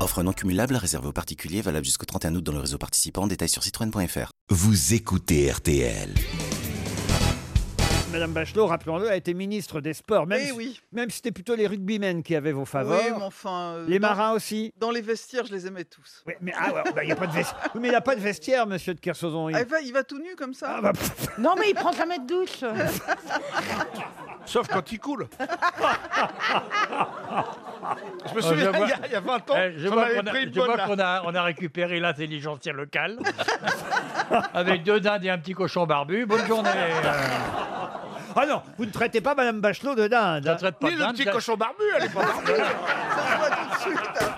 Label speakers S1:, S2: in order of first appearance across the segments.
S1: Offre non cumulable réservée aux particuliers valable jusqu'au 31 août dans le réseau participant. Détails sur citroën.fr.
S2: Vous écoutez RTL.
S3: Madame Bachelot, rappelons-le, a été ministre des Sports. Même
S4: Eh
S3: si-
S4: oui.
S3: Même si c'était plutôt les rugbymen qui avaient vos faveurs.
S4: Oui, mais enfin. euh,
S3: Les
S4: dans-
S3: marins aussi.
S4: Dans les vestiaires, je les aimais tous.
S3: Oui, mais ah, ouais, bah, il n'y a pas de vestiaire. Oui, mais il n'a pas de vestiaire, monsieur de Kersozon. Il-
S4: Ah, il, va, il va tout nu comme ça
S3: Ah, bah, pff,
S5: Non, mais il prend sa mètre douche.
S6: Sauf quand il coule. Je me souviens, il y a, il y a 20 ans,
S7: Eh, je
S6: j'en
S7: vois
S6: avais
S7: qu'on a,
S6: pris une
S7: je
S6: bonne,
S7: vois
S6: là.
S7: qu'on a- on a récupéré l'intelligentsia locale avec deux dindes et un petit cochon barbu. Bonne journée. euh,
S3: ah non, vous ne traitez pas Madame Bachelot de hein. dinde.
S7: ça traite pas
S6: Ni
S7: de
S6: le
S7: dinde,
S6: petit
S7: ça-
S6: cochon barbu, elle est pas
S8: Ah,
S6: barbue.
S4: On voit tout de suite.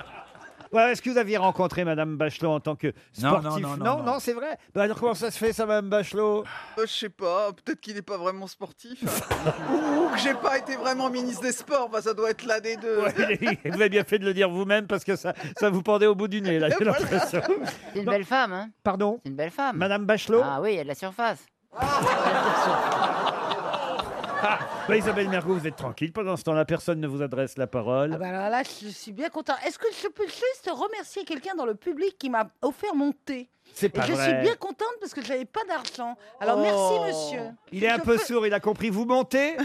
S3: Voilà, Est-ce que vous aviez rencontré Madame Bachelot en tant que
S7: Non,
S3: sportif
S7: non, non, non, non.
S3: c'est vrai. Bah, alors comment ça se fait, ça, Madame Bachelot
S4: Euh, je sais pas, peut-être qu'il n'est pas vraiment sportif. ou, ou que j'ai pas été vraiment ministre des Sports, bah, ça doit être l'un des deux.
S3: Vous avez bien fait de le dire vous-même parce que ça, ça vous pendait au bout du nez, là, j'ai l'impression.
S5: C'est une
S3: Non.
S5: belle femme, hein
S3: Pardon
S5: C'est une belle femme.
S3: Madame Bachelot
S5: Ah oui, il y a de la surface.
S3: Bah, Isabelle Mergo, vous êtes tranquille. Pendant ce temps-là, personne ne vous adresse la parole.
S5: Ah bah alors là, je suis bien content. Est-ce que je peux juste remercier quelqu'un dans le public qui m'a offert mon thé
S3: c'est
S5: Et
S3: pas
S5: je
S3: vrai.
S5: suis bien contente parce que je n'avais pas d'argent. Alors
S4: Oh.
S5: merci monsieur.
S3: Il est un
S5: Je
S3: peu
S5: peux-
S3: sourd, il a compris. Vous montez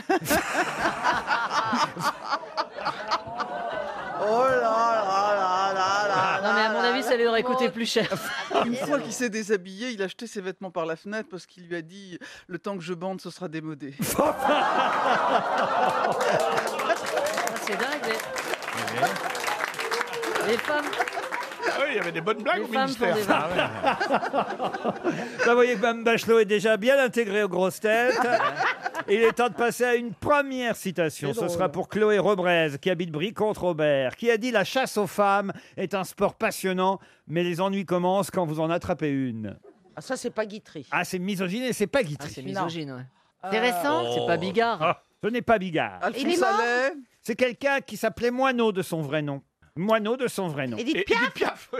S4: Oh là là là là là là
S8: Ah, Non, mais à mon
S4: là
S8: avis, ça lui aurait coûté plus cher.
S4: Ah, Une fois qu'il s'est déshabillé, il a jeté ses vêtements par la fenêtre parce qu'il lui a dit le temps que je bande, ce sera démodé.
S8: C'est dingue, mais. Les femmes,
S6: Ah oui, il y avait des bonnes blagues
S8: les
S6: au
S8: femmes font
S6: ministère.
S8: des vagues.
S3: Bah, Vous voyez que Mme Bachelot est déjà bien intégrée aux grosses têtes. Il est temps de passer à une première citation. Ce sera pour Chloé Robrez, qui habite Brie-Contre-Aubert, qui a dit La chasse aux femmes est un sport passionnant, mais les ennuis commencent quand vous en attrapez une.
S5: Ah, ça c'est pas Guitry.
S3: Ah, c'est misogyne et c'est pas
S8: Ah,
S3: Guitry.
S8: c'est misogyne, ouais.
S5: C'est récent
S8: Ah. C'est pas Bigard.
S3: Oh. Ah, Ce n'est pas Bigard.
S4: Alphonse
S5: Il est mort
S4: Allais,
S3: C'est quelqu'un qui s'appelait Moineau de son vrai nom. Moineau de son vrai nom.
S5: Edith
S6: Et-
S5: Piaf
S6: Edith Piaf, oui.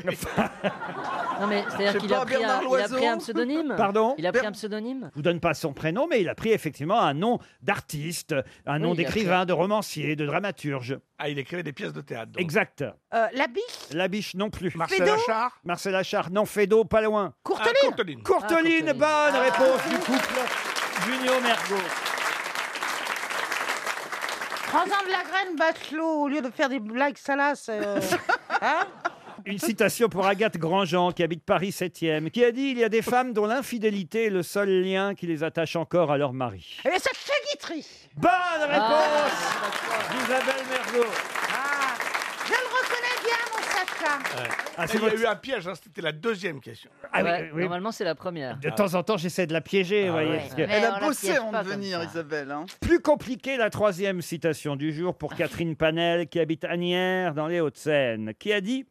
S8: Non, mais
S4: Je sais
S8: c'est-à-dire qu'il
S4: pas,
S8: a, pris un-
S4: Bernard
S8: il a pris un
S4: Loiseau.
S8: pseudonyme.
S3: Pardon
S8: Il a pris un pseudonyme.
S3: Je vous donne pas son prénom, mais il a pris effectivement un nom d'artiste, un nom
S8: Oui, il a
S3: d'écrivain, de romancier, de dramaturge.
S6: Ah, il écrivait des pièces de théâtre. donc.
S3: Exact.
S5: euh, La biche
S3: La biche non plus.
S6: Marcel
S5: Fédot
S6: Achard.
S3: Marcel Achard, non, Fédo, pas loin.
S6: Ah,
S5: Courteline
S6: Courteline.
S3: Courteline,
S8: Courteline. Ah,
S3: bonne réponse du couple Junio Mergo.
S5: Prends-en de la graine, Bachelot, au lieu de faire des blagues salaces. euh, hein
S3: Une citation pour Agathe Grandjean, qui habite Paris 7e, qui a dit Il y a des femmes dont l'infidélité est le seul lien qui les attache encore à leur mari.
S5: Eh bien, ça c'est Guitry.
S3: Bonne
S9: Ah.
S3: réponse Isabelle Mergo.
S5: Ah, je le reconnais bien, mon Sacha.
S3: Ah,
S6: Et
S3: c'est
S6: Il y a
S3: votre-
S6: eu un piège, hein, c'était la deuxième question.
S3: Ah oui,
S8: Ouais,
S3: oui.
S8: Normalement, c'est la première.
S3: De temps en temps, j'essaie de la piéger, vous voyez.
S8: ouais.
S3: parce que-
S4: Elle
S5: on
S4: a
S5: la
S4: bossé
S5: piège
S4: avant
S5: pas
S4: de
S5: comme
S4: venir,
S5: ça.
S4: Isabelle. hein.
S3: Plus compliquée, la troisième citation du jour pour Catherine Panel, qui habite Agnières, dans les Hauts-de-Seine, qui a dit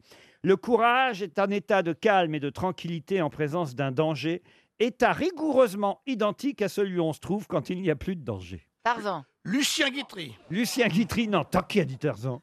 S3: Le courage est un état de calme et de tranquillité en présence d'un danger, état rigoureusement identique à celui où on se trouve quand il n'y a plus de danger.
S5: Tarzan.
S6: Lucien Guitry.
S3: Lucien Guitry, non, tant qu'il y a dit Tarzan.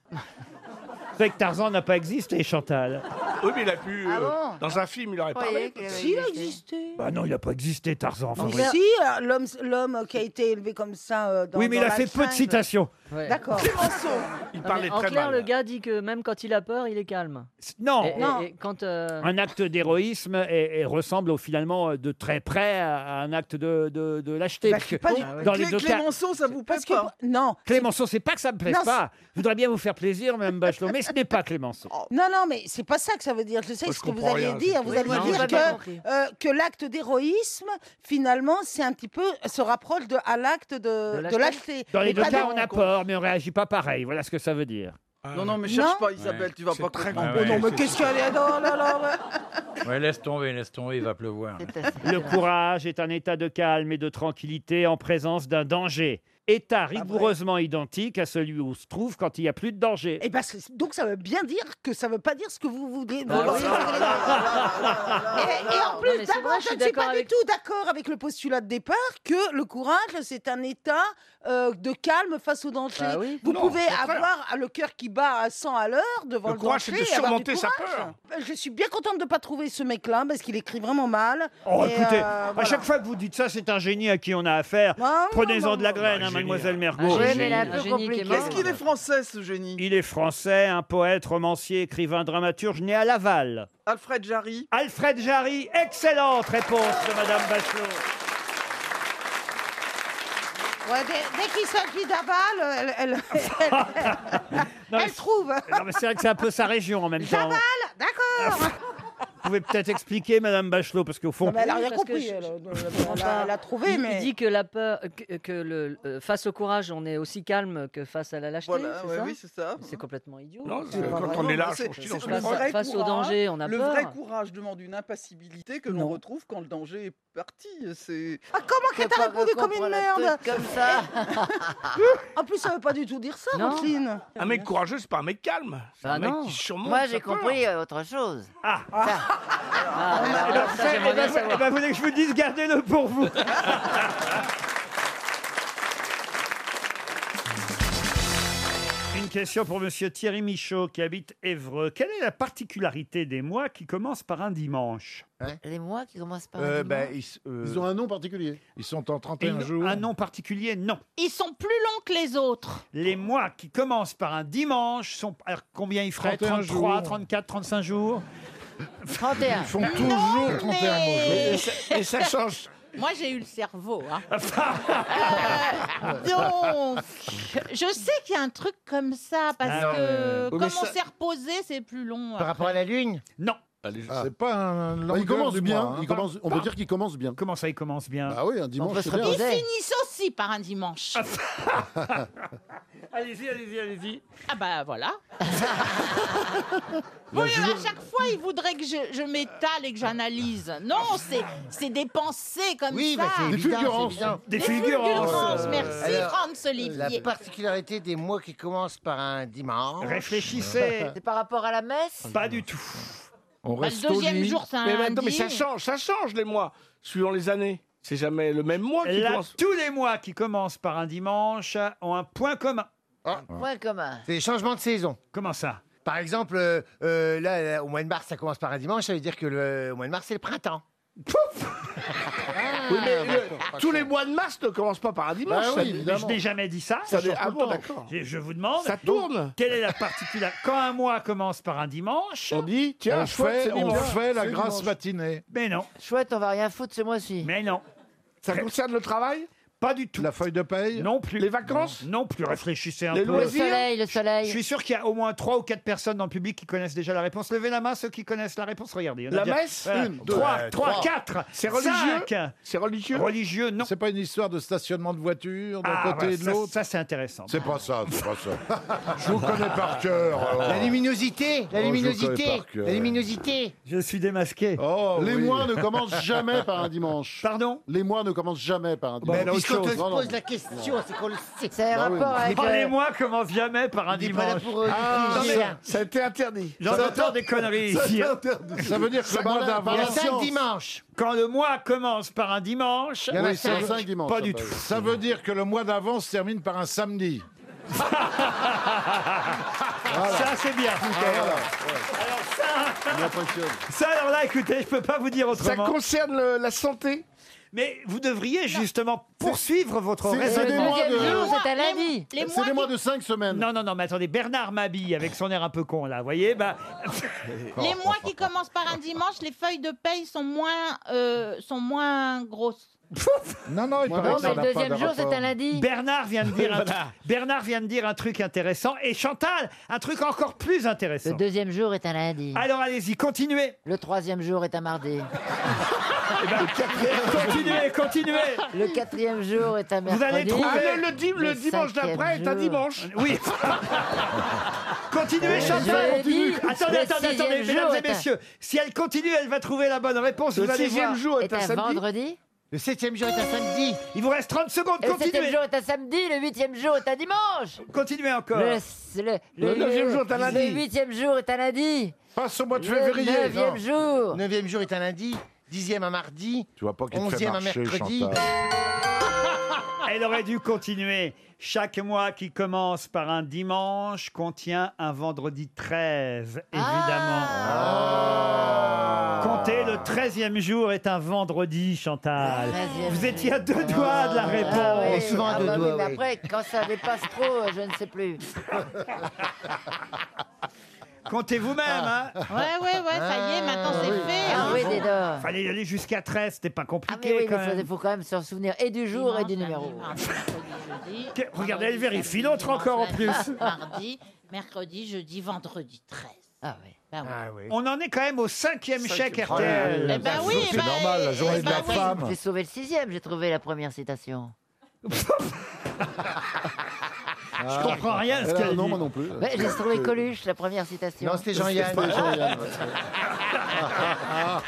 S3: C'est vrai que Tarzan n'a pas existé, Chantal.
S6: Oui, mais il a pu.
S5: Ah
S6: euh,
S5: bon
S6: dans un film,
S5: Ah,
S6: il aurait parlé.
S5: Si, il a existé.
S3: Bah non, il n'a pas existé, Tarzan. enfin,
S5: Si,
S3: oui.
S5: si, euh, l'homme, l'homme qui a été élevé comme ça euh, dans
S3: Oui, mais il
S5: dans
S3: a
S5: la
S3: fait peu de
S5: jungle.
S3: citations.
S8: Ouais.
S5: D'accord.
S6: Il
S8: Non, mais
S6: parlait
S8: en
S6: très
S8: clair,
S6: mal.
S8: le gars dit que même quand il a peur, il est calme.
S3: Non.
S8: Et- et-
S5: Non.
S8: et quand. euh,
S3: un acte d'héroïsme et, et ressemble au- finalement euh, de très près à à un acte de, de, de lâcheté.
S5: Bah,
S3: parce
S5: je suis
S3: que
S5: pas du-
S3: dans les
S4: Clé-
S3: deux cas,
S4: Clémenceau, ça vous passe
S5: Parce que
S4: pas
S5: non,
S3: Clémenceau, c'est pas que ça me plaise
S5: Non,
S3: pas. Je voudrais bien vous faire plaisir, Madame Bachelot, mais ce n'est pas Clémenceau.
S5: non, non, mais c'est pas ça que ça veut dire. Je sais
S6: Moi, je
S5: ce que vous
S6: comprends
S5: alliez
S6: rien,
S5: dire.
S6: c'est
S5: Vous
S6: tout.
S5: alliez
S8: Non,
S5: dire
S8: j'ai pas compris.
S5: que, euh, que l'acte d'héroïsme, finalement, c'est un petit peu se rapproche de à l'acte de,
S8: De
S5: de
S8: lâcheté.
S5: lâcheté.
S3: Dans les
S5: Mais
S3: deux
S5: pas
S3: cas,
S5: de-
S3: on a peur, mais on réagit pas pareil. Voilà ce que ça veut dire.
S6: Ah,
S4: Non, non, mais cherche
S5: Non.
S4: pas, Isabelle, tu vas
S6: C'est
S4: pas
S6: très
S4: comprendre.
S7: Ouais,
S4: Oh non, mais
S6: c'est-
S4: qu'est-ce qu'elle est
S5: Non, non, non, non.
S7: Ouais, laisse tomber, laisse tomber, il va pleuvoir.
S3: Le courage est un état de calme et de tranquillité en présence d'un danger.
S5: Ah,
S3: état rigoureusement identique à celui où se trouve quand il n'y a plus de danger.
S5: Et ben, c'est- donc ça veut bien dire que ça veut pas dire ce que vous voulez.
S3: Ah oui.
S5: Et, et en
S10: Non,
S5: plus,
S10: mais c'est
S5: d'abord,
S10: vrai, je
S5: je
S10: suis
S5: ne suis
S10: d'accord
S5: pas
S10: avec-
S5: du tout d'accord avec le postulat de départ que le courage, c'est un état euh, de calme face au danger.
S10: Bah oui.
S5: Vous
S11: Non,
S5: pouvez
S11: au contraire.
S5: avoir le cœur qui bat à 100 à l'heure devant
S11: Le
S5: le,
S11: courage, c'est
S5: danger.
S11: de
S5: et avoir
S11: surmonter
S5: du
S11: sa
S5: courage.
S11: peur.
S5: Je suis bien contente de ne pas trouver ce mec-là parce qu'il écrit vraiment mal.
S3: Oh,
S5: Et,
S3: écoutez,
S5: euh,
S3: à
S5: voilà. Bah,
S3: chaque fois que vous dites ça, c'est un génie à qui on a affaire.
S5: Non, non,
S3: Prenez-en
S5: non,
S3: de la
S5: non.
S3: graine,
S12: Un
S3: hein,
S12: génie,
S3: mademoiselle
S12: hein.
S3: Mergot.
S10: Un
S5: Ouais,
S10: génie.
S5: mais elle est un peu
S10: Un génie qui est
S5: compliquée.
S10: mort.
S4: Est-ce qu'il est français, ce génie
S3: Il est français, un poète, romancier, écrivain, dramaturge, né à Laval.
S4: Alfred Jarry
S3: Alfred Jarry, excellente réponse de Madame Bachelot.
S5: Ouais, dès dès qu'il s'agit d'aval, elle, elle- elle-
S3: Non, mais
S5: elle trouve.
S3: Non, mais c'est vrai que c'est un peu sa région en même temps.
S5: D'aval, d'accord.
S3: Vous pouvez peut-être expliquer, Madame Bachelot, parce qu'au fond,
S5: Non, mais Ah bah, elle a
S10: Oui,
S5: rien
S10: parce que
S5: compris.
S10: je-
S5: Elle, euh,
S10: je-
S5: elle- elle a- elle a trouvé,
S10: il, il
S5: mais.
S10: dit que la peur, que, que le, euh, face au courage, on est aussi calme que face à la lâcheté.
S4: Voilà,
S10: c'est
S4: ouais,
S10: ça
S4: oui, c'est ça.
S10: C'est complètement idiot.
S11: Non,
S10: ça.
S11: c'est- quand on est là, on se tire dans son
S10: Face,
S11: coin.
S4: vrai
S10: face au
S4: courage,
S10: danger, on a
S4: le
S10: peur.
S4: vrai courage demande une impassibilité que l'on
S5: Non.
S4: retrouve quand le danger est parti. C'est
S5: Ah, comment qu'elle t'a répondu comme une merde
S13: Comme ça.
S5: En plus, ça veut pas du tout dire ça,
S10: Ah, Non.
S5: Roselyne.
S11: Un mec courageux, c'est pas un mec calme. C'est
S10: Bah
S11: un mec
S10: non.
S11: qui surmonte.
S13: Moi,
S11: sa
S13: j'ai
S11: peur.
S13: compris euh, autre chose.
S5: bah,
S10: Ah,
S3: Eh ben,
S10: alors ça,
S3: eh
S10: j'aimerais
S3: ben,
S10: bien savoir.
S3: eh ben, vous voulez que je vous dise, gardez-le pour vous. Une question pour Monsieur Thierry Michaud qui habite Évreux. Quelle est la particularité des mois qui commencent par un dimanche
S13: Les mois qui commencent par.
S14: Hein Euh,
S13: un
S14: ben,
S13: dimanche.
S14: ils, s- euh,
S15: Ils ont un nom particulier.
S14: ils sont en
S3: Et
S14: 31
S3: non-
S14: jours.
S3: Un nom particulier Non.
S16: Ils sont plus longs que les autres.
S3: Les mois qui commencent par un dimanche sont. Alors, combien il ferait
S14: 31
S3: 33,
S14: jours.
S3: 34, 35 jours
S13: 31.
S14: Ils font toujours 31 jours.
S16: mais-
S11: Et ça, et ça change.
S16: Moi, j'ai eu le cerveau. hein. Euh, donc, je sais qu'il y a un truc comme ça, parce
S3: Ah,
S16: que
S14: ouais. Oui, mais
S16: comme on
S14: ça-
S16: s'est reposé, c'est plus long.
S1: Par rapport à la Lune
S3: Non.
S14: Ah. C'est pas un
S15: Bah,
S14: longueur
S15: ils commencent
S14: du
S15: bien.
S14: mois, hein.
S15: ils commencent- on peut dire qu'ils commencent bien.
S3: Comment ça, il commence bien
S15: Ah oui, un dimanche,
S1: peut se
S15: c'est bien.
S16: Ils
S1: reposer.
S16: finissent aussi par un dimanche.
S3: Allez-y, allez-y, allez-y.
S16: Ah bah voilà. Oui, mais à chaque fois, ils voudraient que je, je m'étale et que j'analyse. Non, c'est c'est des pensées comme
S1: Oui,
S16: ça.
S1: bah, c'est
S15: Des
S1: évident,
S15: fulgurances.
S1: c'est évident.
S3: Des
S16: Des
S3: fulgurances.
S16: fulgurances,
S3: euh,
S16: merci
S1: alors,
S16: Franz
S1: La
S16: Olivier.
S1: particularité des mois qui commencent par un dimanche.
S3: Réfléchissez.
S13: C'est par rapport à la messe
S3: Pas du tout.
S14: On
S16: Bah,
S14: reste
S16: le
S14: au
S16: deuxième
S14: lit.
S16: jour, c'est un
S11: Mais, bah,
S16: lundi.
S11: non, mais ça change, ça change les mois, suivant les années. C'est jamais le même mois qui
S3: Là,
S11: commence.
S3: tous les mois qui commencent par un dimanche ont un point commun.
S13: Point commun.
S1: Ah. C'est les changements de saison.
S3: Comment ça
S1: Par exemple, euh, euh, là, là, au mois de mars, ça commence par un dimanche, ça veut dire que le au mois de mars, c'est le printemps.
S3: Ah.
S11: Oui, mais le-
S3: euh,
S11: tous les mois de mars ne commencent pas par un dimanche.
S15: Bah
S11: ça-
S15: oui,
S3: Je
S15: évidemment.
S3: n'ai jamais dit ça.
S11: Ça dé-
S3: Je-
S11: ah bon, d'accord.
S3: Je, je vous demande.
S11: Ça tourne.
S3: Quelle est la particularité Quand un mois commence par un dimanche,
S11: On dit, tiens,
S14: On
S11: chouette,
S14: fait,
S11: c'est
S14: on
S11: dimanche.
S14: fait la
S15: C'est
S14: grasse
S15: dimanche.
S14: matinée.
S3: mais non,
S13: Chouette, on va rien foutre ce mois-ci.
S3: mais non,
S11: Ça concerne le travail,
S3: pas du tout.
S14: La feuille de paye.
S3: Non plus.
S11: les vacances,
S3: Non plus. Réfléchissez un
S11: Les
S3: peu.
S13: Le
S11: loisirs.
S13: soleil, le
S3: Je
S13: soleil.
S3: suis sûr qu'il y a au moins trois ou quatre personnes dans le public qui connaissent déjà la réponse. Levez la main ceux qui connaissent la réponse. Regardez. il y en a
S11: La
S3: bien-
S11: messe
S3: Voilà.
S14: Une, deux,
S3: Trois,
S14: euh,
S3: trois,
S14: trois.
S3: quatre.
S11: C'est religieux
S3: cinq.
S11: c'est religieux.
S3: Religieux, non.
S14: C'est pas une histoire de stationnement de voiture d'un
S3: Ah,
S14: côté
S3: bah,
S14: et de
S3: ça-
S14: l'autre.
S3: Ça, c'est intéressant.
S14: C'est pas ça, c'est pas ça. Je vous connais par cœur. alors.
S1: La
S14: Oh,
S1: luminosité, la
S14: je le connais
S1: luminosité,
S14: par cœur.
S1: la luminosité.
S3: Je suis démasqué.
S14: Oh,
S15: Les
S14: oui.
S15: mois ne commencent jamais par un dimanche.
S3: Pardon
S15: Les mois ne commencent jamais par un
S1: Mais
S15: dimanche.
S1: puisqu'on te
S15: Non, non.
S1: pose la question, c'est qu'on le sait.
S13: C'est un
S15: Bah oui.
S13: rapport avec.
S3: Oh, les
S13: euh,
S3: mois commencent jamais par un
S1: On n'est pas là
S3: dimanche.
S1: pour euh,
S14: Ah,
S1: juger.
S14: merde.
S11: Ça a été interdit.
S3: J'en entends des conneries ici.
S14: Ça veut dire que
S15: Ça
S14: le mois
S15: parle-
S1: Il y a
S15: parle-
S14: d'avant.
S1: cinq
S15: science.
S1: dimanches.
S3: Quand le mois commence par un dimanche,
S1: Il y en a
S15: Oui, c'est
S1: cinq.
S15: un cinq dimanches.
S3: Pas du
S15: ça,
S3: tout.
S15: bah oui.
S14: Ça veut dire que le mois d'avant se termine par un samedi.
S3: ça c'est bien.
S15: voilà.
S3: Alors ça,
S15: On impressionne.
S3: ça alors là, écoutez, je peux pas vous dire
S11: Ça
S3: autrement.
S11: concerne le- la santé.
S3: Mais vous devriez justement poursuivre votre
S15: C'est-
S3: raisonnement.
S15: c'est des mois
S13: deuxième
S15: de-
S13: jour, c'est un
S16: Les-
S13: lundi.
S16: Les
S15: C'est
S16: mois
S15: des
S16: qui
S15: mois de 5 semaines.
S3: Non, non, non, mais attendez, Bernard Mabille, avec son air un peu con, là, vous voyez, bah,
S16: Les mois qui commencent par un dimanche, les feuilles de paye sont moins, euh, sont moins grosses.
S14: Non, non, il
S15: Moi,
S14: paraît
S13: Non,
S14: que ça
S13: mais le
S14: n'a pas
S13: deuxième
S14: de
S13: jour, c'est
S14: rapport.
S13: un lundi.
S3: Bernard vient de dire un, Bernard vient de dire un truc intéressant. Et Chantal, un truc encore plus
S13: Le
S3: intéressant.
S13: deuxième jour est un lundi.
S3: Alors allez-y, continuez,
S13: Le troisième jour est un mardi.
S3: Eh ben, continuez, continuez.
S13: Le quatrième jour est un mercredi.
S3: allez trouver-
S11: Ah, le, le dim- le
S13: Le
S11: dimanche
S13: cinquième
S11: d'après est un
S13: jour.
S11: dimanche.
S3: Oui. Continuez, Chantal.
S13: jeudi,
S3: Attendez,
S13: le
S3: attendez,
S13: sixième
S3: attendez,
S13: jour
S3: mesdames et
S13: est un-
S3: messieurs. Si elle continue, elle va trouver la bonne réponse.
S11: Le
S3: vous allez voir.
S11: sixième jour est,
S13: Est
S11: un
S13: un
S11: samedi.
S13: vendredi
S1: Le septième jour est un samedi.
S3: Il vous reste 30 secondes,
S17: Le
S3: continuez.
S17: septième jour est un samedi, le huitième jour est un dimanche.
S3: Continuez encore.
S17: Le, le,
S3: Le neuvième jour est un lundi.
S17: Le huitième jour est un lundi.
S15: Passe au mois de
S17: Le
S15: février,
S17: neuvième jour.
S1: Neuvième jour est un lundi, dixième un mardi,
S15: Tu vois pas qu'il te fait
S1: onzième un
S15: marcher,
S1: mercredi.
S15: Chantal.
S3: Elle aurait dû continuer. Chaque mois qui commence par un dimanche contient un vendredi 13, évidemment.
S1: Ah.
S3: Comptez, le 13e jour est un vendredi, Chantal. Vous étiez à deux doigts de la réponse.
S17: Ah
S1: Oh,
S17: oui, ah bah oui, mais après, quand ça dépasse trop, euh, je ne sais plus.
S3: Comptez vous-même, hein
S16: Ouais, ouais, ouais, Ah, ça y est, maintenant c'est fait.
S17: Ah
S16: hein.
S17: oui, dis donc.
S3: Fallait y aller jusqu'à 13, c'était pas compliqué
S17: Mais oui,
S3: quand
S17: mais il
S3: même.
S17: faut quand même s'en souvenir et du jour et du numéro.
S3: Que-
S16: Ah bah
S3: Regardez, elle vérifie l'autre encore en plus.
S16: Mardi, mercredi, jeudi, vendredi 13.
S17: Ah oui.
S3: On en est quand même au cinquième chèque
S17: Cinquième.
S3: RTL.
S17: Eh ben oui, bah
S14: C'est normal, la journée de la femme.
S17: J'ai sauvé le sixième, j'ai trouvé la première citation.
S3: Je comprends rien à ce
S15: Euh,
S3: qu'elle
S15: Non,
S3: dit.
S15: moi non plus.
S17: Ouais, j'ai trouvé Coluche, la première citation.
S1: Non, c'était Jean-Yann.
S15: C'était Jean-Yann.
S1: Ah.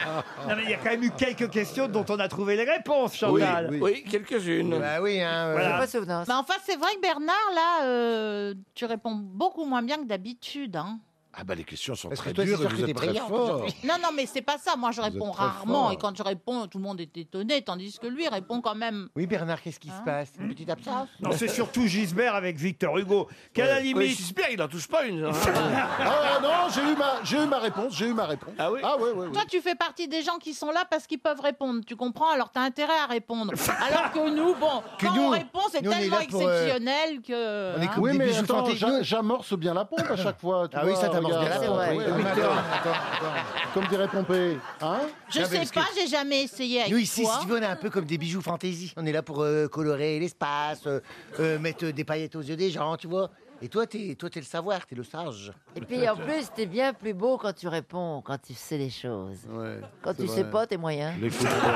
S3: Non, mais il y a quand même eu quelques questions dont on a trouvé les réponses, Chantal.
S1: quelques-unes. Bah oui, hein.
S3: Voilà.
S1: euh,
S16: Mais Bah, enfin, c'est vrai que Bernard, là, euh, tu réponds beaucoup moins bien que d'habitude. hein.
S14: Ah bah les questions sont
S1: Parce que
S14: très
S1: toi, c'est
S14: dures et
S1: sûr que
S14: vous
S1: t'es
S14: êtes très
S1: brillante
S14: fort.
S1: aujourd'hui.
S16: Non, non, mais c'est pas ça. Moi, je
S14: êtes
S16: réponds
S14: très
S16: rarement.
S14: fort.
S16: Et quand je réponds, tout le monde est étonné, tandis que lui il répond quand même.
S1: Oui, Bernard, qu'est-ce qui
S16: Hein
S1: se passe Une petite absence
S3: Non, c'est surtout Gisbert avec Victor Hugo. Qu'à la limite.
S11: J'espère il n'en touche pas une. hein.
S15: Ah non, j'ai eu, ma, j'ai eu ma réponse, j'ai eu ma réponse. Ah oui Ah ouais, ouais, ouais.
S16: Toi, tu fais partie des gens qui sont là parce qu'ils peuvent répondre, tu comprends Alors, t'as intérêt à répondre. Alors que nous, bon,
S1: Que
S16: quand
S1: nous,
S16: on répond, c'est
S1: nous, on est
S16: tellement
S1: là pour, euh,
S16: exceptionnel que. hein.
S1: comme
S15: oui,
S1: des
S15: mais
S1: bijoux
S15: attends,
S1: fantaisistes.
S15: j'a- j'amorce bien la pompe à chaque fois. tu
S1: Ah oui,
S15: vois,
S1: ça t'amorce bien
S15: Oh, regarde,
S1: la pompe,
S15: ouais,
S1: oui.
S15: ouais,
S1: Oui, mais
S15: attends, Comme dirait Pompée. Hein
S16: Je
S1: Non, mais
S16: sais
S1: parce que-
S16: pas, j'ai jamais essayé avec
S1: Nous ici,
S16: toi.
S1: si tu veux, on est un peu comme des bijoux fantaisie. On est là pour euh, colorer l'espace, euh, euh, mettre des paillettes aux yeux des gens, tu vois. Et toi, t'es, toi, t'es le savoir, t'es le sage.
S17: Et puis en plus, t'es bien plus beau quand tu réponds, quand tu sais les choses. quand tu sais pas, t'es moyen.
S14: Les coups de poing.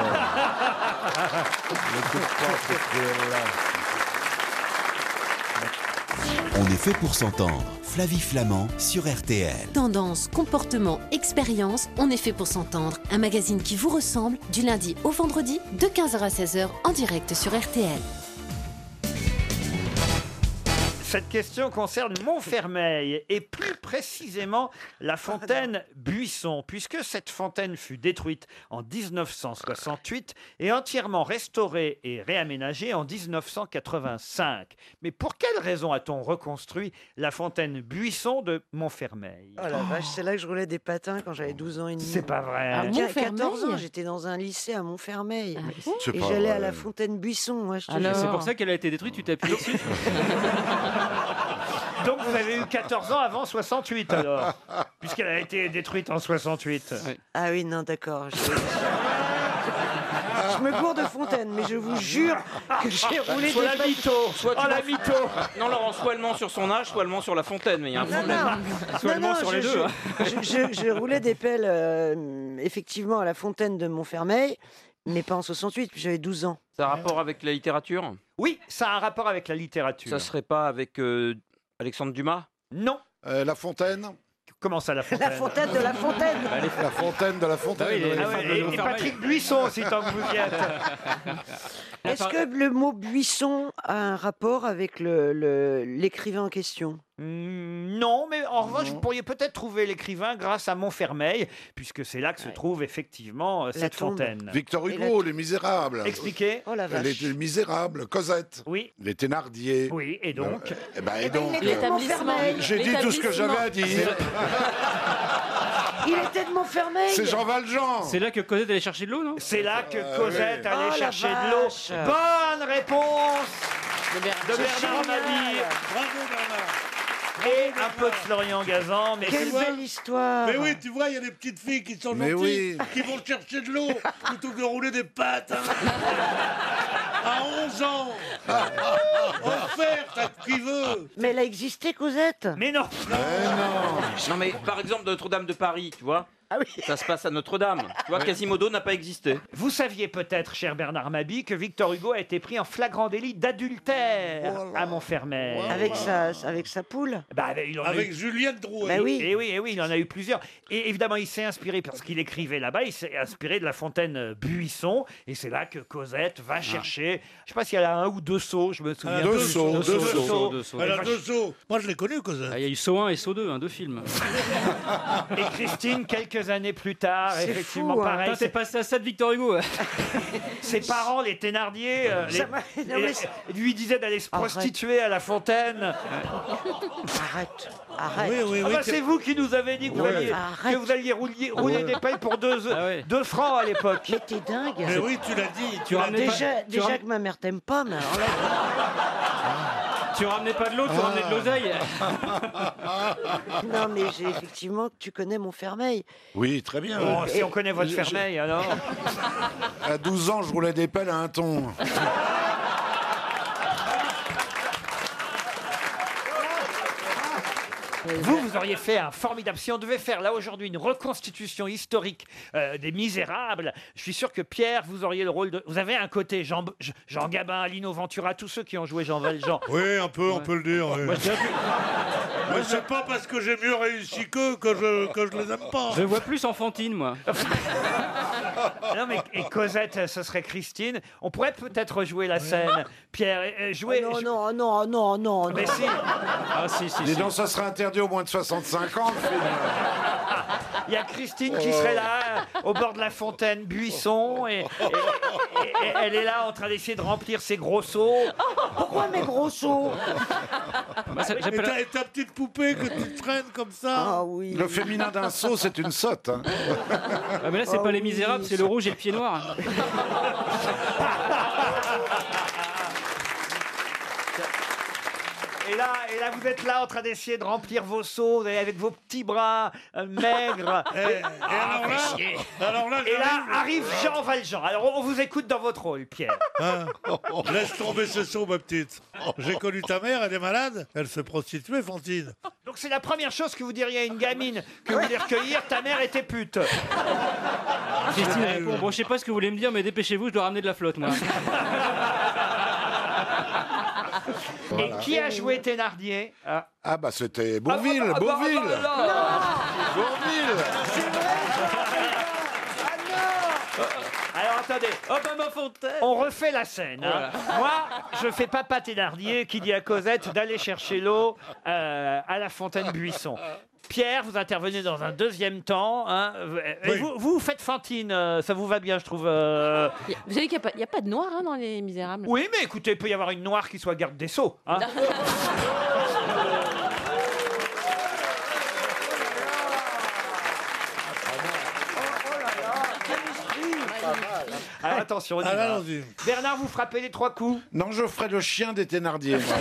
S14: Les coups de poing, c'est cruel, là.
S18: On est fait pour s'entendre. Flavie Flamand sur RTL.
S13: Tendance, comportement, expérience, on est fait pour s'entendre. Un magazine qui vous ressemble du lundi au vendredi de 15h à 16h en direct sur RTL.
S3: Cette question concerne Montfermeil et plus précisément la fontaine Buisson, puisque cette fontaine fut détruite en 1968 et entièrement restaurée et réaménagée en 1985. Mais pour quelle raison a-t-on reconstruit la fontaine Buisson de Montfermeil
S19: Oh la vache, c'est là que je roulais des patins quand j'avais 12 ans et demi.
S3: C'est pas vrai.
S19: À
S3: À
S13: Montfermeil
S19: 14 ans, j'étais dans un lycée à Montfermeil.
S20: C'est
S19: et
S20: pas
S19: j'allais à
S20: vrai.
S19: la fontaine Buisson, moi, je te
S20: Mais
S19: jure.
S20: C'est pour ça qu'elle a été détruite, tu t'appuies dessus.
S3: Donc vous avez eu 14 ans avant 68 alors, puisqu'elle a été détruite en 68.
S19: Ah oui, non, d'accord. Je... je me gourre de fontaine, mais je
S20: Ah.
S19: vous jure que j'ai roulé
S3: Soit
S19: des
S3: la
S19: patins.
S3: mytho,
S20: Soit tu
S3: Oh, la
S20: vas-
S3: mytho
S20: Non, Laurent, soit elle ment sur son âge, soit elle ment sur la fontaine, mais il y a un
S19: Non,
S20: problème.
S19: non.
S20: Soit
S19: Non,
S20: elle ment
S19: non,
S20: sur
S19: je,
S20: les deux. hein.
S19: je- je- je- je roulais des pelles, euh, effectivement, à la fontaine de Montfermeil, mais pas en 68, puis j'avais 12 ans.
S20: Ça a rapport avec la littérature
S3: Oui, ça a un rapport avec la littérature.
S20: Ça serait pas avec euh, Alexandre Dumas
S3: Non.
S15: Euh, la fontaine
S3: Comment ça, la fontaine
S19: fontaine de la fontaine.
S15: La fontaine de la fontaine.
S20: Ah oui, les-
S15: oui.
S20: ah ouais,
S3: Et, et Patrick Buisson aussi, tant que vous y êtes.
S19: Est-ce que le mot buisson a un rapport avec le- le- l'écrivain en question
S3: Hmm, Non, mais en revanche, vous pourriez peut-être trouver l'écrivain grâce à Montfermeil, puisque c'est là que se trouve effectivement euh, cette
S19: tombe.
S3: fontaine.
S14: Victor Hugo, Les Misérables.
S3: Expliquez.
S19: Oh la vache.
S14: Les Misérables, Cosette.
S3: Oui.
S14: Les Thénardier.
S3: Oui, et donc
S14: Euh, eh ben, et donc,
S19: il était de Montfermeil.
S14: j'ai dit tout ce que j'avais à dire.
S19: Il était de Montfermeil.
S14: C'est Jean Valjean.
S20: C'est là que Cosette allait chercher de l'eau, non
S3: c'est là que
S14: Ah,
S3: Cosette
S14: oui.
S3: allait
S19: Oh, la
S3: chercher de l'eau.
S19: vache.
S3: Bonne réponse de Bernard Mabille et un peu de Florian Gazan. Mais
S19: Quelle
S3: c'est-
S19: belle histoire
S6: Mais oui, tu vois, il y a des petites filles qui sont
S14: Mais
S6: gentilles,
S14: oui.
S6: qui vont chercher de l'eau plutôt que de rouler des pattes. hein. À 11 ans Enfer, t'as de qui veut
S19: Mais elle a existé, Cosette
S3: Mais non
S20: Non, mais par exemple, Notre-Dame de Paris, tu vois.
S3: Ah
S20: Ça se passe à Notre-Dame. Tu vois,
S3: Oui.
S20: Quasimodo n'a pas existé.
S3: Vous saviez peut-être, cher Bernard Mabi, que Victor Hugo a été pris en flagrant délit d'adultère
S14: Oh
S3: à Montfermeil.
S19: Avec sa, avec sa poule
S3: Bah, il en a
S19: Avec
S3: eu-
S6: Juliette Drouet.
S19: Bah oui.
S3: Et Eh oui, et oui, il en a eu plusieurs. Et évidemment, il s'est inspiré, parce qu'il écrivait là-bas, il s'est inspiré de la fontaine euh, Buisson. Et c'est là que Cosette va chercher. Je sais pas si elle a un ou deux seaux, je me souviens.
S6: deux
S3: plus.
S6: seaux, deux seaux.
S3: deux seaux.
S6: Elle a
S3: Et
S6: deux seaux. Moi, je l'ai connu, Cosette.
S9: Ah,
S6: il y a eu saut 1 et saut
S9: hein,
S6: 2, deux films.
S3: Et Christine, quelques années plus tard,
S6: C'est
S3: effectivement,
S6: fou, hein.
S3: pareil.
S6: Putain, c'est
S3: passé à ça de Victor Hugo. Ses parents, les Thénardier, euh, les-
S14: Ça m'a- Non, mais
S3: et-
S14: c'est-
S3: lui disaient d'aller se
S14: Arrête.
S3: prostituer à la fontaine.
S19: Arrête,
S14: arrête. Oui, oui,
S3: Ah
S14: oui,
S3: bah,
S14: que-
S3: c'est vous qui nous avez dit que, vous,
S14: Ouais.
S3: alliez,
S14: Arrête.
S3: que vous alliez roulier- rouler
S14: Ouais. Ah
S3: des pailles pour deux, deux francs à l'époque. Bah, Mais
S19: t'es dingue.
S6: Mais oui, tu l'as dit. Tu
S19: Ah,
S6: l'as dit.
S19: déjà
S6: Tu
S19: déjà
S6: ram-
S19: que ma mère t'aime pas, mais alors là-
S20: Tu ramenais pas de l'eau, tu
S19: Ah.
S20: ramenais de l'oseille.
S19: non, mais j'ai effectivement que tu connais mon fermeil.
S15: Oui, très bien.
S3: Oh, si on connaît votre
S15: Je- je-
S3: fermeil, alors.
S15: À 12 ans, je roulais des pelles à un ton.
S3: Vous, vous auriez fait un formidable. Si on devait faire là aujourd'hui une reconstitution historique euh, des Misérables, je suis sûr que Pierre, vous auriez le rôle de. Vous avez un côté Jean, Jean Gabin, Lino Ventura, tous ceux qui ont joué Jean Valjean.
S6: Oui, un peu, on peut le dire. oui.
S3: Moi, je dirais
S6: Mais c'est pas parce que j'ai mieux réussi qu'eux que je, que je les aime pas.
S3: Je vois plus enfantine, moi. non, mais et Cosette, ce serait Christine. On pourrait peut-être jouer la scène. Pierre, euh, jouer.
S19: Oh non, oh non, oh non, oh non. oh
S3: Mais
S19: non.
S3: si. Ah, si,
S15: Dis donc, ça serait interdit au moins de 65 ans. le film.
S3: Il y a Christine qui serait là, euh, au bord de la fontaine Buisson, et, et- et- et elle est là en train d'essayer de remplir ses gros seaux.
S19: Pourquoi mes gros seaux
S6: Et ta, et ta petite poupée que tu traînes comme ça.
S19: Ah oui.
S15: Le féminin d'un saut, c'est une sotte. hein.
S14: mais là, c'est
S3: Oh
S15: Ah
S14: pas les
S15: oui.
S14: misérables, c'est le rouge et le pied noir.
S3: Et là, et là, vous êtes là en train d'essayer de remplir vos seaux, vous allez avec vos petits bras euh, maigres. Ah,
S6: Et- Eh, et alors là-
S3: fais chier.
S6: alors là,
S3: Et là arrive
S6: j'arrive-
S3: Jean Valjean. Alors, on vous écoute dans votre rôle, Pierre.
S6: Hein Laisse tomber ce saut, ma petite. J'ai connu ta mère, elle est malade. Elle se prostituait, Fantine.
S3: Donc, c'est la première chose que vous diriez à une gamine que vous voulez recueillir ta mère était pute.
S14: Christine
S3: euh,
S14: répond Bon, je sais pas ce que vous voulez me dire, mais dépêchez-vous, je dois ramener de la flotte, moi.
S3: Et qui a joué Thénardier Ah,
S15: bah c'était Bourville,
S3: Ah, bah, bah,
S15: Bourville.
S3: bah, bah,
S15: Bourville.
S3: Alors attendez, on refait la scène. hein. Moi, je fais Papa Thénardier qui dit à Cosette d'aller chercher l'eau euh, à la fontaine Buisson. Pierre, vous intervenez dans un deuxième temps. hein. Et vous, vous faites Fantine, euh, ça vous va bien, je trouve. euh.
S21: Vous savez qu'il n'y a, pas de noir hein, dans Les Misérables.
S3: Oui, mais écoutez, il peut y avoir une noire qui soit garde des sceaux. hein. Alors attention, on y
S15: Ah,
S3: va.
S15: allons-y.
S3: Bernard, vous frappez les trois coups.
S15: Non, je ferai le chien des Thénardier. moi.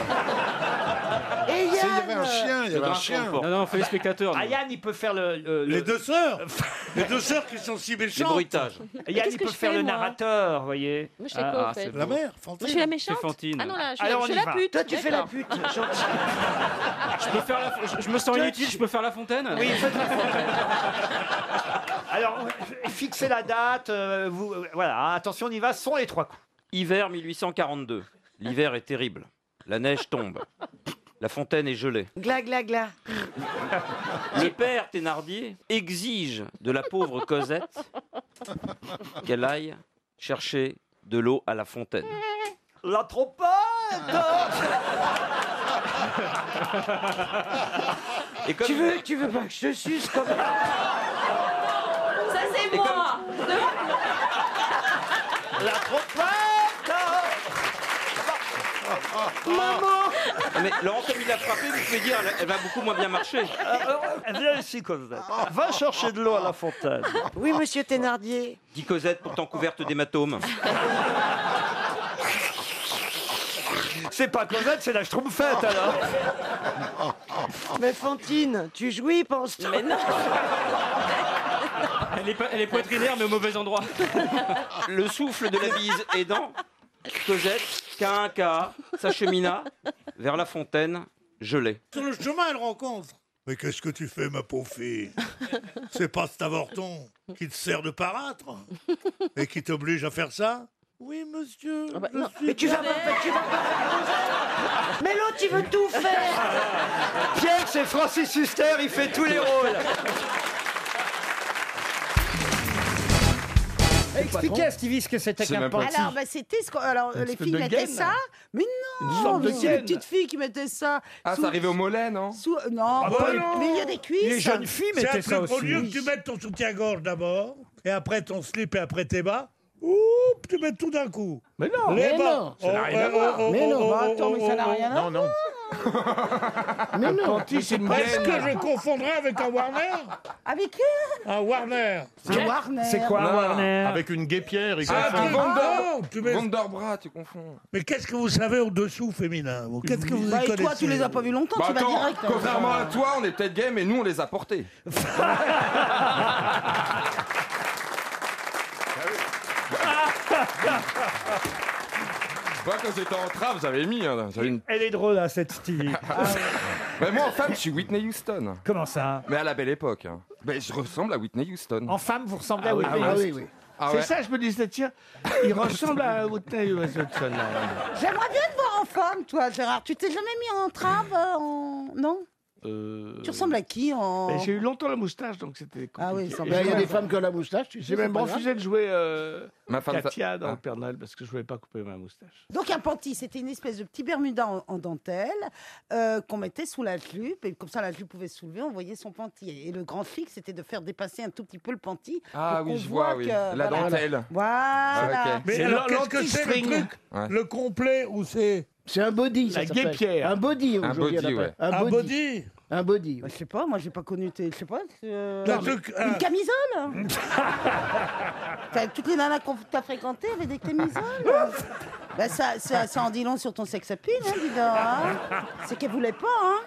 S3: Et
S15: Tu sais, il y avait un chien, il y avait un chien.
S14: Non, non, on fait les spectateurs.
S3: Ah, Yann, il peut faire le. Les
S6: deux sœurs Les deux sœurs qui sont si méchantes
S3: Ah, Yann, il peut faire le narrateur, vous voyez. Ah,
S21: Moi, je fais quoi, au fait
S6: La mère, Fantine.
S21: Moi, je suis la méchante
S3: C'est Fantine.
S21: Ah non, là, je,
S3: Alors,
S21: je
S3: on
S21: suis
S3: y
S21: la
S3: va.
S21: pute.
S3: Toi, tu fais la pute,
S14: Je peux faire la- je- je me sens inutile, je peux faire la fontaine
S3: Oui, faites la fontaine. Alors, euh, fixez la date. euh, vous, euh, voilà, attention, on y va. Ce Sont les trois coups.
S20: Hiver 1842. L'hiver est terrible. La neige tombe. La fontaine est gelée.
S19: Gla, gla, gla.
S20: Le père Thénardier exige de la pauvre Cosette qu'elle aille chercher de l'eau à la fontaine.
S3: La trompette
S20: Et comme-
S19: Tu veux, tu veux pas que je te suce comme
S21: Ça, c'est moi
S13: Ah,
S3: La trompette
S20: Maman Ah, Mais Laurent, comme il a frappé, vous pouvez dire, elle, elle va beaucoup moins bien marcher.
S3: Viens ici, Cosette. Va chercher de l'eau à la fontaine.
S19: Oui, monsieur Thénardier.
S20: Dit Cosette, pourtant couverte d'hématomes.
S3: C'est pas Cosette, c'est la Schtroumpfette,
S4: Ah.
S3: alors.
S13: Oh,
S19: Mais Fantine, tu jouis, pense Mais
S21: non
S14: Elle est, pas- elle est poitrinaire, mais au mauvais endroit.
S20: Le souffle de la bise aidant, Cosette Quinca s'achemina vers la fontaine gelée.
S6: Sur le chemin, elle rencontre. Mais qu'est-ce que tu fais, ma pauvre fille C'est pas cet avorton qui te sert de parâtre et qui t'oblige à faire ça
S13: Oui, monsieur.
S15: Ah bah,
S6: je suis
S13: mais tu vas pas,
S6: désolé.
S13: mais tu vas
S9: Ah
S13: pas. Mais l'autre, il veut tout faire.
S3: Pierre, c'est Francis Huster, il fait tous les rôles. Expliquez à Stevie ce que c'était
S13: C'est
S3: qu'un
S13: même pas-
S3: panty.
S13: Alors,
S5: bah, c'était ce qu'on- alors
S13: Une
S5: les
S13: espèce
S5: filles
S13: de
S5: mettaient
S13: gaine.
S5: ça, mais
S13: Une
S5: non,
S13: sorte de
S5: mais c'est les
S13: gaine.
S5: petites filles qui mettaient ça.
S13: Ah,
S5: sous-
S13: ça arrivait au mollet, non
S5: sous- non,
S13: Ah,
S5: au-
S13: pas les-
S5: mais il y a des cuisses.
S6: C'est un truc, Au lieu que tu mettes ton soutien-gorge d'abord, et après ton slip, et après tes bas, oup, tu mets tout d'un coup.
S13: Mais non.
S6: Les
S13: Mais
S6: bas. Oh,
S13: non. Ça n'a rien à voir.
S5: Mais non, bah, attends, mais ça n'a rien à
S6: Non, non.
S13: Mais non.
S6: Est-ce que je confondrais avec un Warner
S5: Avec qui
S6: Un Warner.
S5: C'est Un Warner. c'est quoi,
S15: Non,
S5: Warner
S15: Avec une guépière. il
S6: Ah,
S15: confond.
S6: tu Vandor, tu mets-
S13: Vandorbra, tu confonds.
S6: Mais qu'est-ce que vous savez au-dessous, féminin vous Qu'est-ce que vous y
S5: Bah, et toi,
S6: connaissez
S5: tu les as pas vus longtemps,
S13: Bah
S5: tu vas
S13: attends,
S5: direct. hein.
S13: contrairement à toi, on est peut-être gay, mais nous, on les a portés. Moi, quand j'étais en train, vous avez mis. hein, j'avais une-
S3: Elle est drôle, hein, cette Stevie.
S13: Mais moi, en femme, je suis Whitney Houston.
S3: Comment ça
S13: Mais à la belle époque. hein. Mais je ressemble à Whitney Houston.
S3: En femme, vous ressemblez
S13: Ah
S3: à
S13: oui,
S3: Whitney
S13: ah oui,
S3: Houston.
S13: oui. Ah ouais.
S9: C'est ça, je me disais, tiens, il ressemble à Whitney Houston. là.
S5: J'aimerais bien te voir en femme, toi, Gérard. Tu t'es jamais mis en trave euh, en... Non
S9: Euh,
S5: Tu ressembles à qui en...
S9: mais J'ai eu longtemps la moustache, donc c'était compliqué.
S5: Ah oui,
S9: Et
S5: sans
S9: j'ai
S5: blague.
S9: même-
S5: Il y a des femmes
S15: qui ont la moustache, tu sais,
S9: J'ai
S15: c'est
S9: même
S15: pas
S9: refusé de jouer euh,
S13: Ma femme, ça-
S9: Katia dans
S13: Ah.
S9: le Père Noël parce que je voulais pas couper ma moustache.
S5: Donc un panty, c'était une espèce de petit Bermuda en, en dentelle euh, qu'on mettait sous la jupe et comme ça la jupe pouvait se soulever, on voyait son panty. Et le grand flic, c'était de faire dépasser un tout petit peu le panty.
S13: Ah
S5: pour
S13: oui,
S5: qu'on
S13: je
S5: voit
S13: vois, oui.
S5: que-
S13: La
S5: voilà.
S13: dentelle.
S5: Voilà.
S13: Ah, ok.
S6: Mais
S13: C'est
S6: alors,
S13: l'an-
S6: qu'est-ce que c'est le
S13: l'anti-string.
S6: truc
S13: Ouais.
S6: Le complet ou c'est.
S15: C'est un body,
S6: ça s'appelle.
S15: Un body,
S13: Un
S15: aujourd'hui,
S13: body,
S15: on l'appelle.
S13: ouais.
S15: Un
S6: Un
S15: body.
S6: body
S15: Un body.
S5: Bah, Je sais pas, moi j'ai pas connu, tes- je sais pas. euh,
S6: Le truc,
S5: une
S6: euh,
S5: camisole T'as- Toutes les nanas qu'on t'a fréquentées avaient des camisoles Bah ça, ça, ça en dit long sur ton sexe à pile, hein, dis donc. hein. C'est qu'elle voulait pas, hein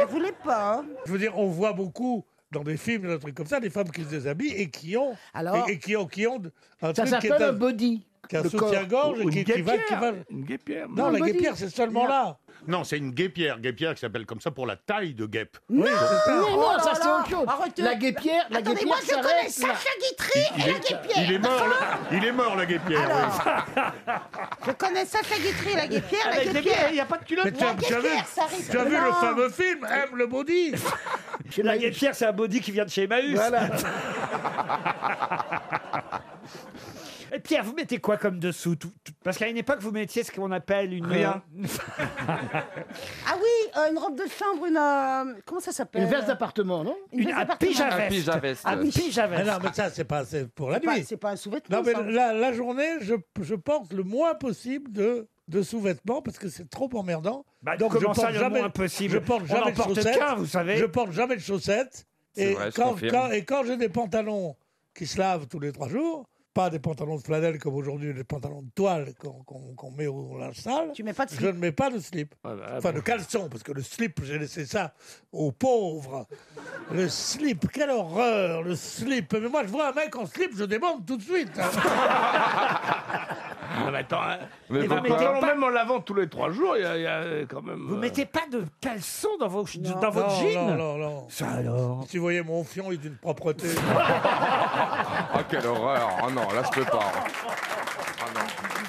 S5: Elle voulait pas, hein.
S6: Je veux dire, on voit beaucoup dans des films, des trucs comme ça, des femmes qui se déshabillent et qui ont.
S5: Alors
S6: et, et qui ont, qui ont un
S15: Ça
S6: truc qui est
S15: s'appelle un body.
S6: qui a un
S15: le corps.
S6: soutien-gorge et
S15: Ou
S6: qui,
S15: une
S6: qui va, qui
S15: guêpière.
S6: va.
S9: Une guépière.
S6: Non, la guépière, c'est seulement là.
S15: Non, c'est une guépière. Guépière qui s'appelle comme ça pour la taille de guêpe.
S5: Non,
S15: Mais non, ça, c'est
S5: Oh là,
S15: autre chose.
S5: arrêtez.
S15: La guêpière- la
S5: Attendez,
S15: guêpière,
S5: moi je
S15: ça
S5: connais
S15: reste
S5: Sacha Guitry
S15: Il,
S5: et
S15: est,
S5: la guépière.
S15: il est mort, la, il est mort, la guépière. oui. Ah,
S5: Je connais Sacha Guitry et la guépière, la
S9: Avec des
S5: guépière.
S9: bières, il y a pas de culotte.
S6: Mais tu as,
S5: La
S6: tu as vu,
S5: guêpière, ça risque
S6: tu as vu
S5: de-
S6: le
S5: Non.
S6: fameux film Aime le body
S3: La Pierre, c'est un body qui vient de chez Emmaüs. Et Pierre, vous mettez quoi comme dessous tout- tout- Parce qu'à une époque, vous mettiez ce qu'on appelle une.
S9: Rien.
S5: Ah oui, euh, une robe de chambre, une. euh, comment ça s'appelle
S15: Une verse d'appartement, non
S5: Une veste
S3: un
S5: d'appartement.
S3: pyjama.
S13: Un pija-veste.
S6: Ah
S3: Un
S6: Mais
S3: pyjama.
S6: non, mais ça, c'est pas c'est pour la
S5: C'est pas-
S6: nuit.
S5: C'est pas un sous-vêtement.
S6: Non, mais
S5: ça.
S6: la, la journée, je, je porte le moins possible de, de sous-vêtements parce que c'est trop emmerdant.
S3: Bah,
S6: Donc, je
S3: comment
S6: porte
S3: ça, le
S6: jamais,
S3: mot impossible
S6: Je porte
S3: On
S6: jamais
S3: en
S6: de
S3: porte
S6: chaussettes.
S3: qu'un, vous savez.
S6: Je porte jamais de chaussettes.
S13: C'est
S6: Et,
S13: vrai, je
S6: quand,
S13: confirme.
S6: quand- et quand j'ai des pantalons qui se lavent tous les trois jours, pas des pantalons de flanelle comme aujourd'hui, des pantalons de toile qu'on qu'on- qu'on met au linge sale.
S5: Tu mets pas de
S6: Je
S5: slip.
S6: ne mets pas de slip.
S3: Ah,
S9: bah,
S6: enfin,
S9: bon.
S6: de caleçon, parce que le slip, j'ai laissé ça aux pauvres. Le slip, quelle horreur, le slip. Mais moi, je vois un mec en slip, je débande tout de suite. hein.
S9: Ah, mais attends, hein.
S13: Mais
S9: Et vous
S13: pourquoi
S9: mettez
S13: pas
S9: même en l'avant tous les trois jours, il y, a- il y a quand même.
S3: Vous
S9: euh,
S3: mettez pas de caleçon dans, vos, dans votre
S6: non,
S3: jean
S6: non, non, non.
S3: Ça alors
S6: Si vous voyez mon fion, il est d'une propreté.
S13: Ah, quelle horreur. Oh non, là, je peux pas. Ah non.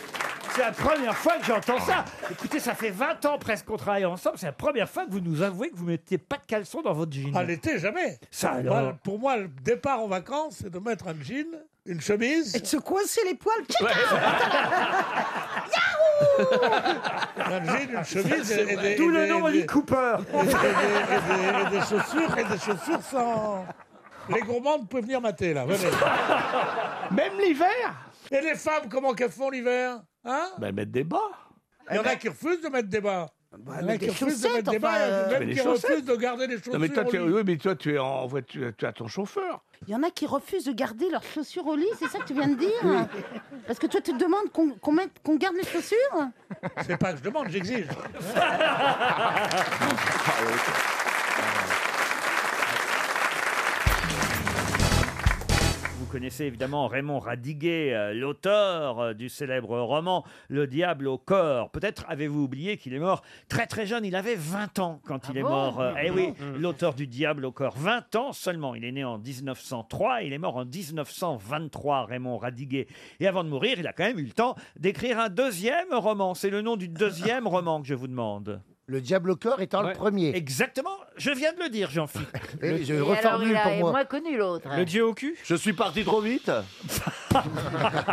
S3: C'est la première fois que j'entends ça. Écoutez, ça fait 20 ans presque qu'on travaille ensemble. C'est la première fois que vous nous avouez que vous mettez pas de caleçon dans votre jean.
S6: à l'été, jamais.
S3: Ça
S6: Moi,
S3: alors
S6: pour moi, le départ en vacances, c'est de mettre un jean, une chemise.
S5: Et de se coincer les poils.
S6: Un jean, une chemise. et- et des-
S3: D'où
S6: et
S3: le
S6: des-
S3: nom
S6: des-
S3: Lee Cooper.
S6: et des, et des- et des chaussures, et des chaussures sans. Les gourmandes peuvent venir mater, là, venez.
S9: Même l'hiver
S6: Et les femmes, comment qu'elles font l'hiver Hein
S9: Ben, mettre des bas. Bah,
S6: Il y en a qui refusent de mettre des bas. Il y en a
S5: mais
S6: qui
S5: des
S6: refusent de
S5: chaussettes,
S6: mettre des
S5: enfin,
S6: bas,
S5: euh,
S6: et
S9: Mais
S6: même
S9: des
S6: qui
S9: chaussettes.
S6: refusent de garder les chaussures.
S9: Non, mais toi,
S6: au
S9: tu es,
S6: lit.
S9: oui, mais toi, tu es en voiture, tu as ton chauffeur.
S5: Il y en a qui refusent de garder leurs chaussures au lit, c'est ça que tu viens de dire Parce que toi, tu te demandes qu'on qu'on mette- qu'on garde les chaussures
S6: C'est pas que je demande, j'exige.
S3: Vous connaissez évidemment Raymond Radiguet, euh, l'auteur euh, du célèbre roman Le Diable au corps. Peut-être avez-vous oublié qu'il est mort très très jeune. Il avait 20 ans quand il est
S12: Ah bon
S3: mort. Euh, eh oui,
S12: Mm.
S3: l'auteur du Diable au corps. 20 ans seulement. Il est né en 1903 et il est mort en 1923, Raymond Radiguet. Et avant de mourir, il a quand même eu le temps d'écrire un deuxième roman. C'est le nom du deuxième roman que je vous demande.
S1: Le Diable au corps étant le
S3: Ouais.
S1: premier. Eh
S3: Exactement, je viens de le dire, Jean-Philippe.
S1: Et je
S17: Et alors,
S1: reformule
S17: il
S1: pour
S17: a
S1: moi.
S17: moins connu l'autre. hein.
S3: au cul Je suis parti trop vite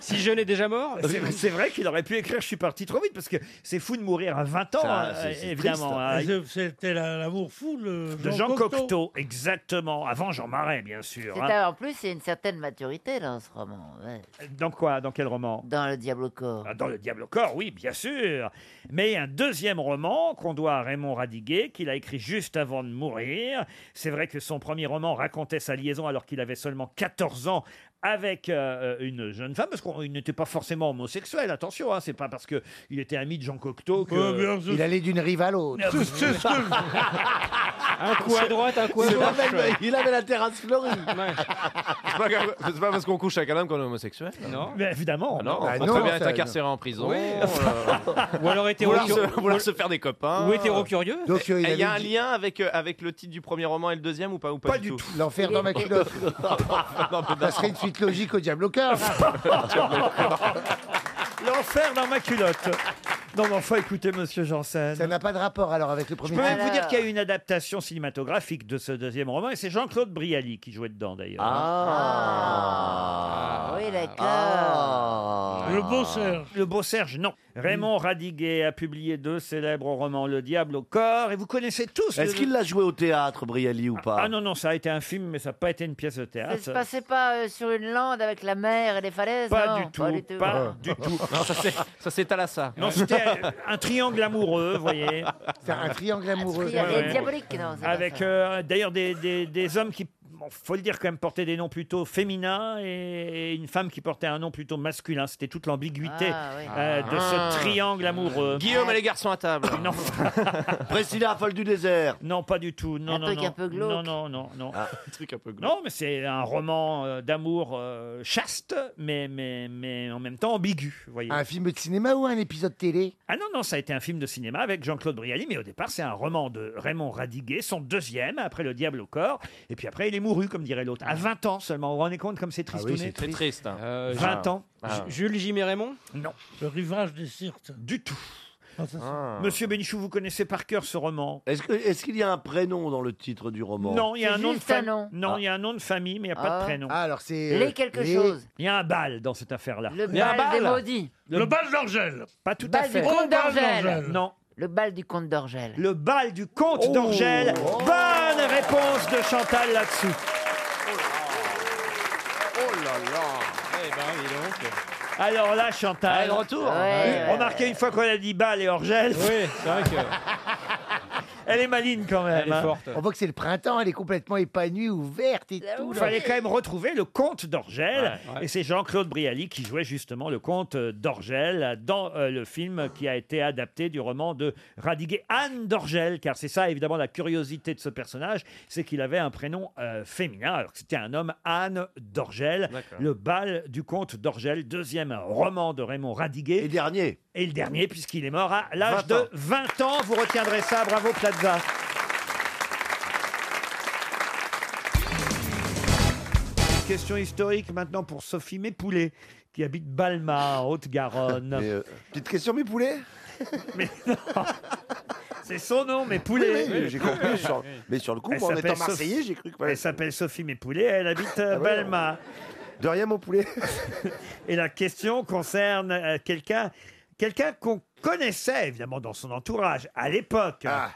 S3: Si jeune est déjà mort C'est c'est vrai qu'il aurait pu écrire Je suis parti trop vite, parce que c'est fou de mourir à 20 ans,
S6: Ça,
S3: hein,
S6: c'est- c'est
S3: évidemment. hein.
S6: triste. Et C'était la- l'amour fou le
S3: De Jean Cocteau, exactement. Avant Jean Marais, bien sûr.
S17: C'est
S3: hein.
S17: à- en plus, il y a une certaine maturité dans ce roman. ouais.
S3: Dans quoi Dans quel roman
S17: Dans Le Diable au corps.
S3: Ah, Dans Le Diable au corps, oui, bien sûr. Mais un deuxième roman qu'on doit à Raymond Radiguet, qu'il a écrit juste avant de mourir. C'est vrai que son premier roman racontait sa liaison alors qu'il avait seulement 14 ans avec euh, une jeune femme, parce qu'il n'était pas forcément homosexuel, attention, hein, c'est pas parce que il était ami de Jean Cocteau que...
S1: Euh, bien, je- Il allait d'une rive à l'autre.
S3: Un coup à droite, un coup à gauche.
S14: Il avait la terrasse fleurie. C'est pas, grave, c'est pas parce qu'on couche avec un homme qu'on est homosexuel. Non.
S3: Mais évidemment.
S14: non,
S3: Bah
S14: on peut
S3: non,
S14: très bien être
S3: ça-
S14: incarcéré en prison.
S3: Oui.
S14: euh,
S3: Ou alors hétéro-
S14: Vouloir se,
S3: ou-
S14: vouloir se faire des copains.
S3: ou hétéro-curieux.
S14: Donc,
S3: Donc, euh, il
S14: il y a un
S3: avait dit-
S14: lien avec, euh, avec le titre du premier roman et le deuxième ou pas ou Pas, du tout.
S1: L'enfer dans ma culotte.
S14: Non, mais non.
S1: Ça serait une suite logique au Diable au corps.
S3: L'enfer dans ma culotte. Non, mais enfin, écoutez, monsieur Janssen.
S1: Ça n'a pas de rapport alors avec le
S3: Je
S1: premier
S3: peux même
S1: titre.
S3: vous dire qu'il y a eu une adaptation cinématographique de ce deuxième roman, et c'est Jean-Claude Brialy qui jouait dedans d'ailleurs.
S17: Ah, oui, d'accord.
S3: Le Beau Serge. Ah. Le Beau Serge, non. Raymond Radiguet a publié deux célèbres romans, Le Diable au corps, et vous connaissez tous.
S22: Est-ce qu'il l'a joué au théâtre, Brialy, ou pas
S3: Ah non, non, ça a été un film, mais ça n'a pas été une pièce de théâtre.
S17: Ça se passait pas euh, sur une lande avec la mer et les falaises
S3: Pas
S17: non,
S3: du tout, pas du tout.
S14: Ça, c'est Talassa.
S3: Non, c'était un triangle amoureux, vous voyez.
S1: C'est un triangle amoureux.
S17: Il y
S3: Ouais,
S17: avait
S3: ouais.
S17: diabolique, non
S22: Hein,
S17: c'est pas
S3: Avec
S17: ça.
S3: euh, d'ailleurs des, des- des hommes qui, bon, faut le dire quand même, portaient des noms plutôt féminins et, et une femme qui portait un nom plutôt masculin. C'était toute l'ambiguïté
S22: Ah, oui.
S3: euh, de
S22: Ah.
S3: ce triangle amoureux.
S14: Guillaume et les garçons à table.
S3: Non.
S22: Priscilla, folle du désert.
S3: Non, pas du tout. Non,
S22: Un
S3: non,
S22: truc
S3: non.
S22: un peu glauque.
S3: Non, non, non, non.
S14: Ah, Un truc un peu glauque.
S3: Non, mais c'est un roman euh, d'amour euh, chaste, mais, mais, mais en même temps ambigu, vous voyez.
S1: Un film de cinéma ou un épisode télé
S3: Ah non, non, ça a été un film de cinéma avec Jean-Claude Brialy, mais au départ, c'est un roman de Raymond Radiguet, son deuxième, après Le Diable au corps. Et puis après, il est mouru, comme dirait
S1: Ah.
S3: l'autre, à 20 ans seulement. Vous vous rendez compte comme Ah c'est triste hein. Ah.
S14: très triste. Ah.
S3: 20 ans.
S6: Jules Jimé Raymond
S3: Non.
S6: Le rivage des Sirtes.
S3: Du tout.
S22: Ah.
S3: Monsieur Bénichou, vous connaissez par cœur ce roman
S22: Est-ce que- est-ce qu'il y a un prénom dans le titre du roman
S3: Non, il y a un nom de famille. Non,
S22: Ah.
S3: il y a un nom de famille, mais il n'y a pas
S22: Ah.
S3: de prénom.
S22: Ah,
S1: alors
S22: c'est, Les euh, quelque les- chose.
S3: Il y a un bal dans cette affaire-là.
S17: Le Il y a un bal des bal. maudits.
S3: Le, bal d'Orgel. Pas tout à
S17: Bal
S3: fait.
S17: du comte d'Orgel.
S3: Non.
S17: Le bal du comte d'Orgel.
S3: Le bal du comte d'Orgel. Bonne réponse de Chantal là-dessous.
S14: Oh là là. Eh ben, dis donc.
S3: Alors là, Chantal.
S14: Ah, le retour. Ouais, ouais,
S3: Remarquez une fois qu'on a dit bal et Orgel. Oui, c'est vrai que. Elle est maligne quand même. hein.
S1: On voit que c'est le printemps, elle est complètement épanouie, ouverte et tout.
S3: Il
S1: là.
S3: fallait quand même retrouver le comte d'Orgel. Et c'est Jean-Claude Brialy qui jouait justement le comte euh, d'Orgel dans euh, le film qui a été adapté du roman de Radiguet Anne d'Orgel. Car c'est ça, évidemment, la curiosité de ce personnage c'est qu'il avait un prénom euh, féminin, alors que c'était un homme, Anne d'Orgel. Le bal du comte d'Orgel, deuxième roman de Raymond Radiguet. Et
S22: dernier.
S3: Et le dernier, puisqu'il est mort à l'âge de 20 ans. Vous retiendrez ça. Bravo, Plaza. Question historique maintenant pour Sophie Mépoulet, qui habite Balma, en Haute-Garonne.
S9: euh, Petite question, Mépoulet
S3: Mais non C'est son nom, Mépoulet
S9: Oui, oui, j'ai compris, sur- mais sur le coup, moi, en étant Marseillais, j'ai cru que...
S3: Elle s'appelle Sophie Mépoulet, elle habite euh,
S9: Ah ouais.
S3: Balma.
S9: De rien, mon poulet.
S3: Et la question concerne euh, quelqu'un quelqu'un qu'on connaissait, évidemment, dans son entourage, à l'époque,
S9: Ah.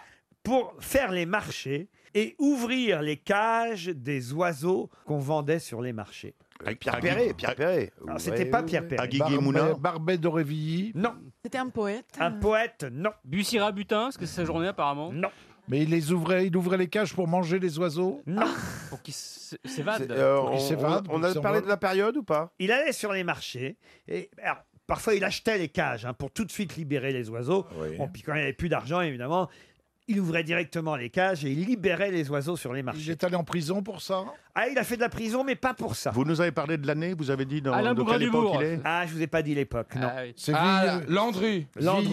S3: pour faire les marchés et ouvrir les cages des oiseaux qu'on vendait sur les marchés.
S9: Euh,
S3: Ah,
S9: Pierre Perret, Pierre Perret.
S3: Alors, c'était pas Pierre Perret. Bar-
S9: Barbet d'Aurevilly.
S3: Non.
S23: C'était un poète.
S3: Un poète, non.
S23: Bussy Rabutin, parce que c'est sa journée apparemment.
S3: Non.
S9: Mais il les ouvrait, il ouvrait les cages pour manger les oiseaux
S3: Non.
S23: Pour qu'il s- s'évade.
S9: C'est- euh, on- s'évade, on a il parlé de la
S3: période ou pas Il allait sur les marchés et alors, parfois il achetait les cages hein, pour tout de suite libérer les oiseaux. Bon, puis quand il n'y avait plus d'argent, évidemment. il ouvrait directement les cages et il libérait les oiseaux sur les marchés. Il est allé en prison pour ça Ah, il a fait de la prison, mais pas pour ça.
S15: Vous nous avez parlé de l'année, vous avez dit dans
S3: Alain
S15: de quelle époque
S3: Bougrain-Dubourg.
S15: il est
S3: Ah, je vous ai pas dit l'époque, non.
S15: C'est Ah, Vill-
S3: Landry.
S15: Villon,
S3: Landry.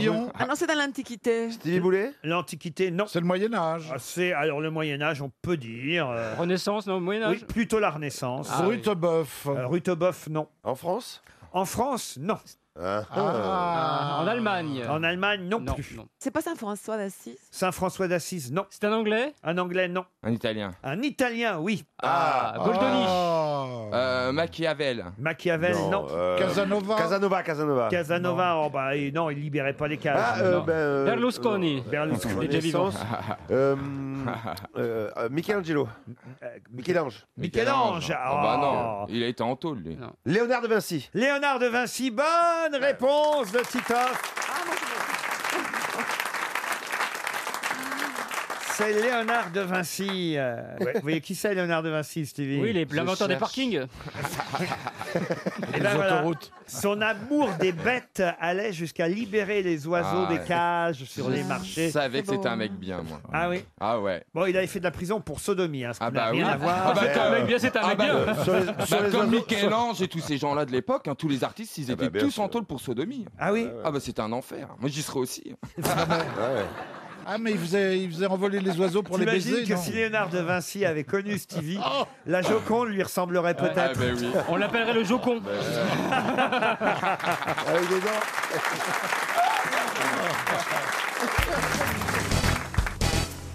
S15: Villon.
S3: Ah,
S8: Ah non, c'est dans l'Antiquité.
S3: Boulet L'Antiquité, non. C'est le Moyen Âge. c'est alors le Moyen Âge, on peut dire. Renaissance, non Moyen
S23: Âge
S3: Oui, plutôt la Renaissance. Euh,
S23: Ah, oui.
S3: Ruteboeuf. Ruteboeuf, non. En France En France, non.
S23: Ah. En Allemagne.
S3: En Allemagne, non, plus.
S8: C'est pas Saint-François d'Assise
S3: Saint François d'Assise, non. C'est un Anglais Un Anglais, non.
S14: Un Italien.
S3: Un Italien, oui.
S14: Ah, Goldoni. Euh, Machiavel.
S3: Machiavel, non.
S14: Casanova.
S3: Casanova, Casanova. Casanova, oh bah et non, il libérait pas les cages.
S9: Ah, euh,
S3: Non.
S9: ben, euh,
S3: Berlusconi.
S9: euh,
S3: Berlusconi.
S9: Renaissance. Euh, euh, euh, Michelangelo. Michel-Ange.
S3: Euh, Michel-Ange. Oh,
S14: Ah bah non, il a été en tôle, lui.
S3: Léonard de Vinci. Léonard de Vinci, bonne réponse de Titoff. C'est Léonard de Vinci. euh, ouais, vous voyez qui c'est Léonard de Vinci, Stevie
S23: Oui, il est l'inventeur des parkings.
S3: Et ben
S23: Des
S3: voilà,
S23: autoroutes.
S3: Son amour des bêtes allait jusqu'à libérer les oiseaux
S14: Ah,
S3: des
S14: ouais.
S3: cages sur les marchés.
S14: Je savais que c'était un mec bien, moi.
S3: Ah oui
S14: Ah ouais.
S3: Bon, il avait fait de la prison pour sodomie, hein, ce qui
S14: Ah
S3: n'a
S14: bah oui.
S3: rien à voir.
S14: Ah bah
S3: Mais,
S14: attends,
S3: euh,
S14: mec, bien, c'est un
S3: ah
S14: mec
S3: bah,
S14: bien.
S3: euh, sur les-
S14: Bah,
S3: sur les
S14: comme
S3: oiseaux- bah,
S14: Michel-Ange et tous ces gens-là de l'époque, hein, tous les artistes, ils étaient tous en tôle pour sodomie.
S3: Ah oui
S14: Ah bah c'était un enfer. Moi j'y serais aussi. hein.
S15: Ah, mais il faisait, il faisait envoler les oiseaux pour les
S3: T'imagines
S15: baiser.
S3: que
S15: non Oh
S3: si Léonard de Vinci avait connu Stevie, la Joconde lui ressemblerait peut-être.
S14: Ah bah oui. Ah, ben.
S23: On l'appellerait le Jocon.
S9: Ah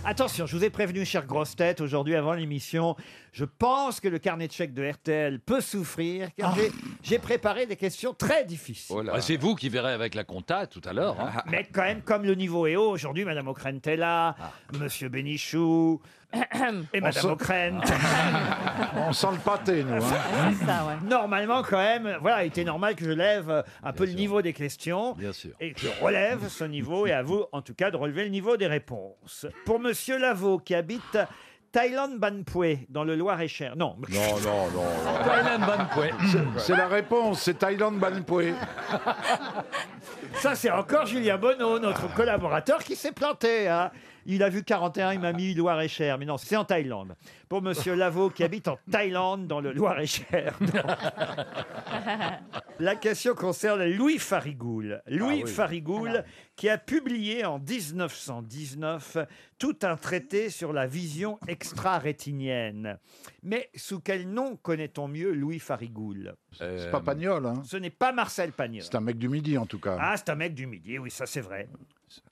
S3: Attention, je vous ai prévenu, chère grosse tête, aujourd'hui avant l'émission, je pense que le carnet de chèques de RTL peut souffrir,
S15: Ah.
S3: car j'ai- j'ai préparé des questions très difficiles.
S7: Bah, c'est vous qui verrez avec la compta tout à l'heure.
S15: Ah,
S7: hein.
S3: Mais quand même, comme le niveau est haut aujourd'hui, Madame O'Krent est là,
S15: Ah.
S3: Monsieur Bénichou et
S15: On
S3: Madame
S15: se-
S3: O'Krent.
S15: On sent le pâté, nous. hein.
S3: Ah. Normalement, quand même, voilà, il était normal que je lève euh, un peu le niveau des questions.
S7: Bien sûr.
S3: Et que je relève ce niveau, et à vous, en tout cas, de relever le niveau des réponses. Pour Monsieur Lavaux, qui habite Thailand Banpue, dans le Loir-et-Cher. Non.
S15: Non, non, non. non.
S3: Thailand Banpue.
S15: C'est- C'est la réponse, c'est Thaïlande Banpue.
S3: Ça, c'est encore Julien Bonneau, notre collaborateur, qui s'est planté. hein. Il a vu 41, il m'a mis Loir-et-Cher. Mais non, c'est en Thaïlande. Pour Monsieur Lavaux, qui habite en Thaïlande, dans le Loir-et-Cher.
S7: hein.
S3: La question concerne Louis Farigoul. Louis
S9: Ah oui.
S3: Farigoul, qui a publié en 1919 tout un traité sur la vision extra-rétinienne. Mais sous quel nom connaît-on mieux Louis Farigoul
S15: C'est pas Pagnol, hein.
S3: Ce n'est pas Marcel Pagnol.
S15: C'est un mec du Midi, en tout cas.
S3: Ah, c'est un mec du Midi, oui, ça c'est vrai.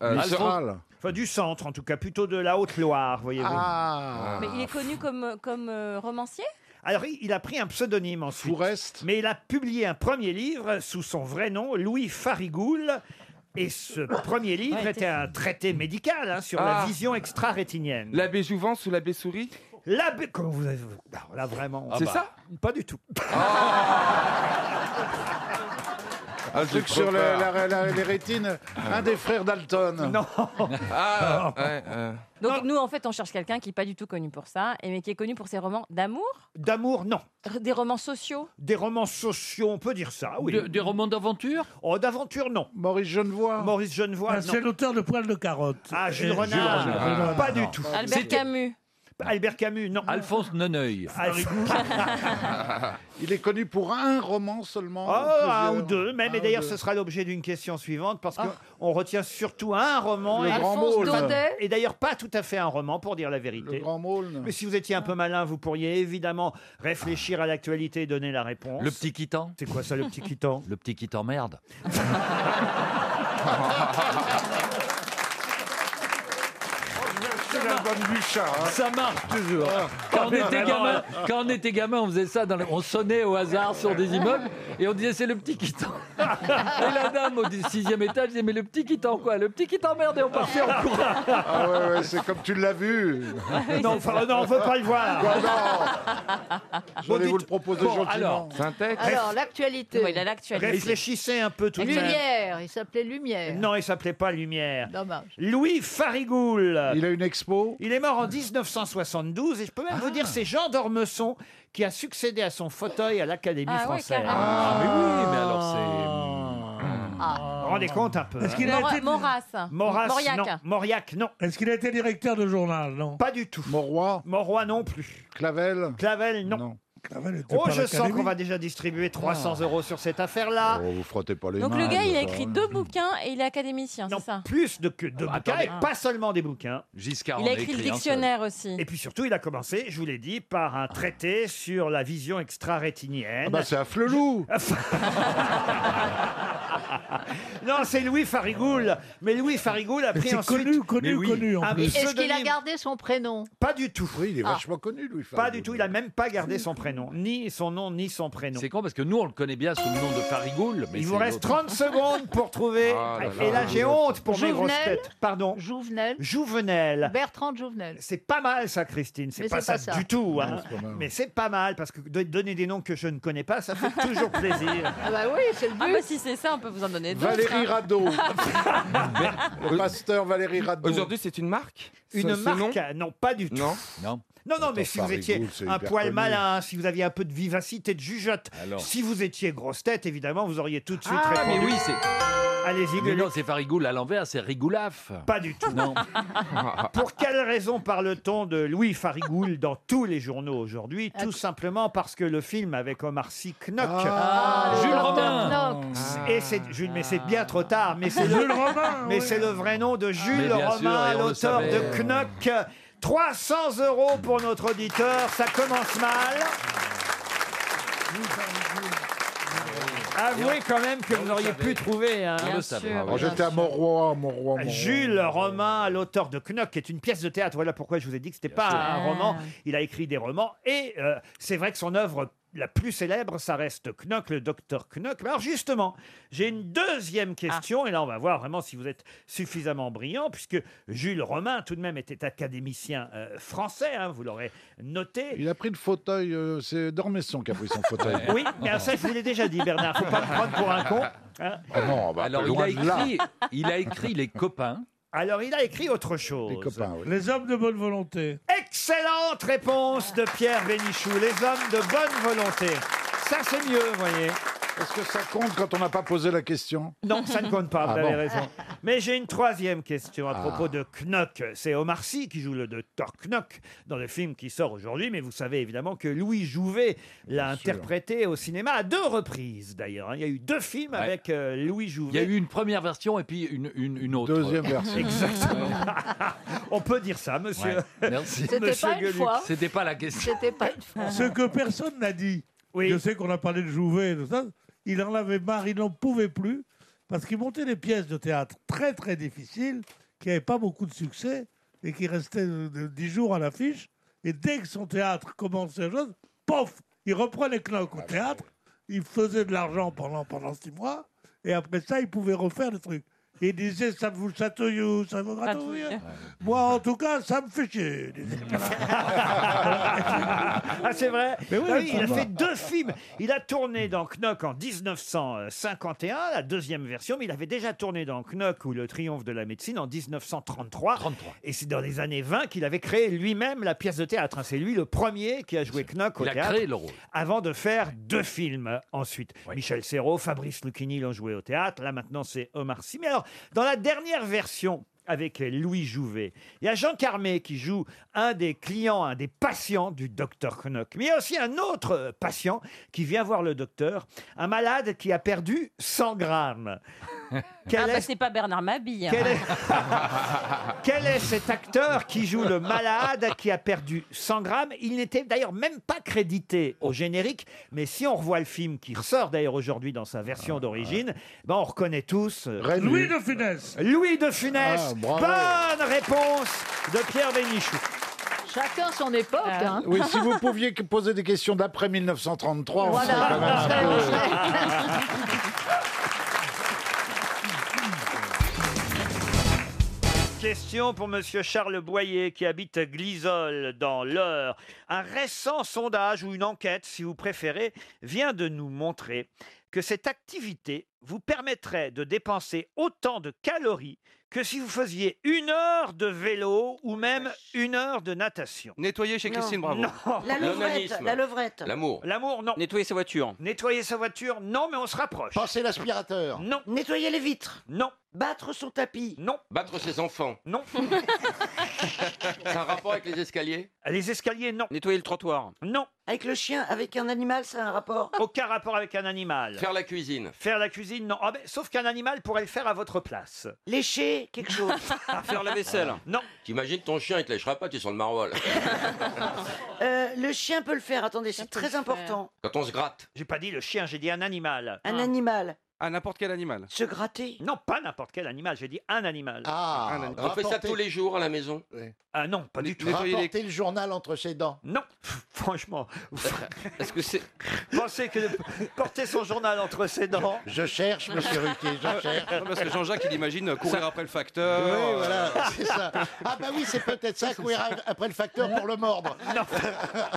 S15: Euh, Du Alphonse- central.
S3: Enfin, du centre, en tout cas, plutôt de la Haute-Loire, voyez-vous.
S21: Ah.
S9: Ah.
S3: Ah.
S21: Mais il est connu comme, comme euh, romancier
S3: Alors, il il a pris un pseudonyme ensuite. Mais il a publié un premier livre sous son vrai nom, Louis Farigoul. Et ce premier livre était un traité médical hein, sur la
S14: Ah.
S3: vision extra-rétinienne.
S14: L'abbé Jouvence ou l'abbé Souris
S3: L'abbé. Comment vous avez. Alors là, vraiment.
S14: C'est ça
S3: Pas du tout.
S15: Un truc
S14: j'ai
S15: sur
S14: trop
S15: le-
S14: peur.
S15: la- la- les rétines, un des frères Dalton.
S3: Non.
S14: Ah, ouais, euh.
S21: Donc nous, en fait, on cherche quelqu'un qui n'est pas du tout connu pour ça, et mais qui est connu pour ses romans d'amour
S3: D'amour, non.
S21: R- Des romans sociaux
S3: Des romans sociaux, on peut dire ça, oui.
S7: De- des
S3: romans d'aventure Oh, d'aventure, non.
S15: Maurice Genevois.
S3: Maurice Genevois,
S6: Ah,
S3: non.
S6: C'est l'auteur de Poil de Carotte.
S3: Ah, Jules
S6: Et-
S3: Renard. Ah,
S6: Jules Renard.
S3: Pas du tout.
S21: Albert Camus
S3: Albert Camus, non.
S7: Alphonse Neneuil.
S15: Il est connu pour un roman seulement.
S3: Oh, un ou
S15: plusieurs.
S3: deux, même.
S15: Un
S3: et
S15: ou
S3: d'ailleurs,
S15: deux. Ah.
S3: ce sera l'objet d'une question suivante parce qu'on retient surtout un roman.
S15: Le
S3: et-
S15: Grand Alphonse Maulne. Daudet.
S3: Et d'ailleurs, pas tout à fait un roman, pour dire la vérité. Le
S15: Grand Maulne.
S3: Mais si vous étiez un peu malin, vous pourriez évidemment réfléchir à l'actualité et donner la réponse.
S7: Le petit quittant.
S3: C'est quoi ça, le petit quittant
S7: Le petit quittant merde.
S15: C'est la bonne du chat. hein. Ah.
S7: Ça marche toujours. Quand on était gamin, quand on, était gamin, on faisait ça. dans le- On sonnait au hasard sur des immeubles et on disait c'est le petit quittant. Et la dame au dix- sixième étage disait mais le petit quittant quoi Le petit quittant merde et on partait en courant.
S15: Ah ouais, ouais, c'est comme tu l'as vu.
S7: oui, Non, c'est enfin, ça. non, on veut pas le voir.
S15: Ouais, non. J'allais vous le proposer
S7: Bon,
S15: gentiment.
S7: alors,
S17: Alors, l'actualité.
S21: Oui, il a l'actualité.
S3: Réfléchissez un peu tout de même.
S17: Lumière, il s'appelait Lumière.
S3: Non, il s'appelait pas Lumière.
S17: Dommage.
S3: Louis Farigoul.
S15: Il a une expo. Ah.
S3: Il est mort en 1972 et je peux même vous dire c'est Jean d'Ormesson qui a succédé à son fauteuil à l'Académie
S21: Ah ouais,
S3: française.
S21: carrément. Ah,
S7: mais oui, mais alors c'est.
S3: Oh rendez compte un peu
S6: Est-ce
S3: hein.
S6: qu'il a
S21: Mora-
S6: été...
S21: Moras.
S3: Moras,
S21: Mauriac.
S3: non. Mauriac, non.
S6: Est-ce qu'il a été directeur de journal Non.
S3: Pas du tout.
S15: Moroy
S3: Moroy non plus.
S15: Clavel
S3: Clavel, non.
S6: Clavel était
S3: Oh,
S6: pas à
S3: je sens
S6: l'Académie.
S3: qu'on va déjà distribuer 300
S15: Ah.
S3: euros sur cette affaire-là.
S15: Oh, vous frottez pas les
S21: Donc
S15: mains,
S21: le gars, il a
S15: d'accord.
S21: écrit deux bouquins et il est académicien, c'est ça
S3: Plus de, que
S6: Ah, bah,
S3: de bouquins,
S21: attendez.
S3: et pas seulement des bouquins.
S21: Il a écrit le dictionnaire aussi.
S3: Et puis surtout, il a commencé, je vous l'ai dit, par un traité sur la vision extra-rétinienne.
S15: Ah bah, c'est un flelou
S3: Non, c'est Louis Farigoul. Mais Louis Farigoul a
S6: Mais
S3: pris
S6: c'est
S3: ensuite...
S6: connu, connu,
S3: Mais
S6: connu, en
S1: Ah,
S3: un
S6: plus.
S3: pseudonyme.
S17: Est-ce qu'il a gardé son prénom
S3: Pas du tout. Oui,
S17: il est Ah. vachement
S15: connu, Louis
S3: Pas du tout, il a même pas gardé son prénom. Ni son nom, ni son prénom.
S7: C'est con parce que nous, on le connaît bien sous le nom de Farigoule. Mais
S3: Il vous
S7: c'est
S3: reste
S7: l'autre.
S3: 30 secondes pour trouver.
S7: Ah là là.
S3: Et là, j'ai honte pour mes
S17: Jouvenel
S3: grosses têtes. Pardon.
S17: Jouvenel
S3: Jouvenel.
S17: Bertrand Jouvenel.
S3: C'est pas mal ça, Christine. C'est
S17: Mais
S3: pas,
S17: c'est pas
S3: ça
S17: ça.
S3: du tout. hein.
S17: Non, c'est pas mal.
S3: Mais c'est pas mal parce que de donner des noms que je ne connais pas, ça fait toujours plaisir.
S17: Ah bah oui, c'est le but.
S21: Ah bah si c'est ça, on peut vous en donner d'autres.
S15: Valérie
S21: hein.
S15: Rado. le pasteur Valérie Rado.
S20: Aujourd'hui, c'est une marque
S3: Une
S20: Ce- ce nom
S3: marque Non, pas du tout.
S20: Non.
S7: Non.
S3: Non, non, mais
S15: Attends,
S3: si vous
S15: Farigoule,
S3: étiez
S15: c'est
S3: un
S15: hyper
S3: poil
S15: connu.
S3: malin, si vous aviez un peu de vivacité, de jugeote,
S7: Alors.
S3: si vous étiez grosse tête, évidemment, vous auriez tout de suite
S7: Ah, mais
S3: répondu.
S7: oui, c'est.
S3: Allez-y,
S7: Mais
S3: gueulez.
S7: non, c'est Farigoule à l'envers, c'est Rigoulaf.
S3: Pas du tout.
S7: Non.
S3: Pour quelle raison parle-t-on de Louis Farigoul dans tous les journaux aujourd'hui Tout simplement parce que le film avec Omar Sy Knock. Ah.
S17: Ah, le
S7: Jules
S17: docteur
S7: Romain.
S17: Knox.
S3: Et c'est Jules, mais c'est bien trop tard. Mais c'est
S6: Jules Romain,
S3: Mais
S6: oui.
S3: c'est le vrai nom de
S7: Ah, Mais
S3: Jules
S7: bien sûr,
S3: Romain,
S7: et on le
S3: l'auteur
S7: savait.
S3: de Knock. 300 euros pour notre auditeur. Ça commence mal. Avouez quand même que vous auriez pu trouver. hein.
S7: On le savait. Ah
S15: Alors, J'étais à Moroy, Moroy, Moroy.
S3: Jules Romain, l'auteur de Knock, est une pièce de théâtre. Voilà pourquoi je vous ai dit que c'était pas
S7: sûr.
S3: un
S7: Ah.
S3: roman. Il a écrit des romans et euh, c'est vrai que son œuvre la plus célèbre, ça reste Knock, le docteur Knock. Mais alors justement, j'ai une
S7: Ah.
S3: deuxième question et là on va voir vraiment si vous êtes suffisamment brillant puisque Jules Romain tout de même était académicien euh, français, hein, vous l'aurez noté.
S15: Il a pris le fauteuil, euh, c'est Dormesson qui a pris son fauteuil.
S3: Oui, mais alors ça je vous l'ai déjà dit Bernard, faut pas me prendre pour un con. hein.
S15: Ah non, bah,
S7: Alors, il
S15: loin
S7: a,
S15: de là.
S7: écrit, il a écrit Les copains.
S3: Alors il a écrit autre chose.
S15: Les copains, oui.
S6: Les hommes de bonne volonté.
S3: Excellente réponse de Pierre Bénichou. Les hommes de bonne volonté. Ça, c'est mieux, vous voyez.
S15: Est-ce que ça compte quand on n'a pas posé la question
S3: Non, ça ne compte pas, vous
S15: Ah
S3: avez
S15: bon
S3: raison. Mais j'ai une troisième question à
S7: Ah.
S3: propos de Knock. C'est Omar Sy qui joue le docteur Knock dans le film qui sort aujourd'hui, mais vous savez évidemment que Louis Jouvet l'a
S15: sûr.
S3: interprété au cinéma à deux reprises d'ailleurs. hein. Il y a eu deux films avec euh, Louis
S7: Il y a
S3: Jouvet.
S7: eu une première version et puis une, une, une autre.
S15: Deuxième version.
S3: Exactement. On peut dire ça, monsieur.
S7: Ouais, Merci.
S17: C'était
S3: Monsieur
S17: pas une
S3: Gueluc.
S17: fois.
S7: C'était pas la question.
S17: C'était pas une fois.
S7: Ah.
S6: Ce que personne n'a dit.
S3: Oui.
S6: Je sais qu'on a parlé de Jouvet et tout ça. Il en avait marre, il n'en pouvait plus, parce qu'il montait des pièces de théâtre très très difficiles, qui n'avaient pas beaucoup de succès, et qui restaient de- de- dix jours à l'affiche. Et dès que son théâtre commençait à chose, pof, il reprenait Knock au théâtre, il faisait de l'argent pendant, pendant six mois, et après ça, il pouvait refaire le truc. Et il disait, ça vous chatouille, ça vous gratouille. Moi, en tout cas, ça me fait chier. il disait.
S3: Ah, c'est vrai
S6: Mais oui,
S3: Ah
S6: mais
S3: Il a
S6: ça va.
S3: fait deux films. Il a tourné dans Knock en 1951, la deuxième version, mais il avait déjà tourné dans Knock ou Le Triomphe de la médecine en 1933.
S7: 33.
S3: Et c'est dans les années 20 qu'il avait créé lui-même la pièce de théâtre. hein. C'est lui le premier qui a joué Knock au
S7: Il a
S3: théâtre
S7: créé le rôle.
S3: avant de faire deux films euh, ensuite. Michel Serrault, Fabrice Lucchini l'ont joué au théâtre. Là, maintenant, c'est Omar Sy. Mais alors, dans la dernière version avec Louis Jouvet, il y a Jean Carmé qui joue un des clients, un des patients du docteur Knock. Mais il y a aussi un autre euh, patient qui vient voir le docteur, un malade qui a perdu 100 grammes. Quel
S21: Ah bah
S3: est-
S21: c'est pas Bernard Mabille. hein.
S3: quel est...
S4: Ah,
S3: Quel est cet acteur qui joue le malade qui a perdu 100 grammes Il n'était d'ailleurs même pas crédité au générique, mais si on revoit le film qui ressort d'ailleurs aujourd'hui dans sa version d'origine, ben on reconnaît tous euh,
S15: Rennes,
S6: Louis
S15: lui.
S6: de Funès.
S3: Louis de Funès.
S15: Ah, bravo.
S3: Bonne réponse de Pierre Bénichou.
S17: Chacun son époque.
S8: Ah.
S17: Hein.
S15: Oui, si vous pouviez que- poser des questions d'après 1933, on
S17: Voilà.
S15: serait quand même un peu...
S3: Question pour Monsieur Charles Boyer qui habite Glisol dans l'Eure. Un récent sondage ou une enquête, si vous préférez, vient de nous montrer que cette activité vous permettrait de dépenser autant de calories que si vous faisiez une heure de vélo ou même une heure de natation. Nettoyer chez
S20: Non. Christine Bravo.
S3: Non.
S20: La levrette, L'onanisme. la levrette. L'amour.
S3: L'amour, non.
S20: Nettoyer sa voiture.
S3: Nettoyer sa voiture, non, mais on se rapproche. Passer l'aspirateur. Non. Nettoyer les vitres. Non. Battre son tapis. Non.
S14: Battre ses enfants.
S3: Non.
S14: C'est un rapport avec les escaliers
S3: Les escaliers, non.
S20: Nettoyer le trottoir.
S3: Non.
S19: Avec le chien, avec un animal, ça a un rapport
S3: Aucun rapport avec un animal.
S14: Faire la cuisine.
S3: Faire la cuisine, non. Ah ben, sauf qu'un animal pourrait le faire à votre place.
S19: Lécher quelque chose.
S14: Faire la vaisselle.
S3: Non.
S14: T'imagines ton chien, il te lâchera pas, tu sens le maroilles.
S19: Euh, le chien peut le faire, attendez, c'est très important.
S14: Quand on se gratte.
S3: J'ai pas dit le chien, j'ai dit un animal.
S15: Ah.
S19: Un animal.
S3: À n'importe quel animal.
S19: Se gratter
S3: Non, pas n'importe quel animal, j'ai dit un animal.
S15: Ah, Un
S14: on fait ça tous les jours à la maison.
S3: Ah non, pas du tout.
S15: Rapporter le journal entre ses dents.
S3: Non, franchement.
S20: Est-ce que c'est.
S3: Pensez que de porter son journal entre ses dents.
S15: Je cherche, monsieur Ruquier, je cherche.
S4: Non, Parce que Jean-Jacques, il imagine courir après le facteur.
S14: Euh,
S15: Oui, voilà, c'est ça. Ah bah oui, c'est peut-être ça, courir a- après le facteur pour le mordre.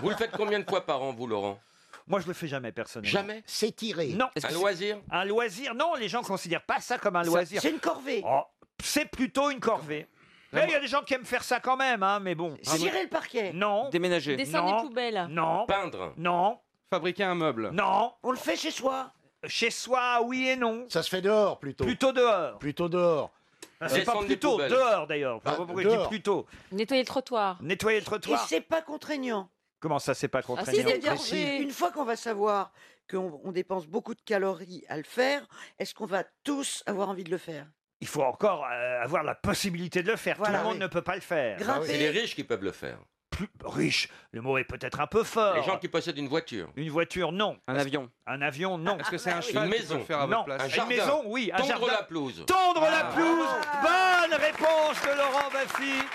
S14: Vous le faites combien de fois par an, vous, Laurent
S3: Moi, je le fais jamais, personnellement.
S14: Jamais
S15: S'étirer.
S3: Non.
S14: Un loisir
S3: Un loisir, non, les gens ne considèrent pas ça comme un
S19: Ça-
S3: loisir.
S19: c'est une corvée.
S3: Oh, c'est plutôt une corvée. Mais il y a des gens qui aiment faire ça quand même, hein, mais bon.
S19: Cirer le parquet.
S3: Non.
S14: Déménager.
S21: Descendre
S3: Non.
S21: les poubelles.
S3: Non.
S14: Peindre.
S3: Non.
S4: Fabriquer un meuble.
S3: Non.
S19: On le fait chez soi.
S3: Chez soi, oui et non.
S15: Ça se fait dehors plutôt.
S3: Plutôt dehors. Euh,
S15: Plutôt dehors.
S3: Ah, C'est pas
S14: Descendre des
S3: plutôt,
S14: poubelles.
S3: dehors d'ailleurs. Je
S15: Ah,
S4: Bah,
S3: sais pas pourquoi je dis
S15: dehors.
S3: plutôt.
S21: Nettoyer le trottoir.
S3: Nettoyer le
S19: Et
S3: trottoir.
S19: c'est pas contraignant.
S3: Comment ça, c'est pas
S19: Ah,
S3: contraignant
S19: C'est-à-dire,
S3: Précis.
S19: une fois qu'on va savoir qu'on on dépense beaucoup de calories à le faire, est-ce qu'on va tous avoir envie de le faire
S3: Il faut encore euh, avoir la possibilité de le faire.
S19: Voilà,
S3: Tout le monde
S19: oui.
S3: ne peut pas le faire.
S4: Ah
S14: C'est les riches qui peuvent le faire.
S3: Riche,
S19: Ah,
S3: le mot est peut-être un peu fort.
S14: Les gens qui possèdent une voiture.
S3: Une voiture, non.
S20: Un avion.
S3: Un avion, non.
S4: Est-ce que
S19: bah
S4: c'est un cheval
S14: Une
S4: qui peut
S14: maison.
S4: le faire à
S3: non.
S4: votre place Ah.
S14: Un jardin.
S3: Une maison, oui. Un
S14: Tondre
S3: jardin.
S14: la pelouse. Ah.
S3: Tondre la pelouse. Bonne réponse de Laurent Baffy.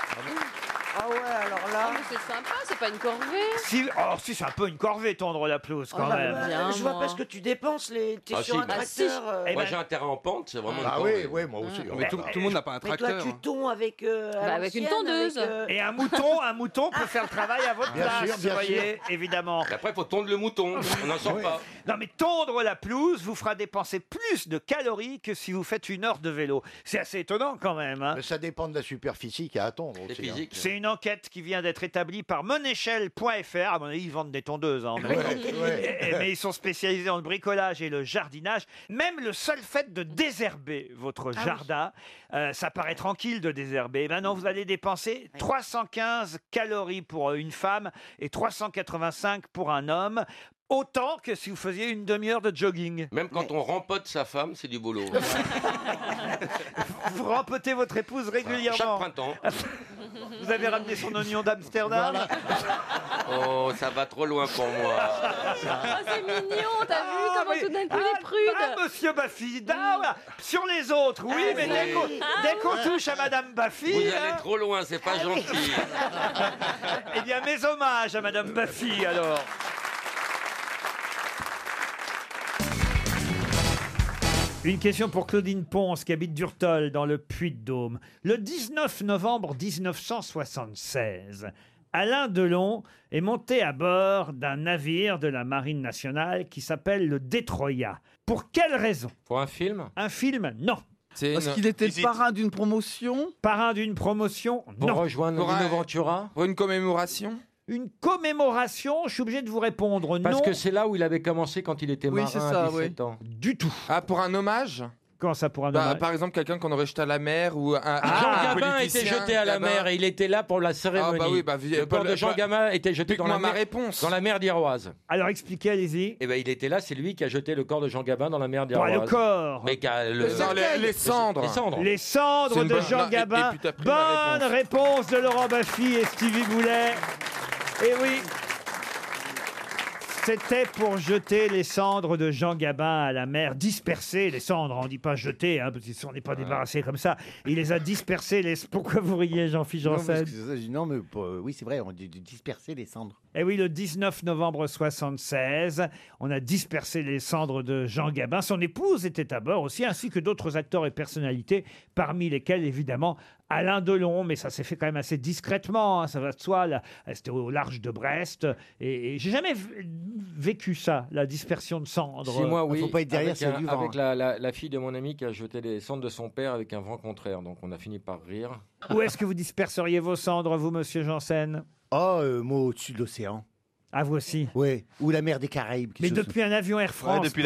S19: Ah ouais, alors là.
S5: c'est sympa, c'est pas une corvée.
S3: Si, oh, si c'est un peu une corvée tondre la pelouse quand
S19: Oh là
S3: même.
S19: là, je vois pas ce que tu dépenses, les... t'es
S14: Ah,
S19: sur
S14: si,
S19: un
S14: bah.
S19: tracteur. euh,
S3: Eh
S14: Moi,
S3: ben-
S14: j'ai un terrain en pente, c'est vraiment une
S15: Ah
S14: corvée.
S15: oui, oui, moi aussi.
S4: Mais tout,
S3: Eh,
S4: tout le monde n'a pas un
S19: Mais toi,
S4: tracteur.
S19: tu tonds avec. euh, à
S5: Bah, avec une
S19: l'ancienne,
S5: tondeuse.
S19: avec, euh, Ah.
S3: Et un mouton, un mouton peut faire le travail à votre
S15: Bien
S3: place,
S15: sûr, bien
S3: vous voyez, évidemment.
S14: Et Après, il faut tondre le mouton. On n'en sort pas.
S3: Non mais tondre la pelouse vous fera dépenser plus de calories que si vous faites une heure de vélo. C'est assez étonnant quand même. hein.
S15: Mais ça dépend de la superficie qu'il y a à tondre aussi.
S14: C'est
S15: hein.
S14: physique.
S3: C'est une enquête qui vient d'être établie par monéchelle.fr. À mon avis, ils vendent des tondeuses. hein, en
S15: Ouais,
S3: Belgique.
S15: ouais.
S3: Et- et- eh, mais ils sont spécialisés dans le bricolage et le jardinage. Même le seul fait de désherber votre jardin, euh, ça paraît tranquille de désherber. Maintenant, vous allez dépenser 315 calories pour euh, une femme et 385 pour un homme. Autant que si vous faisiez une demi-heure de jogging.
S14: Même quand on rempote sa femme, c'est du boulot.
S3: Vous rempotez votre épouse
S14: Chaque
S3: régulièrement.
S14: printemps.
S3: Vous avez ramené son oignon d'Amsterdam.
S14: Oh, ça va trop loin pour moi.
S5: Oh, c'est mignon, t'as vu
S3: Ah,
S5: comment
S3: oui.
S5: tout d'un coup
S3: Ah,
S5: les prudes.
S3: Ah, monsieur Baffy, ah, voilà. sur les autres, oui,
S5: Ah,
S3: mais
S5: oui.
S3: dès qu'on dès qu'on
S5: Ah,
S3: touche à madame Baffy,
S14: Vous
S3: hein,
S14: allez trop loin,
S4: Ah
S14: c'est pas gentil.
S3: eh bien, mes hommages à madame Baffy, alors. Une question pour Claudine Ponce qui habite Durtol dans le Puy-de-Dôme. Le 19 novembre 1976, Alain Delon est monté à bord d'un navire de la Marine nationale qui s'appelle le Détroya. Pour quelle raison
S4: Pour un film
S3: Un film Non.
S4: C'est
S10: Parce qu'il était le parrain d'une promotion.
S3: Parrain d'une promotion
S4: Pour
S3: Non.
S4: rejoindre Pour Lino un-
S10: Ventura
S4: Pour une commémoration
S3: Une commémoration, je suis obligé de vous répondre non.
S4: là où il avait commencé quand il était
S10: Oui, marin c'est à ça, 17
S4: ans.
S3: Du tout.
S4: Ah, pour un hommage
S3: Quand ça pour un
S4: Bah,
S3: hommage
S4: Par exemple, quelqu'un qu'on aurait jeté à la mer ou un.
S7: Ah,
S4: un
S3: Jean
S4: ah. politicien, Gabin.
S7: il était là pour la
S4: Ah, bah oui, bah, vi-
S7: corps
S4: pas- pas-
S7: Gabin était jeté
S4: Explique-moi ma réponse.
S7: la mer d'Iroise.
S3: Alors expliquez, allez-y.
S7: Eh ben, il était là, c'est lui qui a jeté le corps de Jean Gabin dans la mer
S3: Bon,
S7: d'Iroise.
S3: le corps.
S7: Mais qui a le-
S4: Non, les, les cendres.
S7: Les cendres.
S3: Les
S4: C'est
S3: cendres de
S4: une bonne- non,
S3: Jean
S4: et-
S3: Gabin.
S4: et puis t'as pris la
S3: Bonne réponse de Laurent Baffy et Stevie Boulet. Et oui. C'était pour jeter les cendres de Jean Gabin à la mer, disperser les cendres. On dit pas jeter, hein, parce qu'on n'est pas débarrassé comme ça. Il les a dispersées. Les... Pourquoi vous riez, Jean-Philippe
S1: Non, mais,
S3: Janssen
S1: excusez-moi, je dis, non, mais euh, oui, c'est vrai, on dit de disperser les cendres.
S3: Eh oui, le 19 novembre 76, on a dispersé les cendres de Jean Gabin. Son épouse était à bord aussi, ainsi que d'autres acteurs et personnalités, parmi lesquels évidemment Alain Delon, mais ça s'est fait quand même assez discrètement, hein, ça va de soi. là. C'était au large de Brest. Et, et j'ai jamais v- vécu ça, la dispersion de cendres.
S13: Si moi, oui.
S3: Il
S13: avec, un-
S10: hein.
S13: Avec la, la- la fille de mon ami qui a jeté les cendres de son père avec un vent contraire. Donc on a fini par rire.
S3: Où est-ce que vous disperseriez vos cendres, vous, monsieur Janssen
S1: Oh, euh, moi, au-dessus de l'océan.
S3: Ah, vous aussi
S1: Oui, ou la mer des Caraïbes.
S3: Mais depuis un avion Air France.
S1: Ah, oui, oui,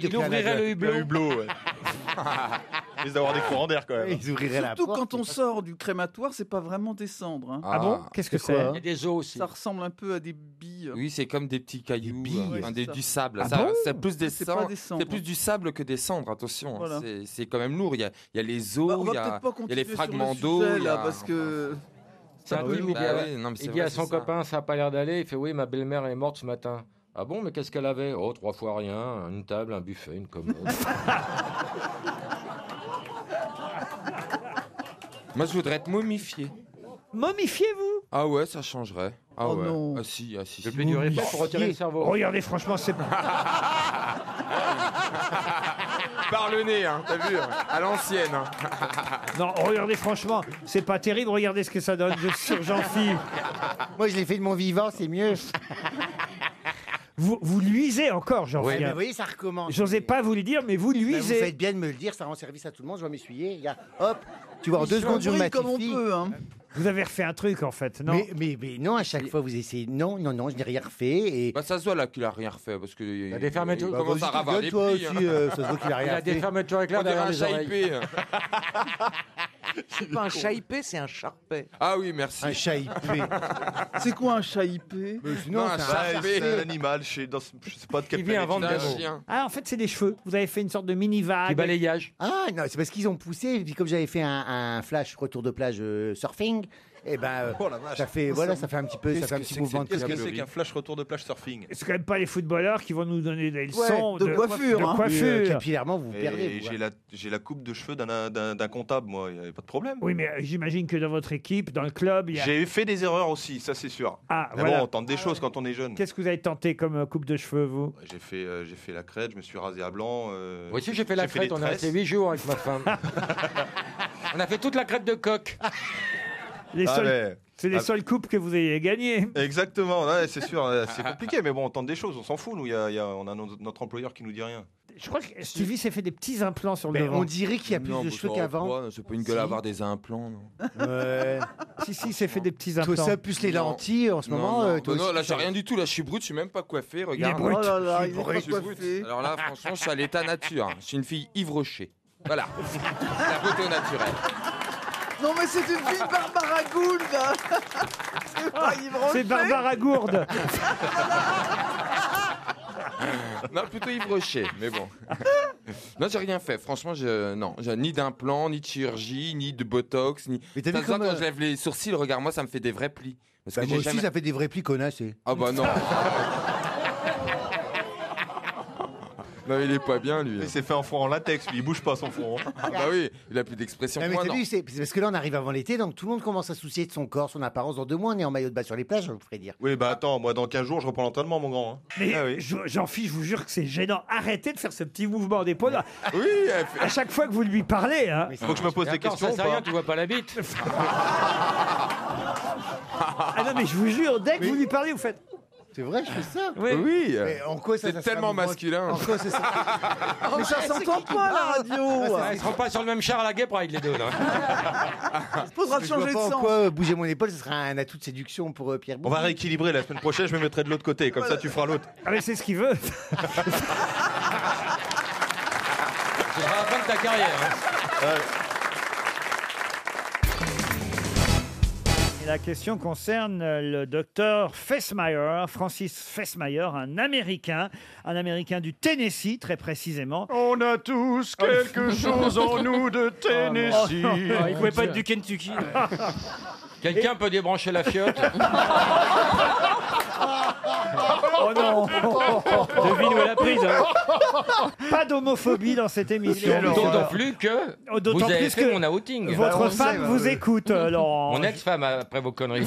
S1: depuis un avion.
S18: ouais. Ils risquent d'avoir des courants d'air quand même.
S1: Ils ouvriraient la
S10: Surtout quand on sort du crématoire, c'est pas vraiment des cendres. hein.
S3: Ah bon Qu'est-ce que c'est
S13: Il y a des os aussi.
S10: Ça ressemble un peu à des billes.
S13: Oui, c'est comme des petits cailloux,
S10: billes.
S13: hein, des-
S10: Ouais,
S13: du
S10: c'est ça.
S13: sable.
S10: Ah
S13: Ça,
S10: bon
S13: c'est plus des
S10: C'est pas
S13: cendres.
S10: des
S13: C'est plus du sable que des cendres. Attention, hein.
S10: Voilà. Bah,
S13: C'est- c'est quand même lourd. Il y a, il y a les os,
S10: On va
S13: il y a,
S10: peut-être pas
S13: il y a
S10: continuer
S13: les
S10: sur le
S13: fragments
S10: sujet,
S13: d'eau. il y
S10: là,
S13: a-
S10: parce que
S13: C'est
S10: Ah
S13: un
S10: oui,
S13: type,
S10: oui,
S13: il dit,
S10: bah
S13: ah
S10: ouais.
S13: oui, non, mais c'est il dit vrai, à c'est son ça. copain, ça n'a pas l'air d'aller. Il fait oui, ma belle-mère est morte ce matin. Ah bon, mais qu'est-ce qu'elle avait Oh, trois fois rien, une table, un buffet, une commode. Moi, je voudrais être momifié.
S3: Ah, Momifiez-vous
S13: Ah ouais, ça changerait. Ah Oh ouais. non. Ah si, ah si. Le plus dur est fait pour retirer le cerveau.
S3: Regardez, franchement, c'est.
S13: Par le nez, hein, t'as vu hein, À l'ancienne. hein.
S3: Non, regardez, franchement, c'est pas terrible. Regardez ce que ça donne de sur Jean-Philippe.
S1: Moi, je l'ai fait de mon vivant, c'est mieux.
S3: Vous, vous luisez encore, jean
S1: Oui,
S3: philippe
S1: mais vous voyez, ça recommence.
S3: J'osais pas vous le dire, mais vous
S1: Ben, vous
S3: luisez.
S1: faites bien de me le dire, ça rend service à tout le monde, je vais m'essuyer. Regarde, hop, tu vois, en
S3: Ils
S1: deux
S3: sont
S1: secondes, je
S3: brunes
S1: me
S3: comme on peut, hein. Vous avez refait un truc, en fait, non
S1: mais, mais, mais non, à chaque fois, vous essayez. Non, non, non, je n'ai rien refait. Et...
S13: Bah, ça se voit là qu'il a rien refait parce que il,
S1: a des fermetures.
S13: il
S1: Bah,
S13: commence
S1: vas-y,
S13: à
S1: tu
S13: ravarder
S1: gueules, toi
S13: les plis,
S1: aussi,
S13: hein.
S1: euh, ça se voit qu'il a rien
S13: Il a des
S1: fait.
S13: fermetures éclair On dirait derrière les un chat oreilles. épais.
S1: hein.
S10: C'est pas un chat épais, c'est un charpet.
S13: Ah oui, merci.
S1: Un chat épais.
S10: C'est quoi un chat épais
S13: sinon, Non, un
S10: chat
S18: Ouais, c'est un animal, je sais, dans ce- je sais pas de quelle planète il est.
S3: Ah, en fait, c'est des cheveux. Vous avez fait une sorte de mini vague.
S13: balayage.
S1: Ah non, c'est parce qu'ils ont poussé. Et puis comme j'avais fait un, un flash retour de plage euh, surfing, et ben euh,
S18: Oh la vache.
S1: ça fait voilà, ça fait un petit peu, ça
S18: Qu'est-ce
S1: fait un
S18: que
S1: petit
S18: c'est
S1: mouvement
S18: que c'est-
S1: de
S18: Qu'est-ce que c'est
S1: fleurie.
S18: qu'un flash retour de plage surfing
S3: C'est quand même pas les footballeurs qui vont nous donner des
S10: Ouais,
S3: leçons
S10: de coiffure,
S3: de
S10: hein.
S3: coiffure.
S1: Oui, euh, capillairement, vous
S18: Et
S1: perdez. vous,
S18: J'ai
S1: hein.
S18: la, j'ai la coupe de cheveux d'un- d'un d'un comptable, moi, il n'y avait pas de problème.
S3: Oui, mais euh, j'imagine que dans votre équipe, dans le club, il y a...
S18: J'ai fait des erreurs aussi, ça c'est sûr.
S3: Ah,
S18: Mais
S3: voilà.
S18: bon, on tente des choses quand on est jeune.
S3: Qu'est-ce que vous avez tenté comme euh, coupe de cheveux, vous
S18: J'ai fait, euh, j'ai fait la crête, je me suis rasé à blanc. euh,
S13: Moi aussi, j'ai fait la
S18: des
S13: crête. On a
S18: tresses.
S13: resté 8 jours avec ma femme. on a fait toute la crête de coq.
S3: Les
S18: Ah
S3: seuls-
S18: ouais.
S3: C'est les
S18: Ah.
S3: seules coupes que vous ayez gagnées.
S18: Exactement, ouais, c'est sûr, euh, c'est compliqué, mais bon, on tente des choses, on s'en fout, nous, il y a- il y a- on a no- notre employeur qui nous dit rien.
S3: Je crois que Stevie s'est fait des petits implants sur le
S1: Mais
S3: devant.
S1: Ben, on dirait qu'il y a plus
S13: Non,
S1: de
S13: bah,
S1: cheveux
S13: ça
S1: qu'avant.
S13: va pas, C'est pas une gueule à avoir des implants. Non.
S1: Ouais.
S3: Si, si, il s'est fait des petits
S1: Toi,
S3: implants.
S1: ça plus les lentilles en ce
S13: Non,
S1: moment.
S13: non.
S1: euh, toi
S13: Non, non,
S1: aussi,
S13: là
S1: tu
S13: j'ai
S1: fais-
S13: rien du tout, là je suis brut, je suis même pas coiffé, regarde.
S3: brut. Oh là là,
S13: Je suis
S3: il est
S13: brut,
S3: pas
S13: je suis brut.
S3: coiffé.
S13: Alors là franchement je suis à l'état nature, je suis une fille ivrochée. Voilà, la beauté naturelle.
S10: Non, mais c'est une fille Barbara Gould C'est pas Yves Rocher.
S3: C'est Barbara Gourde.
S13: Non, plutôt ivrochée, mais bon. Non, j'ai rien fait, franchement, je... non, j'ai ni d'implant, ni de chirurgie, ni de botox, ni. Mais
S1: t'as vu comme,
S13: quand
S1: euh,
S13: je lève les sourcils, regarde-moi, ça me fait des vrais plis. Parce
S1: Bah,
S13: que
S1: moi
S13: j'ai
S1: aussi,
S13: jamais-
S1: ça fait des vrais plis connassés.
S13: Ah bah non. non, il est pas bien lui.
S18: Il s'est fait un front en latex, lui, il bouge pas son front. hein.
S13: Ah bah oui, il a plus d'expression.
S1: Non, mais
S13: Moi,
S1: t'as
S13: non.
S1: vu, c'est c'est parce que là, on arrive avant l'été, donc tout le monde commence à se soucier de son corps, son apparence. Dans deux mois, on est en maillot de bain sur les plages, je vous ferai dire.
S18: Oui, bah attends, moi, dans 15 jours, je reprends l'entraînement, mon grand. hein.
S3: Mais
S18: Ah oui.
S3: je- j'en fiche, je vous jure que c'est gênant. Arrêtez de faire ce petit mouvement d'épaule.
S13: Oui,
S3: À chaque fois que vous lui parlez, hein.
S18: Faut que je me pose des
S13: D'accord,
S18: questions.
S13: ça
S18: ou
S13: sert à
S18: pas
S13: rien, tu vois pas la bite.
S3: Ah non, mais je vous jure, dès que vous lui parlez, vous faites.
S1: C'est vrai, je fais ça.
S3: Oui.
S13: Oui.
S1: Mais en quoi ça
S13: Euh, C'est
S1: ça sera
S13: tellement
S1: un mouvement-
S13: masculin.
S1: En quoi c'est ça
S10: Mais ça s'entend pas, la radio
S13: Ah, ils seront pas sur le même char à la guêpe, les deux là.
S10: Faudra
S1: Je vois
S10: changer de
S1: pas en
S10: sens.
S1: quoi euh, bouger mon épaule, ce sera un atout de séduction pour euh, Pierre
S18: On va rééquilibrer la semaine prochaine, je me mettrai de l'autre côté, comme ça tu feras l'autre.
S3: Ah, mais c'est ce qu'il veut.
S13: Tu seras à la fin de ta carrière. hein.
S3: Et la question concerne euh, le docteur Fessmeyer, Francis Fessmeyer, un Américain, un Américain du Tennessee, très précisément.
S9: On a tous
S1: Ah
S9: quelque chose en nous de Tennessee.
S23: Ah, il pouvait pas être du Kentucky. ouais.
S13: Quelqu'un peut débrancher la fiotte
S3: Oh non
S23: Devine où est la prise. hein.
S3: Pas d'homophobie dans cette émission.
S13: D'autant plus que
S3: Oh, d'autant
S13: vous avez
S3: plus
S13: fait
S3: que
S13: mon outing.
S3: Bah, Votre femme vous écoute, euh, Laurent.
S13: Mon ex-femme, après vos conneries.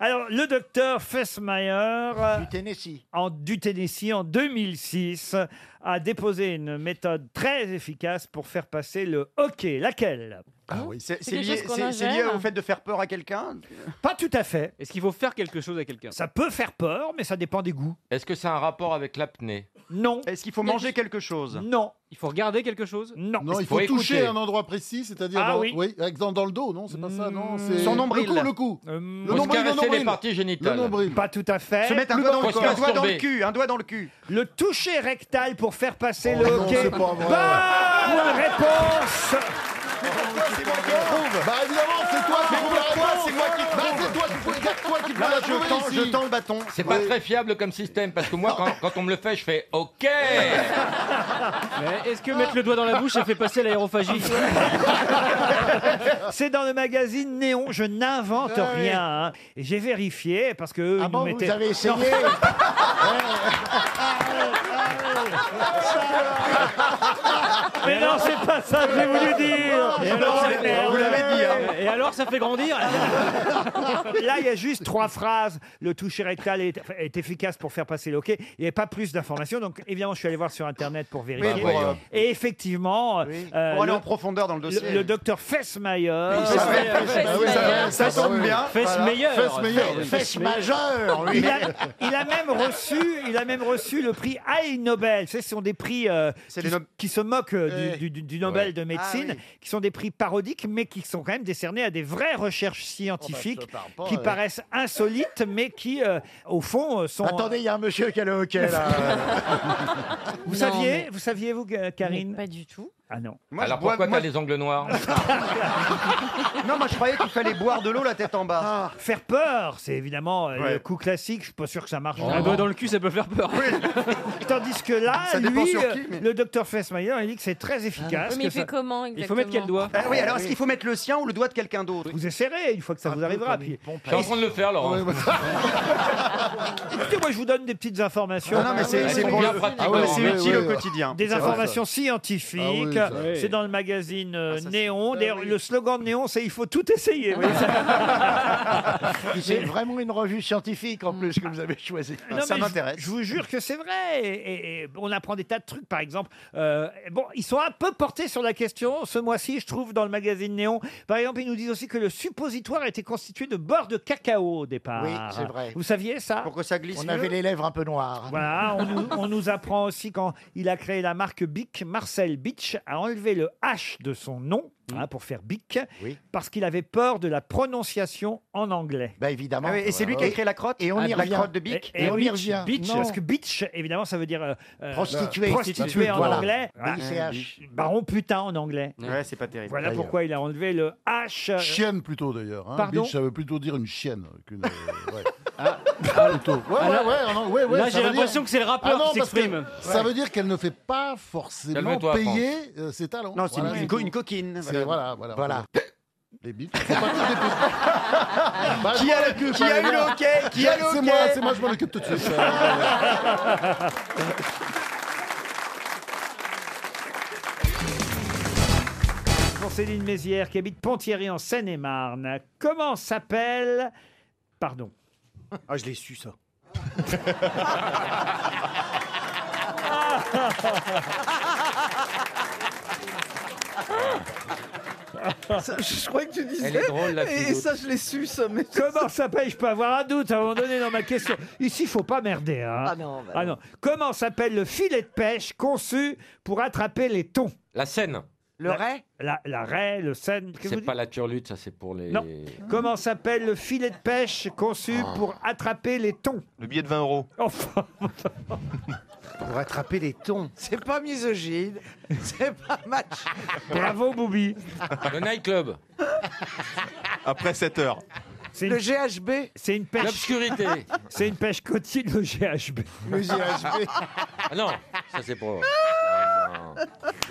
S3: Alors, le docteur Fessmeyer. Du Tennessee. En, du Tennessee, en 2006, a déposé une méthode très efficace pour faire passer le hockey. Laquelle
S9: Ah oui, c'est
S3: C'est
S9: c'est
S3: quelque
S9: lié,
S3: chose qu'on
S9: c'est- c'est lié
S3: ingère
S9: au fait de faire peur à quelqu'un
S3: Pas tout à fait.
S9: Est-ce qu'il faut faire quelque chose à quelqu'un
S3: Ça peut faire peur, mais ça dépend des goûts.
S10: Est-ce que c'est un rapport avec l'apnée
S3: Non.
S9: Est-ce qu'il faut manger quelque chose
S3: Non.
S10: Il faut regarder quelque chose
S3: Non.
S15: Non, il faut, toucher un endroit précis, c'est-à-dire
S10: Ah
S15: dans,
S10: oui.
S15: dans, dans le dos, non C'est pas ça, non c'est-
S9: Mmh. Son nombril.
S15: Le cou, le cou.
S9: Euh,
S15: le
S9: faut se
S15: nombril, le
S9: caresser les
S15: nombril.
S9: parties génitales.
S15: Le nombril.
S3: Pas tout à fait.
S9: Se mettre un
S3: Le
S9: doigt dans le
S3: corps.
S9: corps, un doigt dans le cul, un doigt dans le cul.
S3: Le toucher rectal pour faire passer
S9: Oh
S3: le
S9: non,
S3: hockey.
S9: c'est pas vrai.
S3: Bonne réponse
S15: C'est moi qui trouve. Bah évidemment, c'est toi qui
S24: Mais
S15: trouve la
S24: pourquoi
S15: réponse.
S24: c'est moi qui
S15: Bah
S24: trouve
S15: c'est toi qui trouve. Regarde, toi qui peux
S13: Bah,
S15: la trouver ici.
S10: bâton. C'est pas très fiable comme système parce que moi, quand, quand on me le fait, je fais OK.
S13: Est-ce que mettre le doigt dans la bouche, ça fait passer l'aérophagie
S3: C'est dans le magazine Néon, je n'invente
S13: Ah oui.
S3: rien. hein. Et J'ai vérifié parce que
S9: Ah
S3: eux, ils nous
S1: vous
S3: mettaient-
S1: avez essayé
S3: Non. Mais non, c'est pas ça que j'ai voulu
S9: Ah
S3: dire.
S13: Et alors, vous l'avez
S9: hein.
S13: dit. Et alors, ça fait grandir
S3: Là, il y a juste trois phrases. Le toucher rectal est, est efficace pour faire passer le hockey. Il n'y avait pas plus d'informations. Donc, évidemment, je suis allé voir sur Internet pour vérifier.
S9: Oui, pour, euh,
S3: Et effectivement, euh,
S9: Pour aller
S3: le-
S9: en profondeur dans le dossier.
S3: le, le docteur Fessmayer.
S9: Oui, ça va, Fessmayer. Fessmayer. Ça- ça tombe bien. Fessmayer. Fessmayer. Fessmayer. Fessmayer.
S3: Il a, il a même reçu, il a même reçu le prix Ig Nobel. Ce sont des prix euh, qui, qui se moquent euh, du, du- du Nobel
S10: Ouais.
S3: de médecine,
S10: Ah oui.
S3: qui sont des prix parodiques, mais qui sont quand même décernés à des vraies recherches
S9: Oh,
S3: scientifiques
S9: bah,
S1: parle pas,
S3: qui
S1: euh.
S3: paraissent insolites, mais qui, euh, au fond, euh, sont.
S1: Attendez, il y a un monsieur qui a le hockey là.
S3: Vous
S1: Non,
S3: saviez,
S1: mais-
S3: vous saviez vous, euh, Karine
S25: Pas du tout.
S3: Ah non.
S10: Alors
S9: je bois-
S10: pourquoi
S9: moi,
S10: t'as les ongles noirs
S9: Non, moi je croyais qu'il fallait boire de l'eau la tête en bas.
S3: Ah. Faire peur, c'est évidemment euh, le coup classique. Je suis pas sûr que ça marche.
S13: Un doigt dans le cul, ça peut faire peur.
S3: Tandis que là,
S13: Ça dépend
S3: lui,
S13: sur
S3: euh,
S13: qui, mais-
S3: le docteur Fessmayer, il dit que c'est très efficace.
S25: Oui, mais
S3: que
S25: il fait
S3: ça-
S25: comment exactement
S9: Ah oui, alors est-ce qu'il faut mettre le sien ou le doigt de quelqu'un d'autre
S3: Vous essayerez une fois que ça vous arrivera. Puis...
S10: Je suis en train de le faire, Laurent.
S3: Écoutez, moi, je vous donne des petites informations.
S9: Ah non, mais c'est- Elles c'est sont pour bien le- pratiques, Ah ouais, Laurent. c'est
S3: Oui,
S9: utile
S3: oui.
S9: au quotidien.
S3: Des
S9: C'est vrai,
S3: informations
S9: ça.
S3: scientifiques.
S9: Ah oui, ça.
S3: c'est dans le magazine euh, Néon.
S1: Ah
S3: D'ailleurs,
S1: oui.
S3: le slogan de Néon, c'est il faut tout essayer. Vous voyez, ça-
S1: Puis C'est vraiment une revue scientifique en plus que vous avez choisi.
S3: Non, mais je- Je, vous jure que c'est vrai. Et, et- et on apprend des tas de trucs, par exemple. euh, bon, ils sont un peu portés sur la question ce mois-ci, je trouve, dans le magazine Néon. Par exemple, ils nous disent aussi que le suppositoire était constitué de beurre de cacao au départ.
S1: Oui, c'est vrai.
S3: Vous saviez ça Pour
S9: que ça glisse
S1: On avait les lèvres un peu noires.
S3: Voilà, on nous, on nous apprend aussi quand il a créé la marque Bic, Marcel Beach a enlevé le H de son nom hein, pour faire Bic parce qu'il avait peur de la prononciation en anglais.
S1: Bah évidemment.
S9: Ah oui, et c'est lui qui a créé la crotte
S1: Et on
S9: Ah,
S1: y
S9: la
S1: revient.
S9: crotte de Bic
S3: Et, et
S1: Et on y
S3: Beach,
S1: revient.
S3: Beach,
S1: Non.
S3: parce que bitch, évidemment, ça veut dire euh, euh,
S1: Prostituée.
S3: prostituée en
S1: Voilà.
S3: anglais.
S1: Voilà.
S3: B-I-C-H. Baron putain en anglais.
S9: Ouais, c'est pas terrible.
S3: Voilà pourquoi il a enlevé le H.
S15: Chienne plutôt d'ailleurs. Hein.
S3: Pardon
S15: Bitch, ça veut plutôt dire une chienne qu'une. euh, ouais.
S9: Ah.
S15: Plutôt. Ouais,
S13: Ah,
S15: ouais,
S13: là-
S15: ouais, non, ouais, ouais,
S13: là,
S15: ça
S13: j'ai
S15: veut Ah
S13: l'impression que c'est le rappeur
S15: non,
S13: qui
S15: parce que
S13: s'exprime.
S15: Ça
S13: Ouais.
S15: veut dire qu'elle ne fait pas forcément
S13: Calme-toi,
S15: payer euh, ses talents.
S9: Non, c'est
S15: Voilà,
S9: une,
S15: c'est
S9: une co-
S15: tout.
S9: une coquine.
S15: C'est- Voilà, voilà.
S9: Voilà.
S15: Les bitches. Faut pas tous les bitches. Bah, je
S9: Qui
S15: m'en
S9: a le-
S15: occupe,
S9: qui a
S15: allez,
S9: eu le
S15: moi.
S9: hockey Qui a le
S15: C'est
S9: hockey
S15: moi, c'est moi, je m'en occupe tout de suite.
S3: Pour Céline Mézières, qui habite Ponthierry en Seine-et-Marne, comment s'appelle. Pardon.
S1: Ah, je l'ai su ça.
S4: Ça, je, je croyais que tu disais.
S3: Elle est drôle, la
S4: et,
S3: petite
S4: et
S3: doute.
S4: ça, je l'ai su, ça. Mais...
S3: Comment s'appelle Je peux avoir un doute à un moment donné dans ma question. Ici, il faut pas merder. hein.
S4: Ah non, bah
S3: Ah
S4: non.
S3: non. Comment s'appelle le filet de pêche conçu pour attraper les thons
S10: La scène.
S3: Le raie la, la raie, le Seine. que vous
S10: C'est
S3: dites
S10: pas la turlute, ça c'est pour les.
S3: Non. Comment s'appelle le filet de pêche conçu pour attraper les thons
S18: Le billet de 20 euros.
S3: Enfin.
S1: Pour attraper les tons.
S4: C'est pas misogyne. C'est pas match.
S3: Bravo, Boubi.
S10: Le nightclub.
S18: Après 7 heures.
S4: Le GHB.
S3: C'est une pêche.
S10: L'obscurité.
S3: C'est une pêche quotidienne, le GHB.
S10: Le GHB. Ah non, ça c'est pour.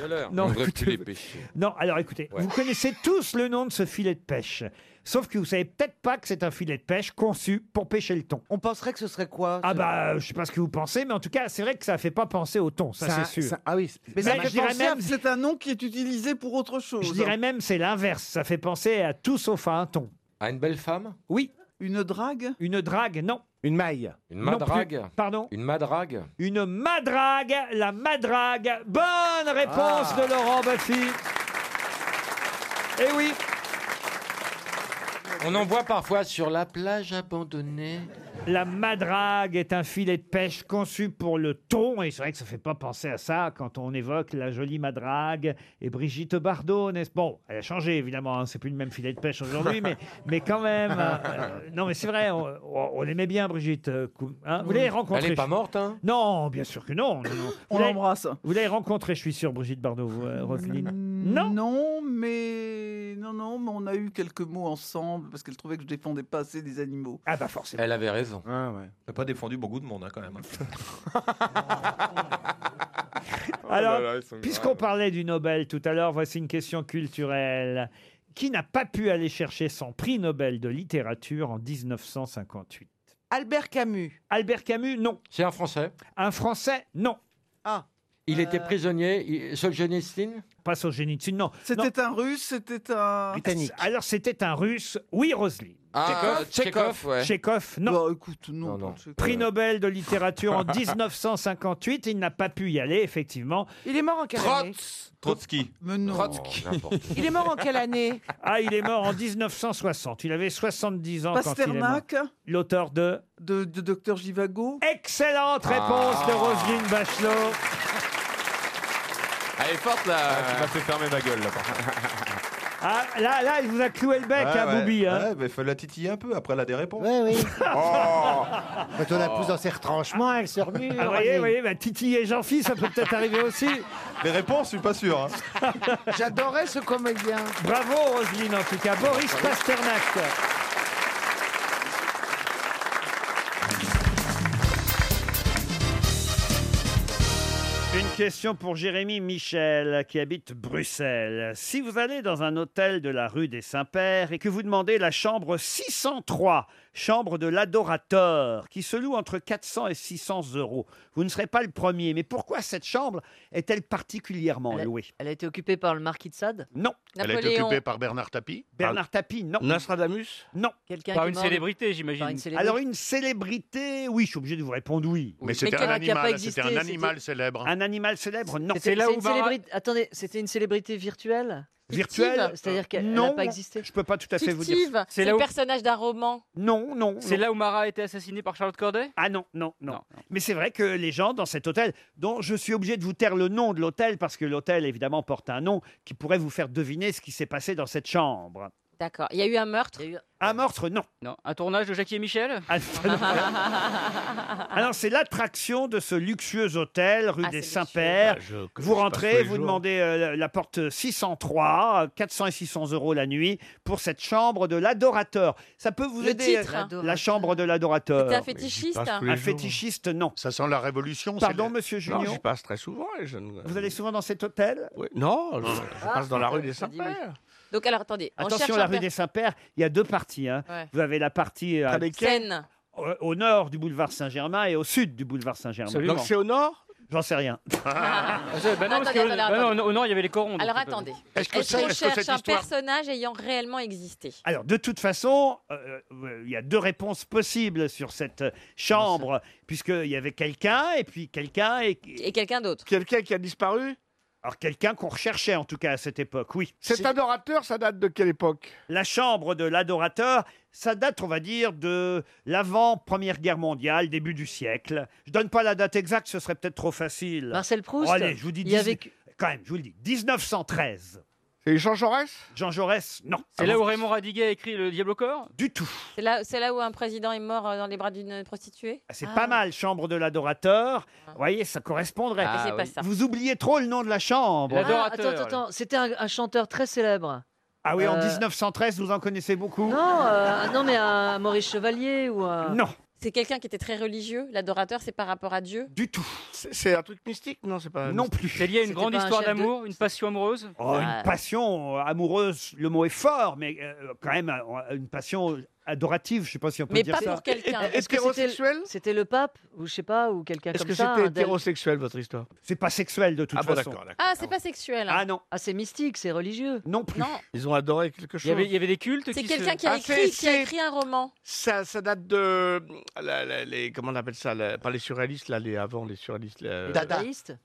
S10: De l'heure.
S3: Non,
S10: On devrait
S3: écoutez,
S10: plus les pêcher.
S3: Non, alors écoutez,
S10: Ouais.
S3: vous connaissez tous le nom de ce filet de pêche. Sauf que vous savez peut-être pas que c'est un filet de pêche conçu pour pêcher le thon.
S4: On penserait que ce serait quoi
S3: Ah bah, euh, je sais pas ce que vous pensez, mais en tout cas, c'est vrai que ça fait pas penser au thon, ça,
S4: Ça-
S3: c'est sûr.
S4: ça-
S3: ah oui,
S4: Mais ça
S3: je
S4: fait
S3: dirais
S4: penser à-
S3: même,
S4: c'est un nom qui est utilisé pour autre chose.
S10: hein.
S3: je dirais même c'est l'inverse. Ça fait penser à tout sauf à un thon.
S10: À une belle femme
S3: Oui. Une drague Une drague, non. Une maille
S16: Une madrague
S3: Pardon
S16: Une madrague
S3: Une madrague, la madrague. Bonne réponse de Laurent Baffy. Eh oui.
S16: On en voit parfois sur la plage abandonnée.
S3: La madrague est un filet de pêche conçu pour le thon, et c'est vrai que ça fait pas penser à ça quand on évoque la jolie madrague et Brigitte Bardot, n'est-ce pas Bon, elle a changé évidemment, hein, c'est plus le même filet de pêche aujourd'hui, mais, mais quand même. euh, non, mais c'est vrai, on, on- on aimait bien Brigitte. euh, Cou- hein. vous
S16: Oui.
S3: l'avez rencontrée
S16: Elle est pas
S3: je-
S16: morte, hein
S3: Non, bien sûr que non. non, non.
S10: On
S3: Vous l'avez-
S10: l'embrasse.
S3: Vous l'avez rencontrée, je suis sûr, Brigitte Bardot, vous, euh, Roselyne.
S10: Non. Non, mais non, non, mais on a eu quelques mots ensemble parce qu'elle trouvait que je défendais pas assez des animaux.
S3: Ah bah forcément.
S16: Elle avait raison.
S3: Ah,
S18: T'as pas défendu beaucoup de monde, hein, quand même.
S3: Alors,
S18: Oh là là, ils sont
S3: puisqu'on parlait du Nobel tout à l'heure, voici une question culturelle. Qui n'a pas pu aller chercher son prix Nobel de littérature en 1958 Albert Camus. Albert Camus, non.
S16: C'est un Français
S3: Un Français, non.
S10: Ah.
S16: Il était
S10: Euh.
S16: prisonnier, il- Solzhenitsyn
S3: Pas Solzhenitsyn, non.
S10: C'était un Russe, hein. Ah, c'était un
S3: Alors, c'était un Russe. Oui, Roselyne.
S10: Ah, Tchekhov, Tchekhov, ouais.
S3: Tchekhov, non.
S9: Bah,
S10: non,
S18: Euh.
S3: Prix Nobel de littérature en 1958. Il n'a pas pu y aller, effectivement.
S10: Il est mort en quelle année
S18: Trotsky.
S10: Mais non.
S18: Trotsky.
S3: Oh, n'importe.
S10: Il est mort en quelle année
S3: Ah, il est mort en 1960. Il avait 70 ans quand il est mort.
S10: Pasternak
S3: L'auteur de
S10: De, de Docteur Givago
S3: Excellente réponse
S18: Ah.
S3: de Roselyne Bachelot.
S13: Elle est forte là.
S18: Ah, Tu m'as fait fermer ma gueule, là.
S3: Ah, là, là, il vous a cloué le bec, hein, Boubi. hein.
S18: Ouais, mais faut la titiller un peu, après elle a des réponses. Oh,
S3: Ouais, oui.
S1: Quand on la pousse dans ses retranchements, elle se remue.
S3: Ah, vous voyez, vous voyez, bah, Titi et Jean-Fils, ça peut peut-être arriver aussi.
S18: Les réponses, je suis pas sûr. hein.
S3: J'adorais ce comédien. Bravo, Roselyne, en tout cas. Boris Pasternak. Une question pour Jérémy Michel qui habite Bruxelles. Si vous allez dans un hôtel de la rue des Saints-Pères et que vous demandez la chambre 603, chambre de l'adorateur, qui se loue entre 400 et 600 euros, vous ne serez pas le premier. Mais pourquoi cette chambre est-elle particulièrement louée Elle a été occupée par le marquis de Sade Non.
S26: Elle a été occupée par Bernard Tapie
S3: Bernard Tapie, non.
S26: Nostradamus
S3: Non.
S26: Quelqu'un Par qui est une mort de- célébrité, j'imagine. par une célébrité.
S3: Alors une célébrité, oui, je suis obligé de vous répondre oui.
S26: Mais c'était un animal, c'était un animal célèbre.
S3: Un animal célèbre, non.
S8: C'était- c'est une célébri- Attendez, c'était une célébrité virtuelle Fictive
S3: Virtuelle
S8: C'est-à-dire qu'elle
S3: non,
S8: n'a pas existé
S3: Je peux pas tout à fait vous dire.
S8: Fictive
S3: ça.
S8: C'est là où-
S21: Personnage d'un roman.
S3: Non, non.
S23: C'est
S3: non.
S23: là où Mara a été assassinée par Charlotte Corday
S3: Ah non, non, non. Mais c'est vrai que les gens dans cet hôtel, dont je suis obligé de vous taire le nom de l'hôtel parce que l'hôtel évidemment porte un nom qui pourrait vous faire deviner ce qui s'est passé dans cette chambre.
S21: D'accord. Il y a eu un meurtre.
S3: Un meurtre, non.
S23: Non. Un tournage de Jackie et Michel
S3: Ah, non.
S26: Ah.
S3: Alors c'est l'attraction de ce luxueux hôtel rue des Saints-Pères.
S26: Bah, je- que
S3: vous
S26: je passe
S3: rentrez,
S26: tous les
S3: vous
S26: jours.
S3: demandez euh, la- la porte 603, euh, 400 et 600 euros la nuit pour cette chambre de l'adorateur. Ça peut vous
S26: Le
S3: aider
S26: titre,
S3: euh,
S26: hein.
S3: la chambre de l'adorateur.
S26: C'était un fétichiste, Mais j'y passe hein. tous les
S3: Un
S26: jours.
S3: fétichiste, non.
S26: Ça sent la révolution. c'est
S3: Pardon,
S26: le-
S3: monsieur
S26: Non,
S3: Junior
S26: J'y passe très souvent. et je ne-
S3: Vous allez souvent dans cet hôtel
S26: Oui, Non, je, je passe dans la rue des saints
S21: Ah, Donc alors attendez. on
S3: Attention,
S21: cherche
S3: la
S21: un
S3: rue
S21: per-
S3: des Saints-Pères, il y a deux parties. hein.
S21: Ouais.
S3: Vous avez la partie euh,
S21: Seine.
S3: au, au nord du boulevard Saint-Germain et au sud du boulevard Saint-Germain.
S23: Absolument. Donc c'est au
S3: nord J'en sais rien.
S23: Bah non, parce
S21: Ah. Attendez,
S23: que-
S21: attendez,
S23: bah non,
S21: attendez.
S23: au nord, il y avait les corons. donc
S21: Alors
S23: c'est pas-
S21: attendez. Est-ce qu'on cherche un personnage ayant réellement existé
S3: Alors, de toute façon, euh, euh, il y a deux réponses possibles sur cette euh, chambre, puisqu'il y avait quelqu'un, et puis quelqu'un... Et,
S21: quelqu'un d'autre.
S3: Quelqu'un qui a disparu Alors, quelqu'un qu'on recherchait, en tout cas, à cette époque, oui.
S26: Cet adorateur, ça date de quelle époque
S3: La chambre de l'adorateur, ça date, on va dire, de l'avant-première guerre mondiale, début du siècle. Je donne pas la date exacte, ce serait peut-être trop facile.
S8: Marcel Proust
S3: Bon, allez, je vous dis...
S8: Il y
S3: 18
S8: avait
S3: Quand même, je vous le dis, 1913. C'est Jean Jaurès Jean Jaurès, non. Ah
S23: C'est là où Raymond Radiguet a écrit Le Diable au corps
S3: Du tout.
S21: C'est là, c'est là où un président est mort euh, dans les bras d'une prostituée
S3: C'est
S21: Ah.
S3: pas mal, chambre de l'adorateur. Vous voyez, ça correspondrait.
S8: Ah, Mais c'est pas oui. ça.
S3: Vous oubliez trop le nom de la chambre.
S8: Ah, attends, attends, attends, c'était un, un chanteur très célèbre.
S3: Ah oui, en
S8: Euh,
S3: 1913, vous en connaissez beaucoup.
S8: Non, euh, non, mais un Maurice Chevalier ou un.
S3: Non.
S21: C'est quelqu'un qui était très religieux. L'adorateur, c'est par rapport à Dieu.
S3: Du tout.
S26: C'est un truc mystique Non, c'est pas.
S3: Non plus.
S23: C'est lié à une
S3: C'était
S23: grande
S3: pas un
S23: histoire
S3: chef de-
S23: d'amour, une passion amoureuse
S3: Oh, une passion euh, amoureuse, le mot est fort, mais euh, quand même euh, une passion adorative, je sais pas si on peut
S8: Mais
S3: dire
S8: pas
S3: ça.
S8: pour quelqu'un. Est-ce que c'était le- C'était le pape, ou je sais pas, ou quelqu'un
S3: Est-ce
S8: comme
S3: que
S8: ça.
S3: c'était
S8: un del-
S3: hétérosexuel, votre histoire C'est pas sexuel de toute
S8: Ah bon,
S3: façon.
S8: d'accord, Ah, c'est pas sexuel.
S21: hein.
S3: Ah non.
S8: Ah, c'est mystique, c'est religieux.
S3: Non plus.
S8: Non.
S3: Ils ont adoré quelque
S9: Il y avait, il y avait des cultes.
S21: C'est
S9: qui
S21: quelqu'un
S9: se-
S21: qui a
S9: Ah,
S21: écrit,
S9: c'est-
S21: qui a
S9: c'est-
S21: écrit un roman.
S6: Ça, ça date de. euh, la- la- les, comment on appelle ça la- Pas les surréalistes, là, les avant, les surréalistes. les-
S3: Euh, Dada.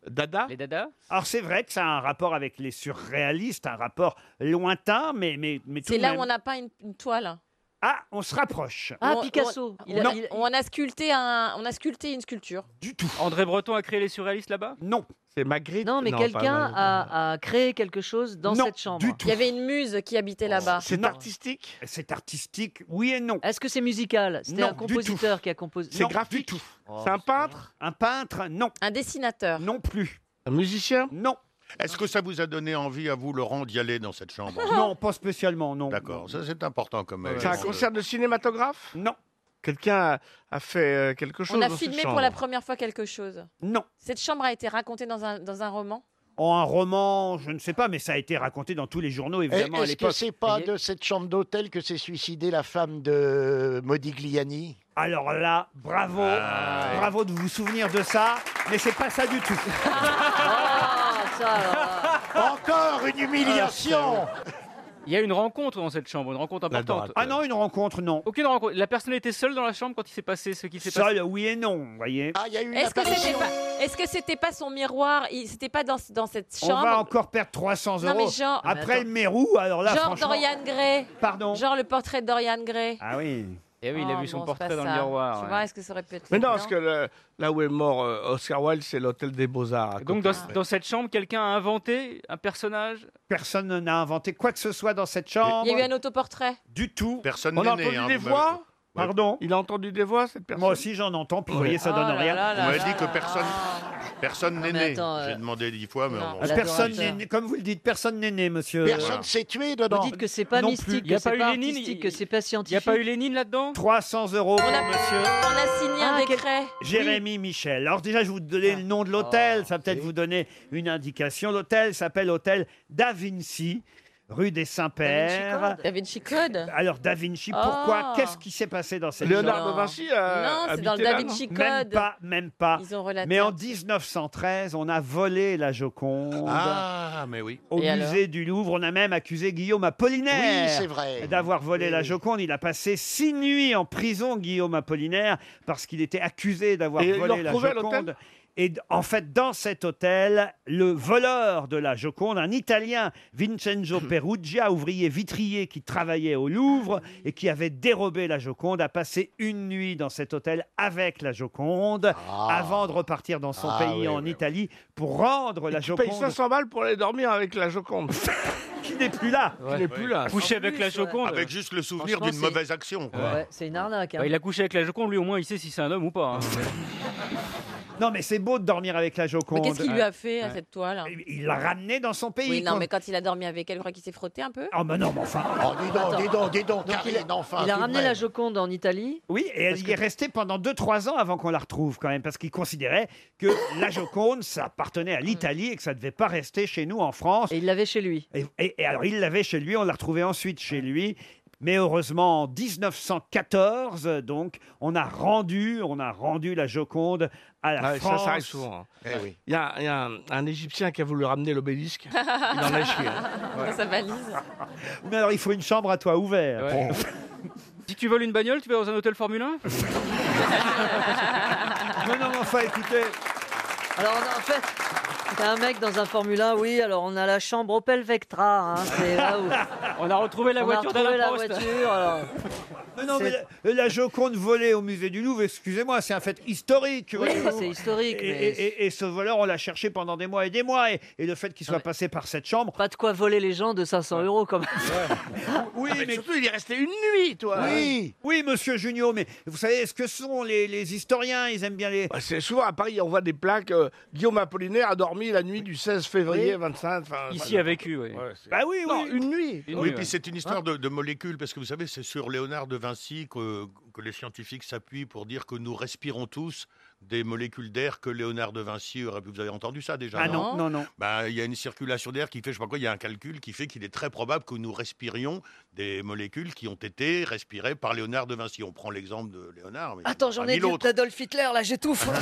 S6: Dada.
S9: Les dada.
S3: Alors c'est vrai que ça a un rapport avec les surréalistes, un rapport lointain, mais mais mais tout
S21: C'est
S3: de
S21: là
S3: même-
S21: où on Ah, a peint une, une toile.
S3: Ah, on se rapproche.
S8: Ah,
S21: On- on- on-
S3: Non.
S21: On a sculpté un, on a sculpté une sculpture.
S3: Du tout.
S9: André Breton a créé les surréalistes là-bas
S3: Non.
S6: C'est Magritte.
S8: Non, mais quelqu'un a, a créé quelque chose dans cette chambre.
S21: Il y avait une muse qui
S3: Oh,
S21: habitait là-bas.
S3: Non.
S6: artistique
S3: C'est artistique, oui et non.
S8: Est-ce que c'est musical C'était
S3: Non,
S8: un
S3: du
S8: compositeur qui a composé.
S3: C'est graphique. Oh.
S6: C'est un peintre
S3: Un peintre, non.
S21: Un dessinateur
S3: Non plus.
S6: Un musicien
S3: Non.
S15: Est-ce que ça vous a donné envie à vous, Laurent, d'y aller dans cette chambre
S3: Non, pas spécialement, non.
S15: D'accord, ça c'est important quand même.
S6: C'est un concert de cinématographe
S3: Non.
S6: Quelqu'un a, a fait euh, quelque chose
S21: On a
S6: dans cette
S21: filmé pour
S6: chambre.
S21: la première fois quelque chose.
S3: Non.
S21: Cette chambre a été racontée dans un, dans un roman.
S3: En un roman, je ne sais pas, mais ça a été raconté dans tous les journaux évidemment à
S20: Est-ce que
S3: l'époque.
S20: c'est pas de cette chambre d'hôtel que s'est suicidée la femme de Modigliani
S3: Alors là, bravo, bravo de vous souvenir de ça, mais c'est pas ça du tout.
S21: Ah,
S20: Encore une humiliation
S9: Il y a une rencontre dans cette chambre, une rencontre importante.
S3: Ah non, une rencontre, non.
S9: Aucune rencontre. La personne était seule dans la chambre quand il s'est passé ce qui s'est passé.
S3: Seul, oui et non, vous voyez.
S9: Ah,
S21: Est-ce que c'était pas, est-ce que c'était pas son miroir Il- C'était pas dans, dans cette chambre
S3: On va encore perdre 300
S21: Non,
S3: euros.
S21: mais genre- Ah, mais
S3: Après
S21: attends.
S3: le Mérou, alors là,
S21: Genre
S3: franchement.
S21: Dorian Gray.
S3: Pardon.
S21: Genre le portrait de Dorian Gray. Oh,
S3: Ah oui.
S6: Eh oui, il a vu son portrait dans le miroir,
S21: Tu
S6: ouais.
S21: vois, est-ce que ça aurait pu être.
S6: Mais non, parce que le- là où est mort euh, Oscar Wilde, c'est l'hôtel des Beaux-Arts. à
S9: Donc
S6: côté.
S9: dans, dans cette chambre, quelqu'un a inventé un personnage.
S3: Personne n'a inventé quoi que ce soit dans cette chambre.
S21: Il y a eu un autoportrait.
S3: Du tout.
S6: Personne On a n'est né, entendu hein, des vous m'avez- voix
S3: Pardon
S6: Il a entendu des voix, cette personne
S3: Moi aussi, j'en entends, puis vous voyez, ça
S8: Ah
S3: donne rien.
S15: On m'a dit que personne, personne n'est né.
S3: attends, euh,
S15: J'ai demandé dix fois, mais on-
S3: Personne n'est né, comme vous le dites, personne n'est né, monsieur.
S15: Personne s'est
S20: tué
S15: dedans.
S8: Vous dites que c'est pas
S3: Non plus.
S8: mystique,
S3: Y a
S8: que c'est
S3: pas eu
S8: pas
S3: Lénine,
S8: artistique, que c'est pas scientifique.
S3: y a pas eu
S9: Lénine là-dedans
S3: 300 euros,
S21: On a-
S3: monsieur.
S21: On a signé
S3: Ah,
S21: un décret.
S3: Jérémy Michel. Alors déjà, je vous donner le nom de l'hôtel. ça va peut-être vous donner une indication. L'hôtel s'appelle Hôtel Da Vinci, rue des Saints-Pères.
S21: Da Vinci Code.
S3: Alors Da Vinci, pourquoi
S21: Oh.
S3: Qu'est-ce qui s'est passé dans cette
S6: Léonard
S3: chambre
S6: de Vinci a
S21: Non, c'est dans
S6: habité
S21: le Da
S6: là,
S21: Vinci
S6: non
S3: Même
S21: Code.
S3: pas, même pas.
S21: Ils ont relaté
S3: Mais en
S21: un-
S3: 1913, on a volé la Joconde.
S15: Ah, mais oui.
S3: Au
S15: Et
S3: musée du Louvre, on a même accusé Guillaume Apollinaire
S15: Oui, c'est vrai.
S3: d'avoir volé la Joconde. Il a passé six nuits en prison, Guillaume Apollinaire, parce qu'il était accusé d'avoir
S6: Et ils l'ont
S3: volé la
S6: retrouvé à l'hôtel
S3: Joconde. Et d- en fait, dans cet hôtel, le voleur de la Joconde, un Italien, Vincenzo
S6: Hum.
S3: Perugia, ouvrier vitrier qui travaillait au Louvre et qui avait dérobé la Joconde, a passé une nuit dans cet hôtel avec la Joconde avant de repartir dans son
S6: Ah,
S3: pays
S6: oui,
S3: en
S6: oui,
S3: Italie pour rendre la
S6: Tu
S3: Joconde
S6: payes 500 balles pour aller dormir avec la Joconde.
S3: qui n'est plus là.
S6: Qui n'est plus là.
S9: Couché avec la Joconde.
S15: Avec juste le souvenir
S9: Franchement,
S15: d'une
S9: c'est-
S15: mauvaise action. quoi.
S9: Ouais.
S8: Ouais, c'est une arnaque. hein.
S9: Bah, il a couché avec la Joconde, lui au moins il sait si c'est un homme ou pas. hein.
S3: Non, mais c'est beau de dormir avec la Joconde.
S21: Mais qu'est-ce qu'il lui a fait à cette toile hein
S3: Il l'a ramenée dans son pays.
S21: Oui, non,
S3: quand-
S21: mais quand il a dormi avec elle, je crois qu'il s'est frotté un peu.
S3: Oh, mais non, mais enfin.
S20: Oh, dis donc, dis donc, dis donc, Karine, enfin.
S8: il a
S20: tout de
S8: ramené
S20: même.
S8: la Joconde en Italie.
S3: Oui, et elle y est restée pendant 2-3 ans avant qu'on la retrouve quand même, parce qu'il considérait que la Joconde, ça appartenait à l'Italie et que ça ne devait pas rester chez nous en France. Et
S8: Mm. il l'avait chez lui.
S3: Et, et alors il l'avait chez lui, on l'a retrouvée ensuite chez lui. Mais heureusement, en 1914, donc, on a rendu, on a rendu la Joconde à la
S6: Ah oui, ça,
S3: France.
S6: ça arrive souvent. hein.
S4: Eh
S6: Il y a, il y a un, un Égyptien qui a voulu ramener l'obélisque. Il en a chié.
S21: Dans sa valise.
S3: Mais alors, il faut une chambre à toit ouvert.
S9: si tu voles une bagnole, tu vas dans un hôtel Formule 1
S3: Non, non, mais enfin, écoutez.
S8: Alors, on a- en fait, c'est un mec dans un Formule 1. Oui, alors on a la chambre Opel Vectra. hein, c'est là où.
S9: On a retrouvé la
S8: On a
S9: voiture
S8: retrouvé
S9: d'Alain
S8: la
S9: Prost.
S8: voiture, alors.
S3: Mais non,
S8: C'est-
S3: mais la, la Joconde volée au musée du Louvre, excusez-moi, c'est un fait historique.
S8: Oui,
S3: voyez-vous.
S8: c'est historique,
S3: Et,
S8: mais-
S3: et- et- et ce voleur, on l'a cherché pendant des mois et des mois. Et, et le fait qu'il soit passé par cette chambre.
S8: Pas de quoi voler les gens de 500 euros, quand même.
S3: Oui, mais,
S6: Ah, Surtout, il est resté une nuit, toi.
S3: Oui, oui, monsieur Junio, mais vous savez, est-ce que ce sont les, les historiens Ils aiment bien les.
S6: Bah, c'est souvent à Paris, on voit des plaques. euh, Guillaume Apollinaire a dormi la nuit du 16 février
S15: Oui.
S6: 25. enfin,
S15: Ici a
S9: vécu, oui.
S3: Bah oui,
S6: Non, une nuit.
S15: oui, puis c'est une histoire de, de molécules, parce que vous savez, c'est sur Léonard de Vinci que, que les scientifiques s'appuient pour dire que nous respirons tous
S17: des molécules d'air que Léonard de Vinci aurait pu. Vous avez entendu ça déjà
S23: Ah non, non, non.
S17: Bah, il y a une circulation d'air qui fait, je sais pas quoi, il y a un calcul qui fait qu'il est très probable que nous respirions des molécules qui ont été respirées par Léonard de Vinci. On prend l'exemple de Léonard. Mais
S20: Attends, j'en ai
S17: d'autres.
S20: dit d'Adolf Hitler, là, j'étouffe.
S17: Ben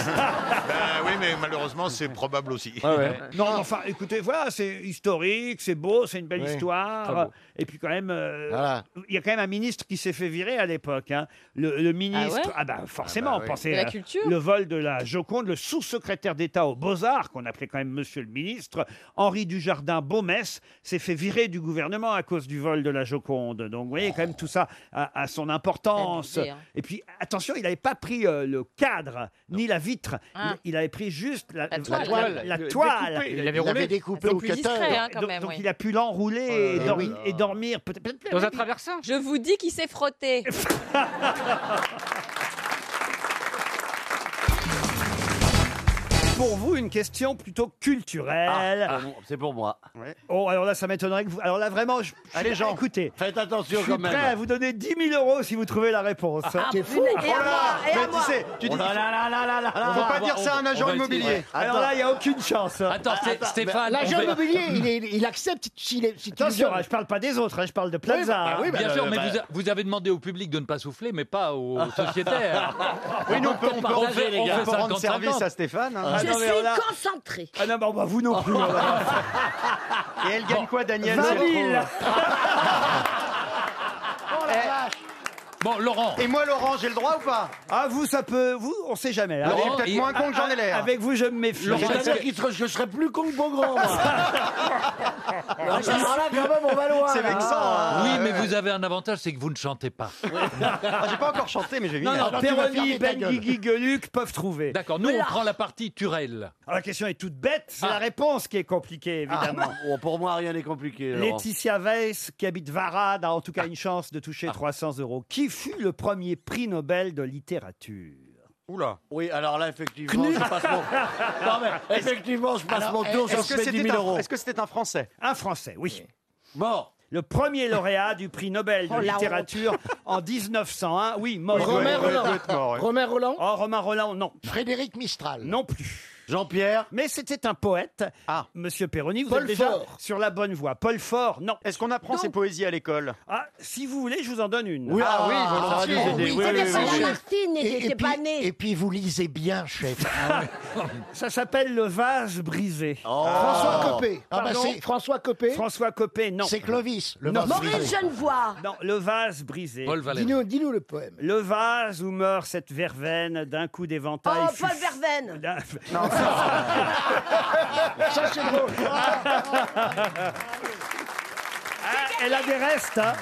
S17: oui, mais malheureusement, c'est probable aussi.
S22: Ah
S3: Non, mais enfin, écoutez, voilà, c'est historique, c'est beau, c'est une belle
S17: Oui.
S3: histoire.
S17: Très beau.
S3: Et puis quand même, euh, il y a quand même un ministre qui s'est fait virer à l'époque. hein. Le, le ministre,
S20: Ah ouais
S3: ah, bah forcément,
S20: Ah bah oui.
S3: pensez
S20: De la
S3: euh,
S20: culture.
S3: le vol de la Joconde, le sous-secrétaire d'État aux Beaux-Arts, qu'on appelait quand même Monsieur le ministre, Henri Dujardin Baumès, s'est fait virer du gouvernement à cause du vol de la Joconde. Donc vous voyez, quand même, tout ça a, a son importance.
S20: Abusé, hein.
S3: Et puis, attention, il n'avait pas pris euh, le cadre ni la vitre.
S20: Ah.
S3: Il, il avait pris juste la,
S20: toile.
S3: la toile.
S20: La
S3: la
S20: toile.
S3: toile.
S20: Il l'avait roulé. Donc plus discret, hein, quand
S3: donc,
S20: même,
S3: donc
S20: oui.
S3: il a pu l'enrouler et,
S20: là
S3: dormi-
S20: là.
S3: et dormir. Peut-être, peut-être-
S23: Dans un traversin
S12: Je vous dis qu'il s'est frotté.
S3: pour vous, une question plutôt culturelle.
S9: Ah,
S3: c'est pour moi. Oh, alors là, ça m'étonnerait que vous. Alors là, vraiment, je. je-
S9: Allez, Jean.
S3: Écoutez.
S9: Faites attention
S3: Je suis
S9: quand même.
S3: prêt à vous donner 10 000 euros si vous trouvez la réponse.
S9: Ah, t'es fou. Et à
S3: Oh là
S9: moi,
S3: là,
S9: et à
S3: mais
S9: moi.
S3: tu sais, tu dis.
S9: Oh là là là là là là là.
S3: Faut pas
S9: On va-
S3: dire ça à un
S9: on-
S3: agent
S9: on va
S3: immobilier.
S9: essayer.
S3: Alors là, il n'y a aucune chance.
S9: Attends, c'est-
S3: Attends,
S9: Stéphane,
S3: mais-
S9: on
S3: l'agent
S9: fait-
S3: immobilier, il est.
S9: il accepte s'il est. Si
S3: Attention, hein, je parle pas des autres, hein, je parle de Plaza. hein.
S7: Bien sûr, mais vous, a- vous avez demandé au public de ne pas souffler, mais pas aux sociétaires.
S3: Oui, nous, on peut- on peut
S7: Partager,
S3: rentrer, les gars. On peut rendre
S7: 50-50.
S3: service à Stéphane, hein. Ah, non, mais alors là-
S22: concentré.
S3: Ah non, bah, bah, vous non plus. alors.
S9: Et elle gagne quoi, Daniel
S3: Vingt
S9: si elle
S3: mille.
S9: trouve
S7: Bon, Laurent.
S9: Et moi, Laurent, j'ai le droit ou pas
S3: Ah, vous, ça peut. Vous, on sait jamais. hein.
S9: Laurent, Il est peut-être il- moins con que j'en ai l'air.
S3: Avec vous, je me méfie.
S9: Laurent, C'est-à-dire
S3: qu'il serait, je serais plus con que Beaugrand.
S9: Ah, là, quand même, on va loin, C'est là. vexant, hein.
S7: Oui, mais
S9: Ouais.
S7: vous avez un avantage, c'est que vous ne chantez pas.
S9: Ah, J'ai pas encore chanté, mais j'ai vu.
S3: Non, non, Perroni,
S9: Ben
S3: Benguigui, Gueluc peuvent trouver.
S7: D'accord, nous, on prend la partie Turel.
S3: Alors, Ah, la question est toute bête, c'est
S9: Ah.
S3: la réponse qui est compliquée, évidemment.
S9: pour moi, rien n'est compliqué. Laurent.
S3: Laetitia Weiss, qui habite Varade, a en tout cas une chance de toucher
S9: Ah.
S3: 300 euros. Qui fut le premier prix Nobel de littérature
S9: Oula. Oui, alors là, effectivement, je passe mon, non, mais, effectivement, je passe mon tour sur
S3: est-ce que
S9: ces 10
S3: c'était
S9: 000
S3: un-
S9: euros.
S3: est-ce
S9: que c'était un Français
S3: Un Français, oui. Mort. Le premier lauréat du prix Nobel de
S9: Oh, la
S3: littérature en 1901. Oui, mort.
S9: Oui, Romain il doit- il doit Roland. être mort, oui.
S3: Romain Roland Oh, Romain Roland, non. Frédéric Mistral Non plus. Jean-Pierre Mais c'était un poète. Ah. Monsieur Perroni, vous
S9: Paul
S3: êtes déjà
S9: Fort.
S3: sur la bonne voie. Paul Fort, non. Est-ce qu'on apprend
S9: ses
S3: poésies à l'école Ah, si vous voulez, je vous en donne une.
S9: Oui, ah oui, Ah,
S3: volontiers.
S9: volontiers. oui, oui, oui, oui.
S22: Martine,
S1: Et- et
S22: j'étais
S1: puis-
S22: pas née.
S1: Et puis vous lisez bien, chef.
S3: Ça s'appelle le vase brisé.
S1: François Copé. Ah bah
S3: Pardon
S1: c'est-
S3: François Copé. François Copé, non.
S1: C'est Clovis, le vase
S22: Maurice Genevois.
S3: Non, le vase brisé.
S7: Paul Valéry.
S3: Dis-nous le poème. Le vase où meurt cette verveine d'un coup
S22: Oh,
S3: d'éventail. fut-
S22: Paul Verveine.
S3: Bah, Non,
S22: Ça, c'est drôle.
S3: Elle a des restes, hein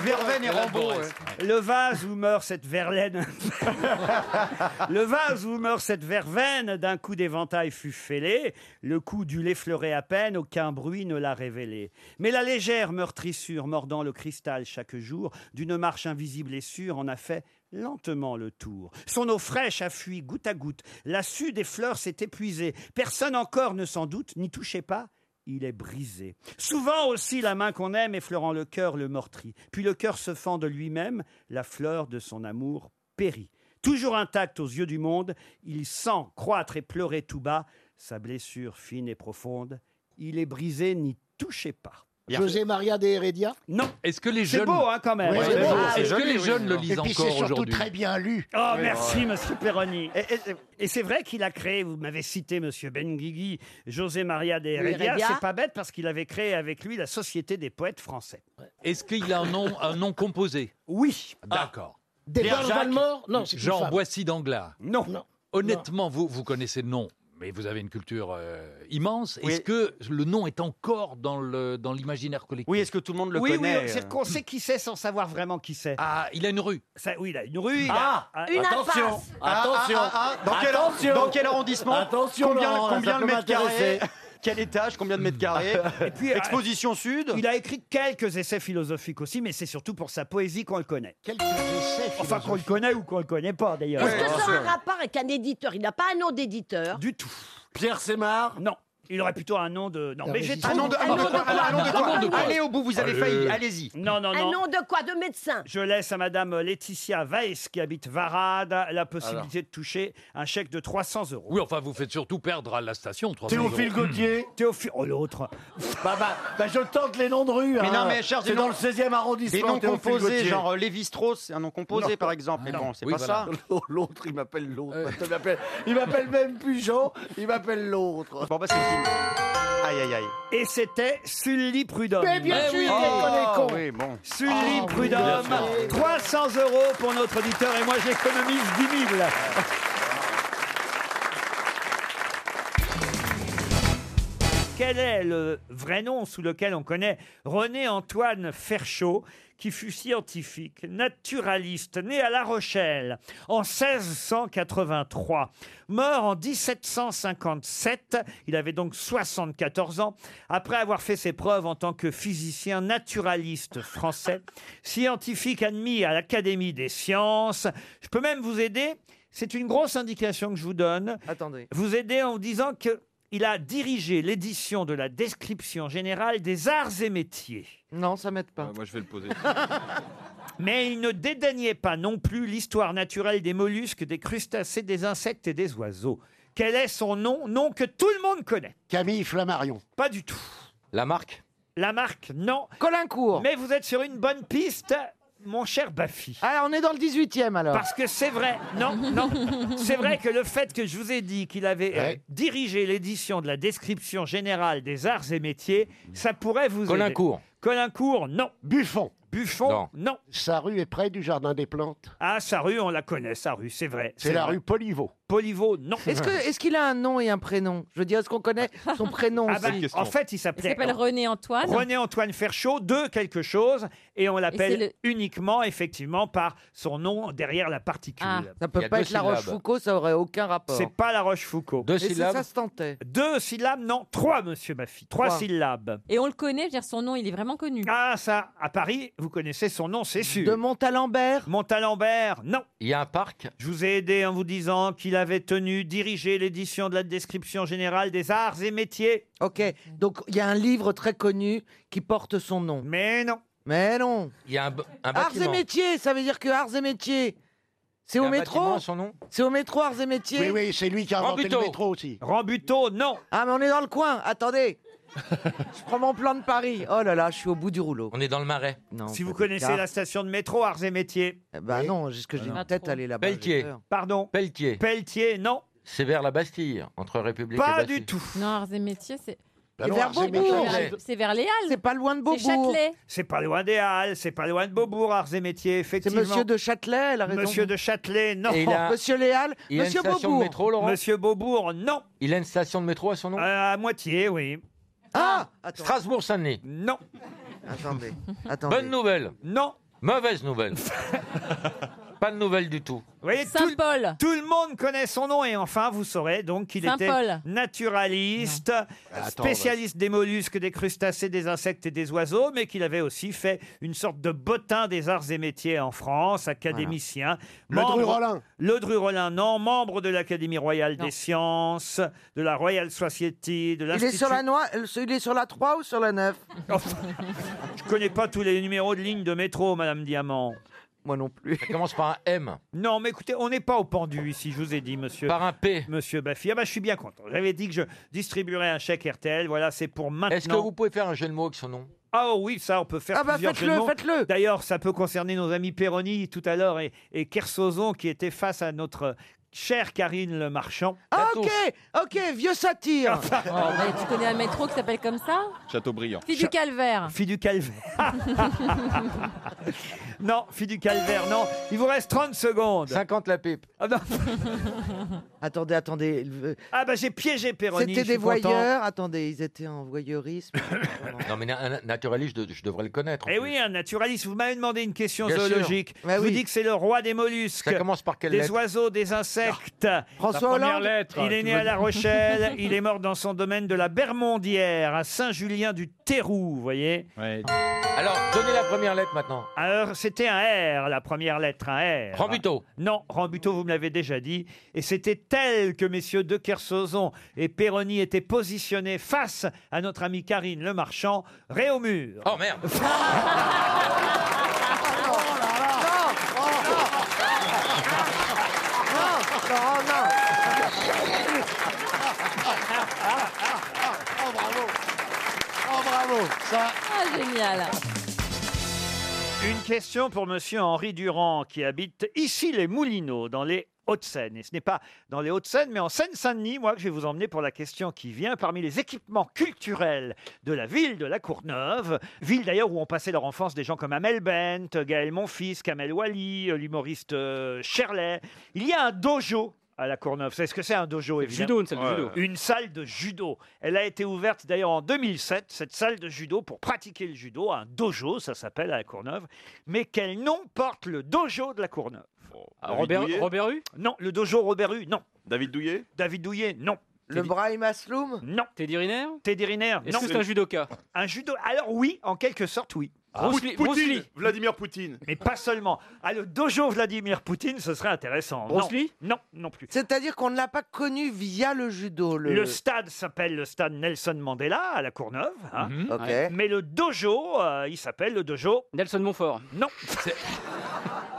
S9: Verveine et Rambo. ouais.
S3: Le vase où meurt cette verlaine. le vase où meurt cette verveine d'un coup d'éventail fut fêlé. Le coup dut l'effleurer à peine, aucun bruit ne l'a révélé. Mais la légère meurtrissure mordant le cristal chaque jour, d'une marche invisible et sûre, en a fait lentement le tour. Son eau fraîche a fui goutte à goutte. La sue des fleurs s'est épuisée. Personne encore ne s'en doute, n'y touchez pas il est brisé. Souvent aussi la main qu'on aime effleurant le cœur le meurtrit. Puis le cœur se fend de lui-même, la fleur de son amour périt. Toujours intact aux yeux du monde, il sent croître et pleurer tout bas sa blessure fine et profonde. Il est brisé, n'y touchez pas.
S9: José
S3: Maria de Heredia
S9: Non.
S7: Est-ce que les
S3: C'est
S7: jeunes.
S3: beau, hein, quand même.
S7: Ouais,
S3: Ouais,
S7: c'est
S3: c'est
S7: beau.
S3: beau. Ah,
S7: Est-ce
S3: oui,
S7: que les
S3: oui,
S7: jeunes le
S3: oui.
S7: lisent
S3: Et puis, c'est
S7: encore
S3: surtout
S7: aujourd'hui
S3: très
S1: bien lu.
S3: Oh,
S7: Oui,
S3: merci,
S7: ouais.
S3: monsieur Perroni. Et, et- et c'est vrai qu'il a créé, vous m'avez cité, monsieur Benguigui, José Maria de Heredia.
S7: Heredia.
S3: C'est pas bête parce qu'il avait créé avec lui la Société des poètes français.
S7: Est-ce qu'il a un nom, un nom composé
S3: Oui.
S7: D'accord.
S3: Des
S7: Pierre
S3: Paul
S7: Jacques,
S3: Valmore Non, c'est une
S7: Jean
S3: femme.
S7: Boissy d'Anglas.
S3: Non.
S7: Honnêtement, Vous, vous connaissez le nom, mais vous avez une culture euh, immense.
S9: Oui.
S7: Est-ce que le nom est encore dans le- dans l'imaginaire collectif Oui, est-ce que tout le monde
S3: oui, oui,
S9: euh.
S3: c'est qu'on sait qui c'est sans savoir vraiment qui c'est.
S7: Ah, il a une rue.
S3: Ça, oui, il a une rue. il
S9: Ah,
S3: a- Ah,
S9: une Attention, Ah, impasse. attention,
S3: Dans quel-
S9: attention.
S3: dans quel arrondissement
S9: Attention,
S3: Combien-
S9: Laurent, là,
S3: combien
S9: ça
S3: de
S9: peut
S3: mètres carrés
S9: m'intéresser. Quel étage Combien de mètres carrés
S3: Ah, Et puis, euh,
S9: Exposition sud
S3: Il a écrit quelques essais philosophiques aussi, mais c'est surtout pour sa poésie qu'on le connaît.
S1: Quelques essais
S3: Enfin, qu'on le connaît ou qu'on le connaît pas, d'ailleurs.
S22: Est-ce que ça a un rapport avec un éditeur Il n'a pas un nom d'éditeur.
S3: Du tout.
S9: Pierre Sémard
S3: ah, Non. Il aurait plutôt un nom de. Non,
S5: Un
S3: mais j'ai
S5: nom de- un nom de- un nom de quoi Allez au bout, vous
S7: Euh,
S5: avez failli, allez-y.
S3: Non, non,
S5: Un
S3: non.
S5: nom de quoi De médecin
S3: Je laisse à Madame Laetitia Weiss, qui habite Varade, la possibilité de toucher un chèque de 300 euros.
S7: Oui, enfin, vous faites surtout perdre à la station. 300
S3: Théophile
S7: euros.
S3: Gautier Théophile. Oh, l'autre.
S5: bah, bah, bah, je tente les noms de rue. Mais hein.
S9: non, mais cher,
S5: c'est
S9: des
S5: dans
S9: noms-
S5: le 16e arrondissement.
S9: Des noms
S5: Théophile
S9: composés,
S5: Gautier.
S9: genre euh, Lévi-Strauss, c'est un nom composé
S5: Non.
S9: par exemple. Mais
S5: Non.
S9: bon, c'est
S5: Oui,
S9: pas
S5: voilà.
S9: ça. Euh. L'autre, il m'appelle l'autre. Il
S5: m'appelle-
S9: Il m'appelle même plus Jean, il m'appelle l'autre. Bon, bah, c'est qui Aïe, aïe, aïe.
S3: Et c'était Sully Prudhomme. Eh
S9: Mais bien sûr, Oh, il est con, il est con. bon.
S3: Sully
S9: Ah, oui,
S3: Prudhomme,
S9: bien sûr.
S3: 300 euros pour notre auditeur et moi j'économise 10 000. Quel est le vrai nom sous lequel on connaît René-Antoine Ferchaud, qui fut scientifique, naturaliste, né à La Rochelle en 1683, mort en 1757, il avait donc 74 ans, après avoir fait ses preuves en tant que physicien naturaliste français, scientifique admis à l'Académie des sciences. Je peux même vous aider, c'est une grosse indication que je vous donne.
S8: Attendez.
S3: Vous aider en vous disant que il a dirigé l'édition de la description générale des arts et métiers.
S8: Non, ça m'aide pas.
S18: Moi, je vais le poser.
S3: Mais il ne dédaignait pas non plus l'histoire naturelle des mollusques, des crustacés, des insectes et des oiseaux. Quel est son nom Nom que tout le monde connaît. Camille Flammarion. Pas du tout. La marque La marque, non. Colincourt. Mais vous êtes sur une bonne piste, mon cher Baffy.
S19: Ah, on est dans le 18e alors.
S3: Parce que c'est vrai, non, non, c'est vrai que le fait que je vous ai dit qu'il avait euh, dirigé l'édition de la description générale des arts et métiers, ça pourrait vous
S19: Caulaincourt.
S3: aider. Colincourt, non. Buffon. Buffon, non.
S19: Sa rue est près du jardin des plantes.
S3: Ah, sa rue, on la connaît, sa rue, c'est vrai.
S19: C'est la
S3: vrai.
S19: rue Poliveau.
S3: Poliveau, non.
S19: Est-ce que-
S8: Est-ce qu'il a un nom et un prénom Je veux dire, est-ce qu'on connaît son prénom
S3: Ah bah,
S8: aussi
S3: en fait, il
S8: Il
S3: s'appelait
S8: s'appelle René Antoine.
S3: René Antoine Ferchaud de quelque chose et on l'appelle
S8: c'est
S3: uniquement effectivement par son nom derrière la particule.
S8: Ah, ça peut pas être La Rochefoucauld, ça aurait aucun rapport.
S3: C'est pas La Rochefoucauld.
S8: Et c'est- ça se tentait.
S3: Deux syllabes, non, trois, monsieur Baffy. Trois,
S8: Trois.
S3: syllabes.
S21: Et on le connaît, je veux dire, son nom, il est vraiment connu.
S3: Ah, ça, à Paris, vous connaissez son nom, c'est sûr. De
S8: Montalembert
S3: Montalembert, non. Il y a un parc Je vous ai aidé en vous disant qu'il avait tenu, dirigé l'édition de la description générale des arts et métiers.
S19: Ok, donc il y a un livre très connu qui porte son nom.
S3: Mais non.
S19: Mais non.
S16: Il y a un, b-
S13: Ah,
S16: un
S19: Arts et
S16: bâtiment.
S19: métiers, ça veut dire que arts et métiers, c'est
S16: Il y a
S19: au
S16: un
S19: métro.
S16: bâtiment, son nom
S19: C'est au métro arts et
S15: Oui,
S19: métiers.
S15: oui, c'est lui qui a inventé le métro aussi.
S3: Rambuteau, non.
S19: Ah, mais on est dans le coin. Attendez. je prends mon plan de Paris. Oh là là, je suis au bout du rouleau.
S16: On est dans le marais.
S3: si vous connaissez la station de métro Arts et Métiers.
S19: Bah non, jusque
S3: Ah
S19: j'ai
S3: non.
S19: une tête aller là-bas. j'ai
S16: Pelletier.
S19: peur.
S3: Pardon
S16: Pelletier.
S3: Pelletier, non.
S16: C'est vers la Bastille, entre République et
S19: Pas
S16: Bastille.
S19: du
S3: tout.
S21: Non, arts et métiers, c'est.
S16: Bah non, Arts et Métiers,
S21: C'est-
S16: c'est-
S21: C'est vers les Halles.
S19: C'est pas loin de
S21: C'est Châtelet.
S3: C'est pas loin des Halles, c'est pas loin de Beaubourg, Arts et Métiers,
S19: C'est
S3: effectivement.
S19: monsieur de Châtelet, la raison.
S3: Monsieur de Châtelet, non.
S19: Et il a- Monsieur Léal, il a une monsieur station de Beaubourg. métro, Laurent
S3: Monsieur Beaubourg, non.
S16: Il a une station de métro à son nom
S3: Euh, À moitié, oui.
S19: Ah
S16: Strasbourg-Saint-Denis.
S3: Non.
S19: Attendez.
S9: Mhm.
S16: Bonne nouvelle.
S3: Non.
S16: Mauvaise nouvelle. Pas de nouvelles du tout.
S3: Vous voyez, tout, le- tout le monde connaît son nom et enfin vous saurez donc qu'il était
S21: Saint-Paul.
S3: naturaliste, euh,
S23: attends,
S3: spécialiste des mollusques, des crustacés, des insectes et des oiseaux, mais qu'il avait aussi fait une sorte de bottin des arts et métiers en France, académicien.
S9: Voilà.
S3: membre-
S9: Ledru Rollin.
S3: Ledru Rollin, non, membre de l'Académie royale
S19: Non.
S3: des sciences, de la Royal Society, de
S19: Il
S3: l'Institut.
S19: est, sur la noi- il est sur la 3 ou sur la 9
S3: Je connais pas tous les numéros de ligne de métro, Madame Diamant.
S19: Moi non plus.
S16: Ça commence par un M.
S3: Non, mais écoutez, on n'est pas au pendu ici, je vous ai dit, monsieur. Par
S16: un P.
S3: Monsieur Baffy. Ah bah, je suis bien content. J'avais dit que je distribuerais un chèque RTL. Voilà, c'est pour maintenant.
S16: Est-ce que vous pouvez faire un jeu de mots avec son nom
S3: Ah oui, ça, on peut faire
S16: Ah bah,
S3: plusieurs jeux de
S16: faites-le,
S3: mots. D'ailleurs, ça peut concerner nos amis Perroni tout à l'heure et, et Kersozon qui étaient face à notre chère Karine Le Marchand.
S19: Ah, ok, ok, vieux satire.
S21: Oh, mais tu connais un métro qui s'appelle comme ça
S16: Oh,
S18: Châteaubriand.
S21: C'est du calvaire.
S3: Fille du calvaire. non, fille du calvaire, non. Il vous reste 30 secondes.
S16: 50 la pipe.
S3: Ah, non.
S19: attendez, attendez. le-
S3: Ah bah j'ai piégé Perroni.
S19: C'était
S3: je suis
S19: des
S3: content.
S19: voyeurs. Attendez, ils étaient en voyeurisme.
S16: Non, mais na- un naturaliste, je, je devrais le connaître.
S3: Eh oui, un naturaliste. Vous m'avez demandé une question
S16: Bien sûr.
S3: zoologique.
S16: Bah
S3: je vous
S16: oui.
S3: dis que c'est le roi des mollusques.
S16: Ça commence par quelle
S3: Des
S16: lettre
S3: oiseaux, des insecte.
S23: François
S3: La première
S23: Hollande
S3: lettre, Ah, Il est
S23: tu
S3: né
S23: veux
S3: à La
S23: dire.
S3: Rochelle. Il est mort dans son domaine de la Bermondière, à Saint-Julien du Térou, vous voyez. Alors, donnez la première lettre maintenant. Alors, c'était un R, la première lettre, un R. Rambuteau. Non, Rambuteau, vous me l'avez déjà dit. Et c'était tel que messieurs de Kersozon et Perroni étaient positionnés face à notre amie Karine Le Marchand, Réaumur.
S7: Ah,
S16: Oh merde
S15: Oh bravo Oh bravo Ça.
S12: Ah, génial.
S3: Une question pour Monsieur Henri Durand qui habite ici les Moulineaux dans les Hauts-de-Seine. Et ce n'est pas dans les Hauts-de-Seine, mais en Seine-Saint-Denis, moi, que je vais vous emmener pour la question qui vient parmi les équipements culturels de la ville de La Courneuve, ville d'ailleurs où ont passé leur enfance des gens comme Amel Bent, Gaël Monfils, Kamel Wally, euh, l'humoriste euh, Shirley. Il y a un dojo à La Courneuve. C'est ce que c'est un dojo,
S23: judo, une
S3: évidemment.
S23: salle de judo.
S3: Ouais. Une salle de judo. Elle a été ouverte d'ailleurs en 2007, cette salle de judo, pour pratiquer le judo, un dojo, ça s'appelle à la Courneuve. Mais quel nom porte le dojo de la Courneuve
S23: David Ah, Robert- Douillet Robert
S3: Hue Non, le dojo Robert Hue, non. David Douillet David Douillet, non.
S19: Le Brahim Asloum
S3: Non. Teddy Riner Teddy Riner, non.
S23: Est-ce que c'est un
S3: judoka Un judo... Alors oui, en quelque sorte, oui.
S23: Ah. Bruce Lee- Bruce Lee.
S3: Vladimir Poutine. Mais pas seulement. Ah, le dojo Vladimir Poutine, ce serait intéressant.
S19: Bruce
S3: non.
S19: Lee
S3: Non, non plus.
S19: C'est-à-dire qu'on ne l'a pas connu via le judo. Le,
S3: Le stade s'appelle le stade Nelson Mandela à la Courneuve. hein.
S19: Ok.
S3: Mais le dojo, euh, il s'appelle le dojo. Nelson Montfort. Non.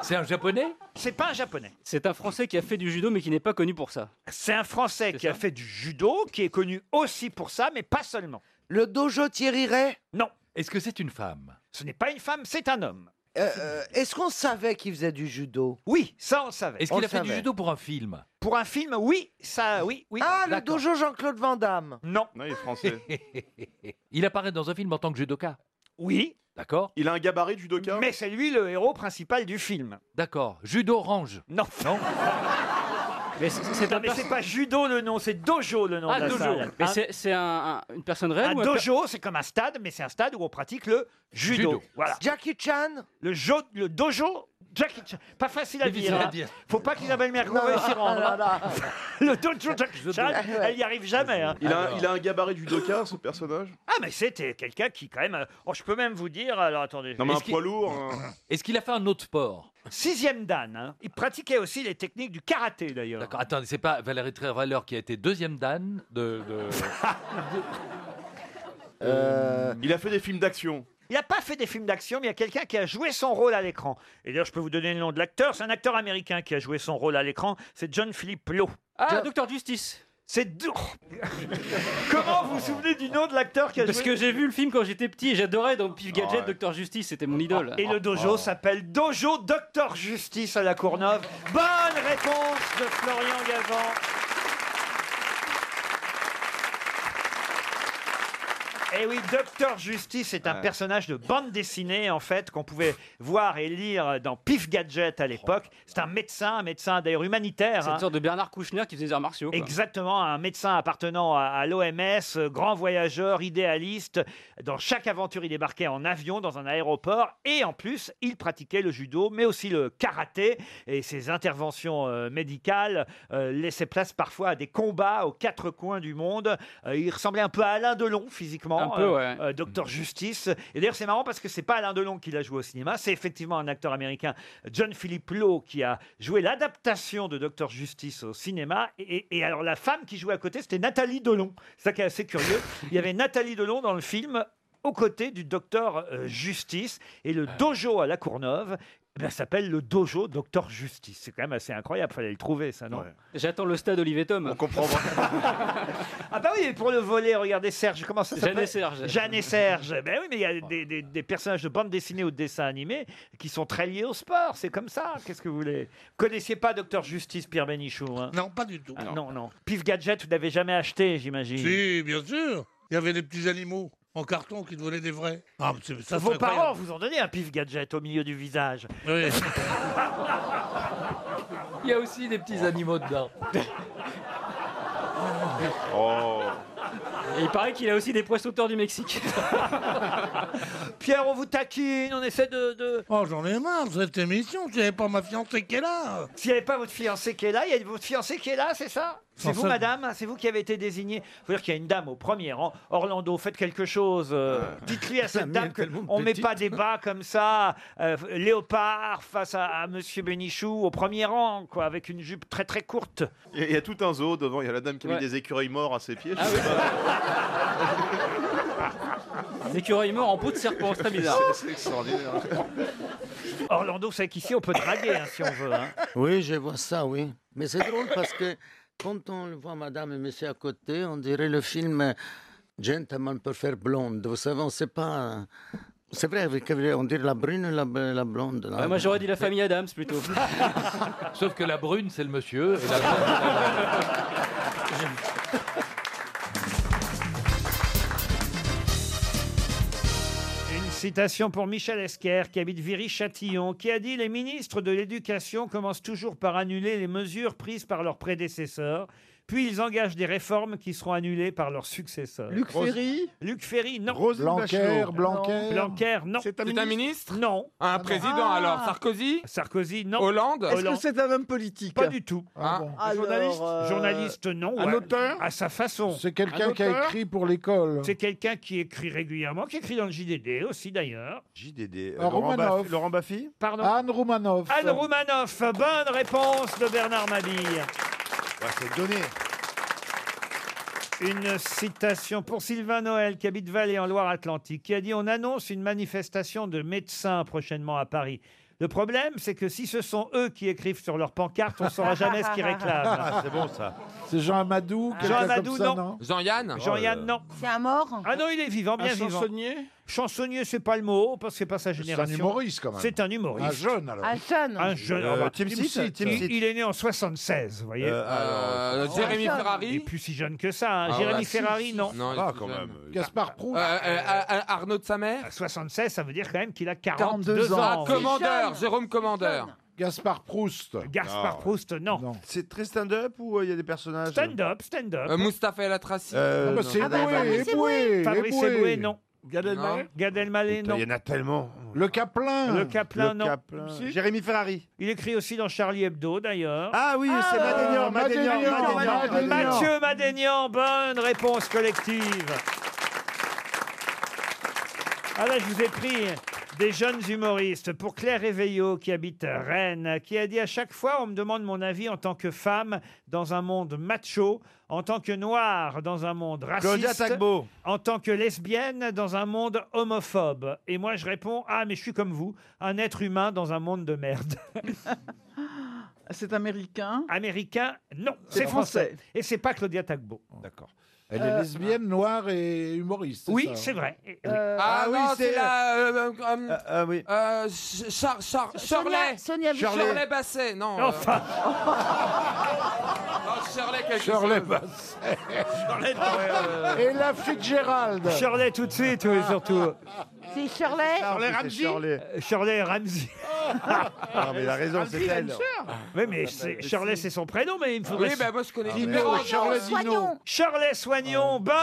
S23: C'est un japonais
S3: C'est pas un japonais.
S23: C'est un français qui a fait du judo mais qui n'est pas connu pour ça.
S3: C'est un français qui a fait du judo, qui est connu aussi pour ça, mais pas seulement.
S19: Le dojo Thierry Ray
S3: Non.
S23: Est-ce que c'est une femme
S3: Ce n'est pas une femme, c'est un homme.
S19: Euh, Est-ce qu'on savait qu'il faisait du judo
S3: Oui, ça on le savait.
S19: On le savait.
S23: pour un film
S3: Pour un film, oui, ça, oui, oui.
S19: Ah, le
S23: D'accord.
S19: dojo Jean-Claude Van Damme
S3: Non.
S23: Non, il est français.
S7: Il apparaît dans un film en tant que judoka.
S3: Oui.
S23: D'accord.
S3: Il a un gabarit judoka Mais c'est lui le héros principal du film.
S23: D'accord. Judo orange.
S3: Non.
S23: Non. Mais
S4: Ah,
S3: Non, mais c'est pas judo le nom, c'est dojo le nom
S23: Ah,
S3: de la
S23: dojo.
S3: salle.
S23: Mais
S3: Hein
S23: c'est- c'est un- un- une personne réelle
S3: un
S23: ou un per-
S3: dojo, c'est comme un stade, mais c'est un stade où on pratique le judo.
S23: Judo.
S3: Voilà.
S19: Jackie Chan
S3: Le, jo- le dojo Jackie Chan. Pas facile à
S23: Difficile
S3: dire.
S23: à
S3: hein.
S23: dire.
S3: Faut pas qu'Isabelle Mergo
S23: Non,
S3: s'y rende.
S23: non,
S3: hein. le dojo Jackie Chan, elle y arrive jamais. hein.
S14: Il a, il a un gabarit du docker, ce personnage
S3: Ah, mais c'était quelqu'un qui, quand même. euh, Oh, je peux même vous dire. Alors, attendez. je-
S14: Non, mais un
S3: Est-ce qu'il-
S14: poids lourd. hein.
S7: Est-ce qu'il a fait un autre sport
S3: Sixième Dan. hein. Il pratiquait aussi les techniques du karaté, d'ailleurs.
S7: D'accord, attendez, c'est pas Valérie Trierweiler qui a été deuxième Dan de. de-
S14: Il a fait des films d'action.
S3: Euh, Il n'a pas fait des films d'action, mais il y a quelqu'un qui a joué son rôle à l'écran. Et d'ailleurs, je peux vous donner le nom de l'acteur. C'est un acteur américain qui a joué son rôle à l'écran. C'est John Philip Lowe.
S23: Ah, Docteur Justice.
S3: C'est dur. Comment vous vous souvenez du nom de l'acteur qui a
S23: Parce
S3: joué
S23: que j'ai vu le film quand j'étais petit et j'adorais dans Pif
S14: Ah
S23: Gadget, Docteur Justice, c'était mon idole.
S3: Et le dojo s'appelle Dojo Docteur Justice à la Courneuve. Bonne réponse de Florian Gazan. Eh oui, Docteur Justice est un personnage de bande dessinée, en fait, qu'on pouvait voir et lire dans Pif Gadget à l'époque. C'est un médecin, un médecin d'ailleurs humanitaire.
S23: C'est une
S3: hein.
S23: sorte de Bernard Kouchner qui faisait des arts martiaux. quoi.
S3: Exactement, un médecin appartenant à, l'OMS, euh, grand voyageur, idéaliste. Dans chaque aventure, il débarquait en avion dans un aéroport et en plus, il pratiquait le judo, mais aussi le karaté. Et ses interventions euh, médicales euh, laissaient place parfois à des combats aux quatre coins du monde. Euh, il ressemblait un peu à Alain Delon physiquement,
S23: Un peu, ouais.
S3: euh, Docteur Justice. Et d'ailleurs, c'est marrant parce que c'est pas Alain Delon qui l'a joué au cinéma, c'est effectivement un acteur américain, John Philip Lowe, qui a joué l'adaptation de Docteur Justice au cinéma. Et, et- et alors, la femme qui jouait à côté, c'était Nathalie Delon. C'est ça qui est assez curieux. Il y avait Nathalie Delon dans le film aux côtés du Docteur euh, Justice. Et le dojo à La Courneuve eh ben, s'appelle le dojo Docteur Justice. C'est quand même assez incroyable, fallait le trouver, ça, non
S23: J'attends le stade Olivier Tom. On comprend.
S3: Ah bah oui, pour le volet, regardez Serge, comment ça s'appelle
S23: Jeanne et Serge.
S3: Jeanne et Serge. Ben oui, mais il y a des, des- des personnages de bande dessinée ou de dessin animé qui sont très liés au sport, c'est comme ça. Qu'est-ce que vous voulez Vous connaissiez pas Docteur Justice Pierre Bénichou Non, pas du tout. non, non. Pif Gadget, vous n'avez jamais acheté, j'imagine.
S4: Si, bien sûr. Il y avait des petits animaux en carton qui devenaient des vrais. Ah, mais c'est- ça,
S3: Vos
S4: c'est
S3: parents
S4: incroyable.
S3: vous ont donné un pif gadget au milieu du visage.
S7: Il y a aussi des petits animaux dedans.
S14: Oh.
S23: Et il paraît qu'il a aussi des prescripteurs du Mexique.
S3: Pierre, on vous taquine, on essaie de.
S4: Oh, j'en ai marre de cette émission. S'il n'y avait pas ma fiancée qui est là.
S3: S'il n'y avait pas votre fiancée qui est là, il y a votre fiancée qui est là, c'est ça C'est
S4: Non,
S3: vous,
S4: ça-
S3: madame hein C'est vous qui avez été désignée Faut dire qu'il y a une dame au premier rang. Orlando, faites quelque chose. euh, Dites-lui à cette dame qu'on ne met pas des bas comme ça. euh, léopard face à, à Monsieur Bénichou au premier rang, quoi, avec une jupe très très courte.
S11: Il y a- il y a tout un zoo devant, il y a la dame qui a
S3: Ouais.
S11: mis des écureuils morts à ses pieds.
S23: Ah
S11: je sais
S23: Des écureuils morts en peau de serpent, c'est très bizarre.
S11: C'est- c'est extraordinaire.
S3: Orlando, c'est qu'ici, on peut draguer hein, si on veut. hein.
S10: Oui, je vois ça, oui. Mais c'est drôle parce que quand on le voit madame et monsieur à côté, on dirait le film Gentleman préfère blonde. Vous savez, on ne sait pas. euh, C'est vrai, avec- on dirait la brune et la, la blonde. là.
S23: Ouais, moi j'aurais dit la famille Adams plutôt.
S7: Sauf que la brune, c'est le monsieur. Et la blonde,
S3: Une citation pour Michel Esquer, qui habite Viry-Châtillon, qui a dit Les ministres de l'Éducation commencent toujours par annuler les mesures prises par leurs prédécesseurs, puis ils engagent des réformes qui seront annulées par leurs successeurs.
S22: Luc
S3: Rose-
S22: Ferry
S3: Euh, Luc Ferry, non.
S22: Roselyne Bachelot. Blanquer, Blanquer.
S3: Non. Blanquer, non.
S22: C'est un C'est un
S3: ministre Non.
S13: Un président, Ah. alors.
S3: Sarkozy Sarkozy, non.
S13: Hollande Est-ce que
S3: c'est un homme politique
S10: hein.
S3: Pas du tout.
S22: Un journaliste
S3: euh, Journaliste, non.
S22: Ah un
S3: ouais.
S22: auteur
S3: À sa façon.
S22: C'est quelqu'un qui a écrit euh. pour l'école.
S3: C'est quelqu'un qui écrit régulièrement, qui écrit dans le JDD aussi d'ailleurs.
S11: JDD.
S17: Euh,
S15: euh,
S22: Un Laurent Romanoff. Baffy-
S11: Laurent Baffy
S3: Pardon
S22: Anne Roumanoff.
S3: Anne Roumanoff, bonne réponse de Bernard Mabille.
S22: c'est donné.
S3: Une citation pour Sylvain Noël, qui habite Vallée en Loire-Atlantique, qui a dit On annonce une manifestation de médecins prochainement à Paris. Le problème, c'est que si ce sont eux qui écrivent sur leur pancarte, on ne saura jamais ce qu'ils réclament.
S22: bon ça. C'est Jean Amadou.
S3: Ah. Jean
S22: quelqu'un
S3: Amadou,
S22: comme ça,
S3: non.
S22: non.
S13: Jean-Yann
S3: Jean-Yann, non.
S27: C'est un mort
S3: Ah non, il est vivant, bien
S22: Un
S3: vivant.
S22: chansonnier
S3: Chansonnier, c'est pas le mot, parce que c'est pas sa génération.
S22: humoriste, quand même.
S3: C'est un humoriste.
S22: Un jeune, alors. Un jeune.
S3: Un jeune.
S22: Euh,
S3: Ah bah,
S22: Tim
S3: Tim
S22: Seat,
S3: Seat.
S22: Tim
S3: Il-
S22: Seat.
S3: Il est né en 76, vous voyez.
S9: ah,
S22: Euh,
S13: Euh, Jérémy Ferrari
S3: Et plus si jeune que ça. hein.
S13: Ah
S3: Jérémy
S13: ouais.
S3: Ferrari,
S13: Si, si.
S3: non.
S13: Non, il est Ah, plus quand jeune. même.
S22: Gaspard
S13: Proust. Euh, euh, euh, Arnaud de sa mère
S3: 76, ça veut dire quand même qu'il a 42,
S13: 42
S3: ans.
S13: Ah, commandeur, Jérôme Commandeur.
S22: Gaspard Proust.
S3: Gaspard Proust, non.
S22: C'est très stand-up ou il y a des personnages
S3: Stand-up, stand-up.
S13: Euh, Mustapha El Atrassi.
S22: Euh, Ah bah, non. c'est Ah bah, Eboué, Fabrice Eboué. Eboué,
S3: Fabrice
S22: Eboué.
S3: Eboué, non.
S22: Gad Elmaleh
S3: Gad Elmaleh, non.
S22: Putain, il y en a tellement.
S3: Le Caplin. Le Caplin,
S22: Le
S3: non.
S22: Caplin. Si.
S3: Jérémy Ferrari. Il écrit aussi dans Charlie Hebdo, d'ailleurs.
S22: Ah oui, c'est Ah, Madénian, Madénian, Madénian, Madénian,
S9: Ah,
S22: Madénian.
S3: Mathieu Madénian, bonne réponse collective. Ah là, je vous ai pris des jeunes humoristes pour Claire Réveillot qui habite à Rennes, qui a dit à chaque fois on me demande mon avis en tant que femme dans un monde macho, en tant que noire dans un monde
S9: Claudia
S3: raciste,
S9: Tagbo.
S3: en tant que lesbienne dans un monde homophobe. Et moi je réponds ah mais je suis comme vous, un être humain dans un monde de merde.
S28: C'est américain.
S3: Américain, non,
S28: C'est
S3: c'est français.
S28: français.
S3: Et c'est pas Claudia Tagbo.
S22: D'accord. Elle est
S3: Euh,
S22: lesbienne, noire et humoriste.
S3: Oui,
S15: hein
S3: c'est vrai. Euh, Et- oui.
S13: hein.
S22: Euh,
S13: Ah, oui, c'est
S22: là.
S13: la. euh, euh, euh, euh, Char- Char- Shirley.
S22: Sonia Bichat.
S13: Shirley Basset, non. euh.
S3: Enfin.
S13: Non, Shirley, quelque
S22: Shirley
S13: chose.
S22: Basset.
S13: Shirley, non, ouais, euh,
S22: Et la Fitzgerald.
S3: Shirley tout de suite,
S22: Ah.
S3: oui, surtout.
S27: C'est Shirley
S3: Euh, Shirley Ramsey.
S6: Ah
S22: Non, Ah, mais il a raison, Ramsey, c'est il a elle. une sœur.
S3: Oui, mais c'est- Shirley, c'est son prénom, mais il me faudrait.
S13: Oui, bah, moi, je connais Ah,
S22: Dino. merde. Oh, Shirley Oh. Dino.
S3: Soignon. Shirley Soignon. Bonne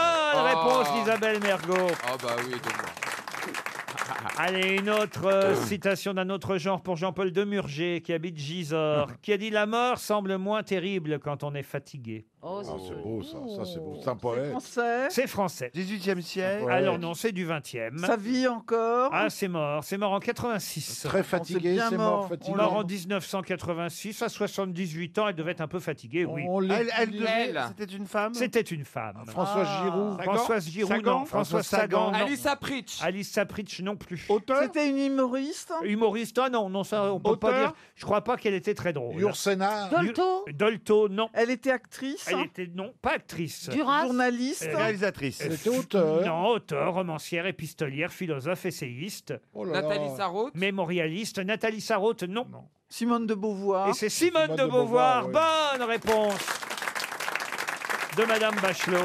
S3: réponse d'Isabelle Mergot.
S13: Ah, bah oui, de moi.
S3: Allez, une autre euh, citation d'un autre genre pour Jean-Paul Demurger, qui habite Gisors,
S22: Mm-hmm.
S3: qui a dit La mort semble moins terrible quand on est fatigué.
S15: Oh,
S22: Ah, c'est beau ça, ça c'est beau. C'est un poète.
S3: Français. C'est français. Ah,
S22: 18e siècle.
S3: Alors non, c'est du 20e.
S22: Sa
S3: vie encore Ah, c'est mort. C'est mort en 86.
S22: Très fatigué, c'est mort, fatigué.
S3: Mort en 1986, à 78 ans, elle devait être un peu fatiguée, oui.
S22: Elle- elle devait-
S3: C'était une femme C'était une femme.
S22: Françoise Ah. Giroud. Sagan
S3: Françoise Giroud,
S22: Sagan
S3: non. Françoise Sagan, non.
S13: Alice Apritch.
S3: Alice Sapritch non plus. Auteur C'était une humoriste Humoriste, ah non, non, ça, on peut pas
S22: Auteur
S3: dire. Je crois pas qu'elle était très drôle.
S22: Yourcenar. Dolto
S3: Yu- Dolto, non. Elle était actrice hein Elle était, non, pas actrice.
S22: Duras Journaliste
S3: Euh,
S22: Réalisatrice.
S3: euh,
S22: Elle était auteur.
S3: Non, auteur, romancière, épistolière, philosophe, essayiste.
S22: Oh là là. Nathalie
S3: Sarraute Mémorialiste. Nathalie Sarraute, non. Simone de Beauvoir. Et c'est Hein Simone,
S22: Simone
S3: de
S22: de
S3: Beauvoir.
S22: Beauvoir,
S3: Bonne réponse de Madame Bachelot.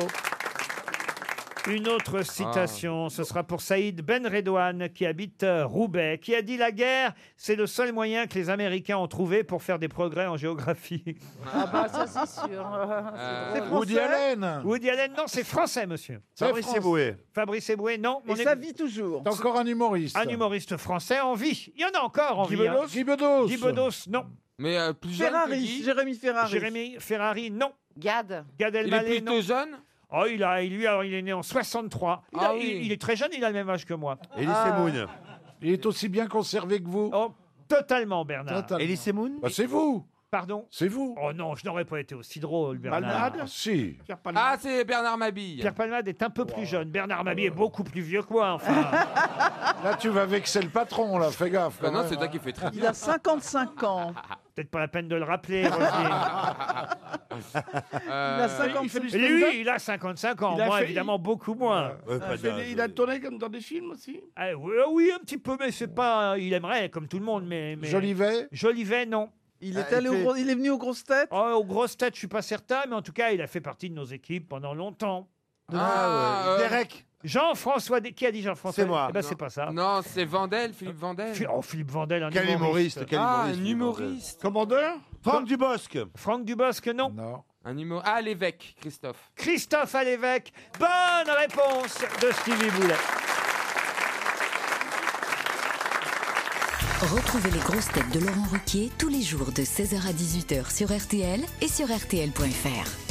S3: Une autre citation, ce sera pour Saïd Benredouane qui habite euh, Roubaix, qui a dit La guerre, c'est le seul moyen que les Américains ont trouvé pour faire des progrès en géographie.
S6: Ah bah ça c'est sûr.
S3: Euh, C'est
S6: C'est
S3: français Woody Allen, non, c'est français, monsieur.
S15: C'est Fabrice français. Eboué.
S3: Fabrice Eboué, non.
S6: Et ça vit toujours.
S3: C'est encore un humoriste. Un humoriste français en vie. Il y en a encore en
S15: Guy
S3: vie. hein.
S15: Bedos
S3: Guy Bedos. non.
S9: Mais euh, plus jeune que Guy
S3: Jérémy Ferrari. Jérémy Ferrari, non. Gad. Gad
S9: Il est
S3: Elmaleh,
S9: plutôt
S3: non.
S9: jeune
S3: Oh, il a, lui, alors, il est né en 63. Il, a-
S9: Ah
S3: il-
S9: oui.
S3: il est très jeune, il a le même âge que moi.
S15: Élie Ah. Semoun.
S3: Il est aussi bien conservé que vous Oh, Totalement, Bernard.
S15: Totalement. Élie
S3: Semoun
S15: Bah, c'est vous.
S3: Pardon
S15: C'est vous.
S3: Oh non, je n'aurais pas été aussi drôle, Bernard.
S15: Malade Si.
S9: Ah, c'est Bernard Mabille. Euh.
S3: Pierre Palmade est un peu plus jeune. Bernard Mabie est beaucoup plus vieux que moi, enfin.
S15: Là, tu vas vexer le patron, là, fais gaffe.
S9: Bah
S15: quand
S9: non,
S15: même. hein.
S9: c'est toi qui fais très
S6: Il a 55 ans.
S3: Peut-être pas la peine de le rappeler, Rosier.
S6: a 50, Il fait du stand-up
S3: Lui, il a 55 ans.
S6: Il a
S3: moi,
S6: fait-
S3: évidemment, beaucoup moins.
S6: il a tourné comme dans des films aussi
S3: Ah oui, ah oui, un petit peu, mais c'est pas. Il aimerait, comme tout le monde, mais. mais...
S15: Jolivet
S3: Jolivet, non.
S6: Il est Ah, il allé au fait- gros- il
S3: est venu aux grosses têtes oh, Aux grosses têtes, je suis pas certain, mais en tout cas, il a fait partie de nos équipes pendant longtemps.
S9: Ah, ouais. Derek.
S3: Jean-François. Des- Qui a dit Jean-François
S9: C'est moi.
S3: Eh ben,
S9: Non.
S3: c'est pas ça.
S9: Non, c'est Vandel, Philippe Vandel.
S3: Fi- Oh, Philippe Vandel, un
S9: Quel
S3: humoriste.
S9: humoriste, quel Ah, humoriste, un Philippe Vandel. humoriste.
S3: Commandeur
S9: Franck
S3: Dubosc. Franck Dubosc, non.
S9: Un humo- Ah, l'évêque, Christophe.
S3: Christophe à l'évêque. Bonne réponse de Stevie Boulet.
S14: Retrouvez les grosses têtes de Laurent Ruquier tous les jours de 16h à 18h sur RTL et sur RTL.fr.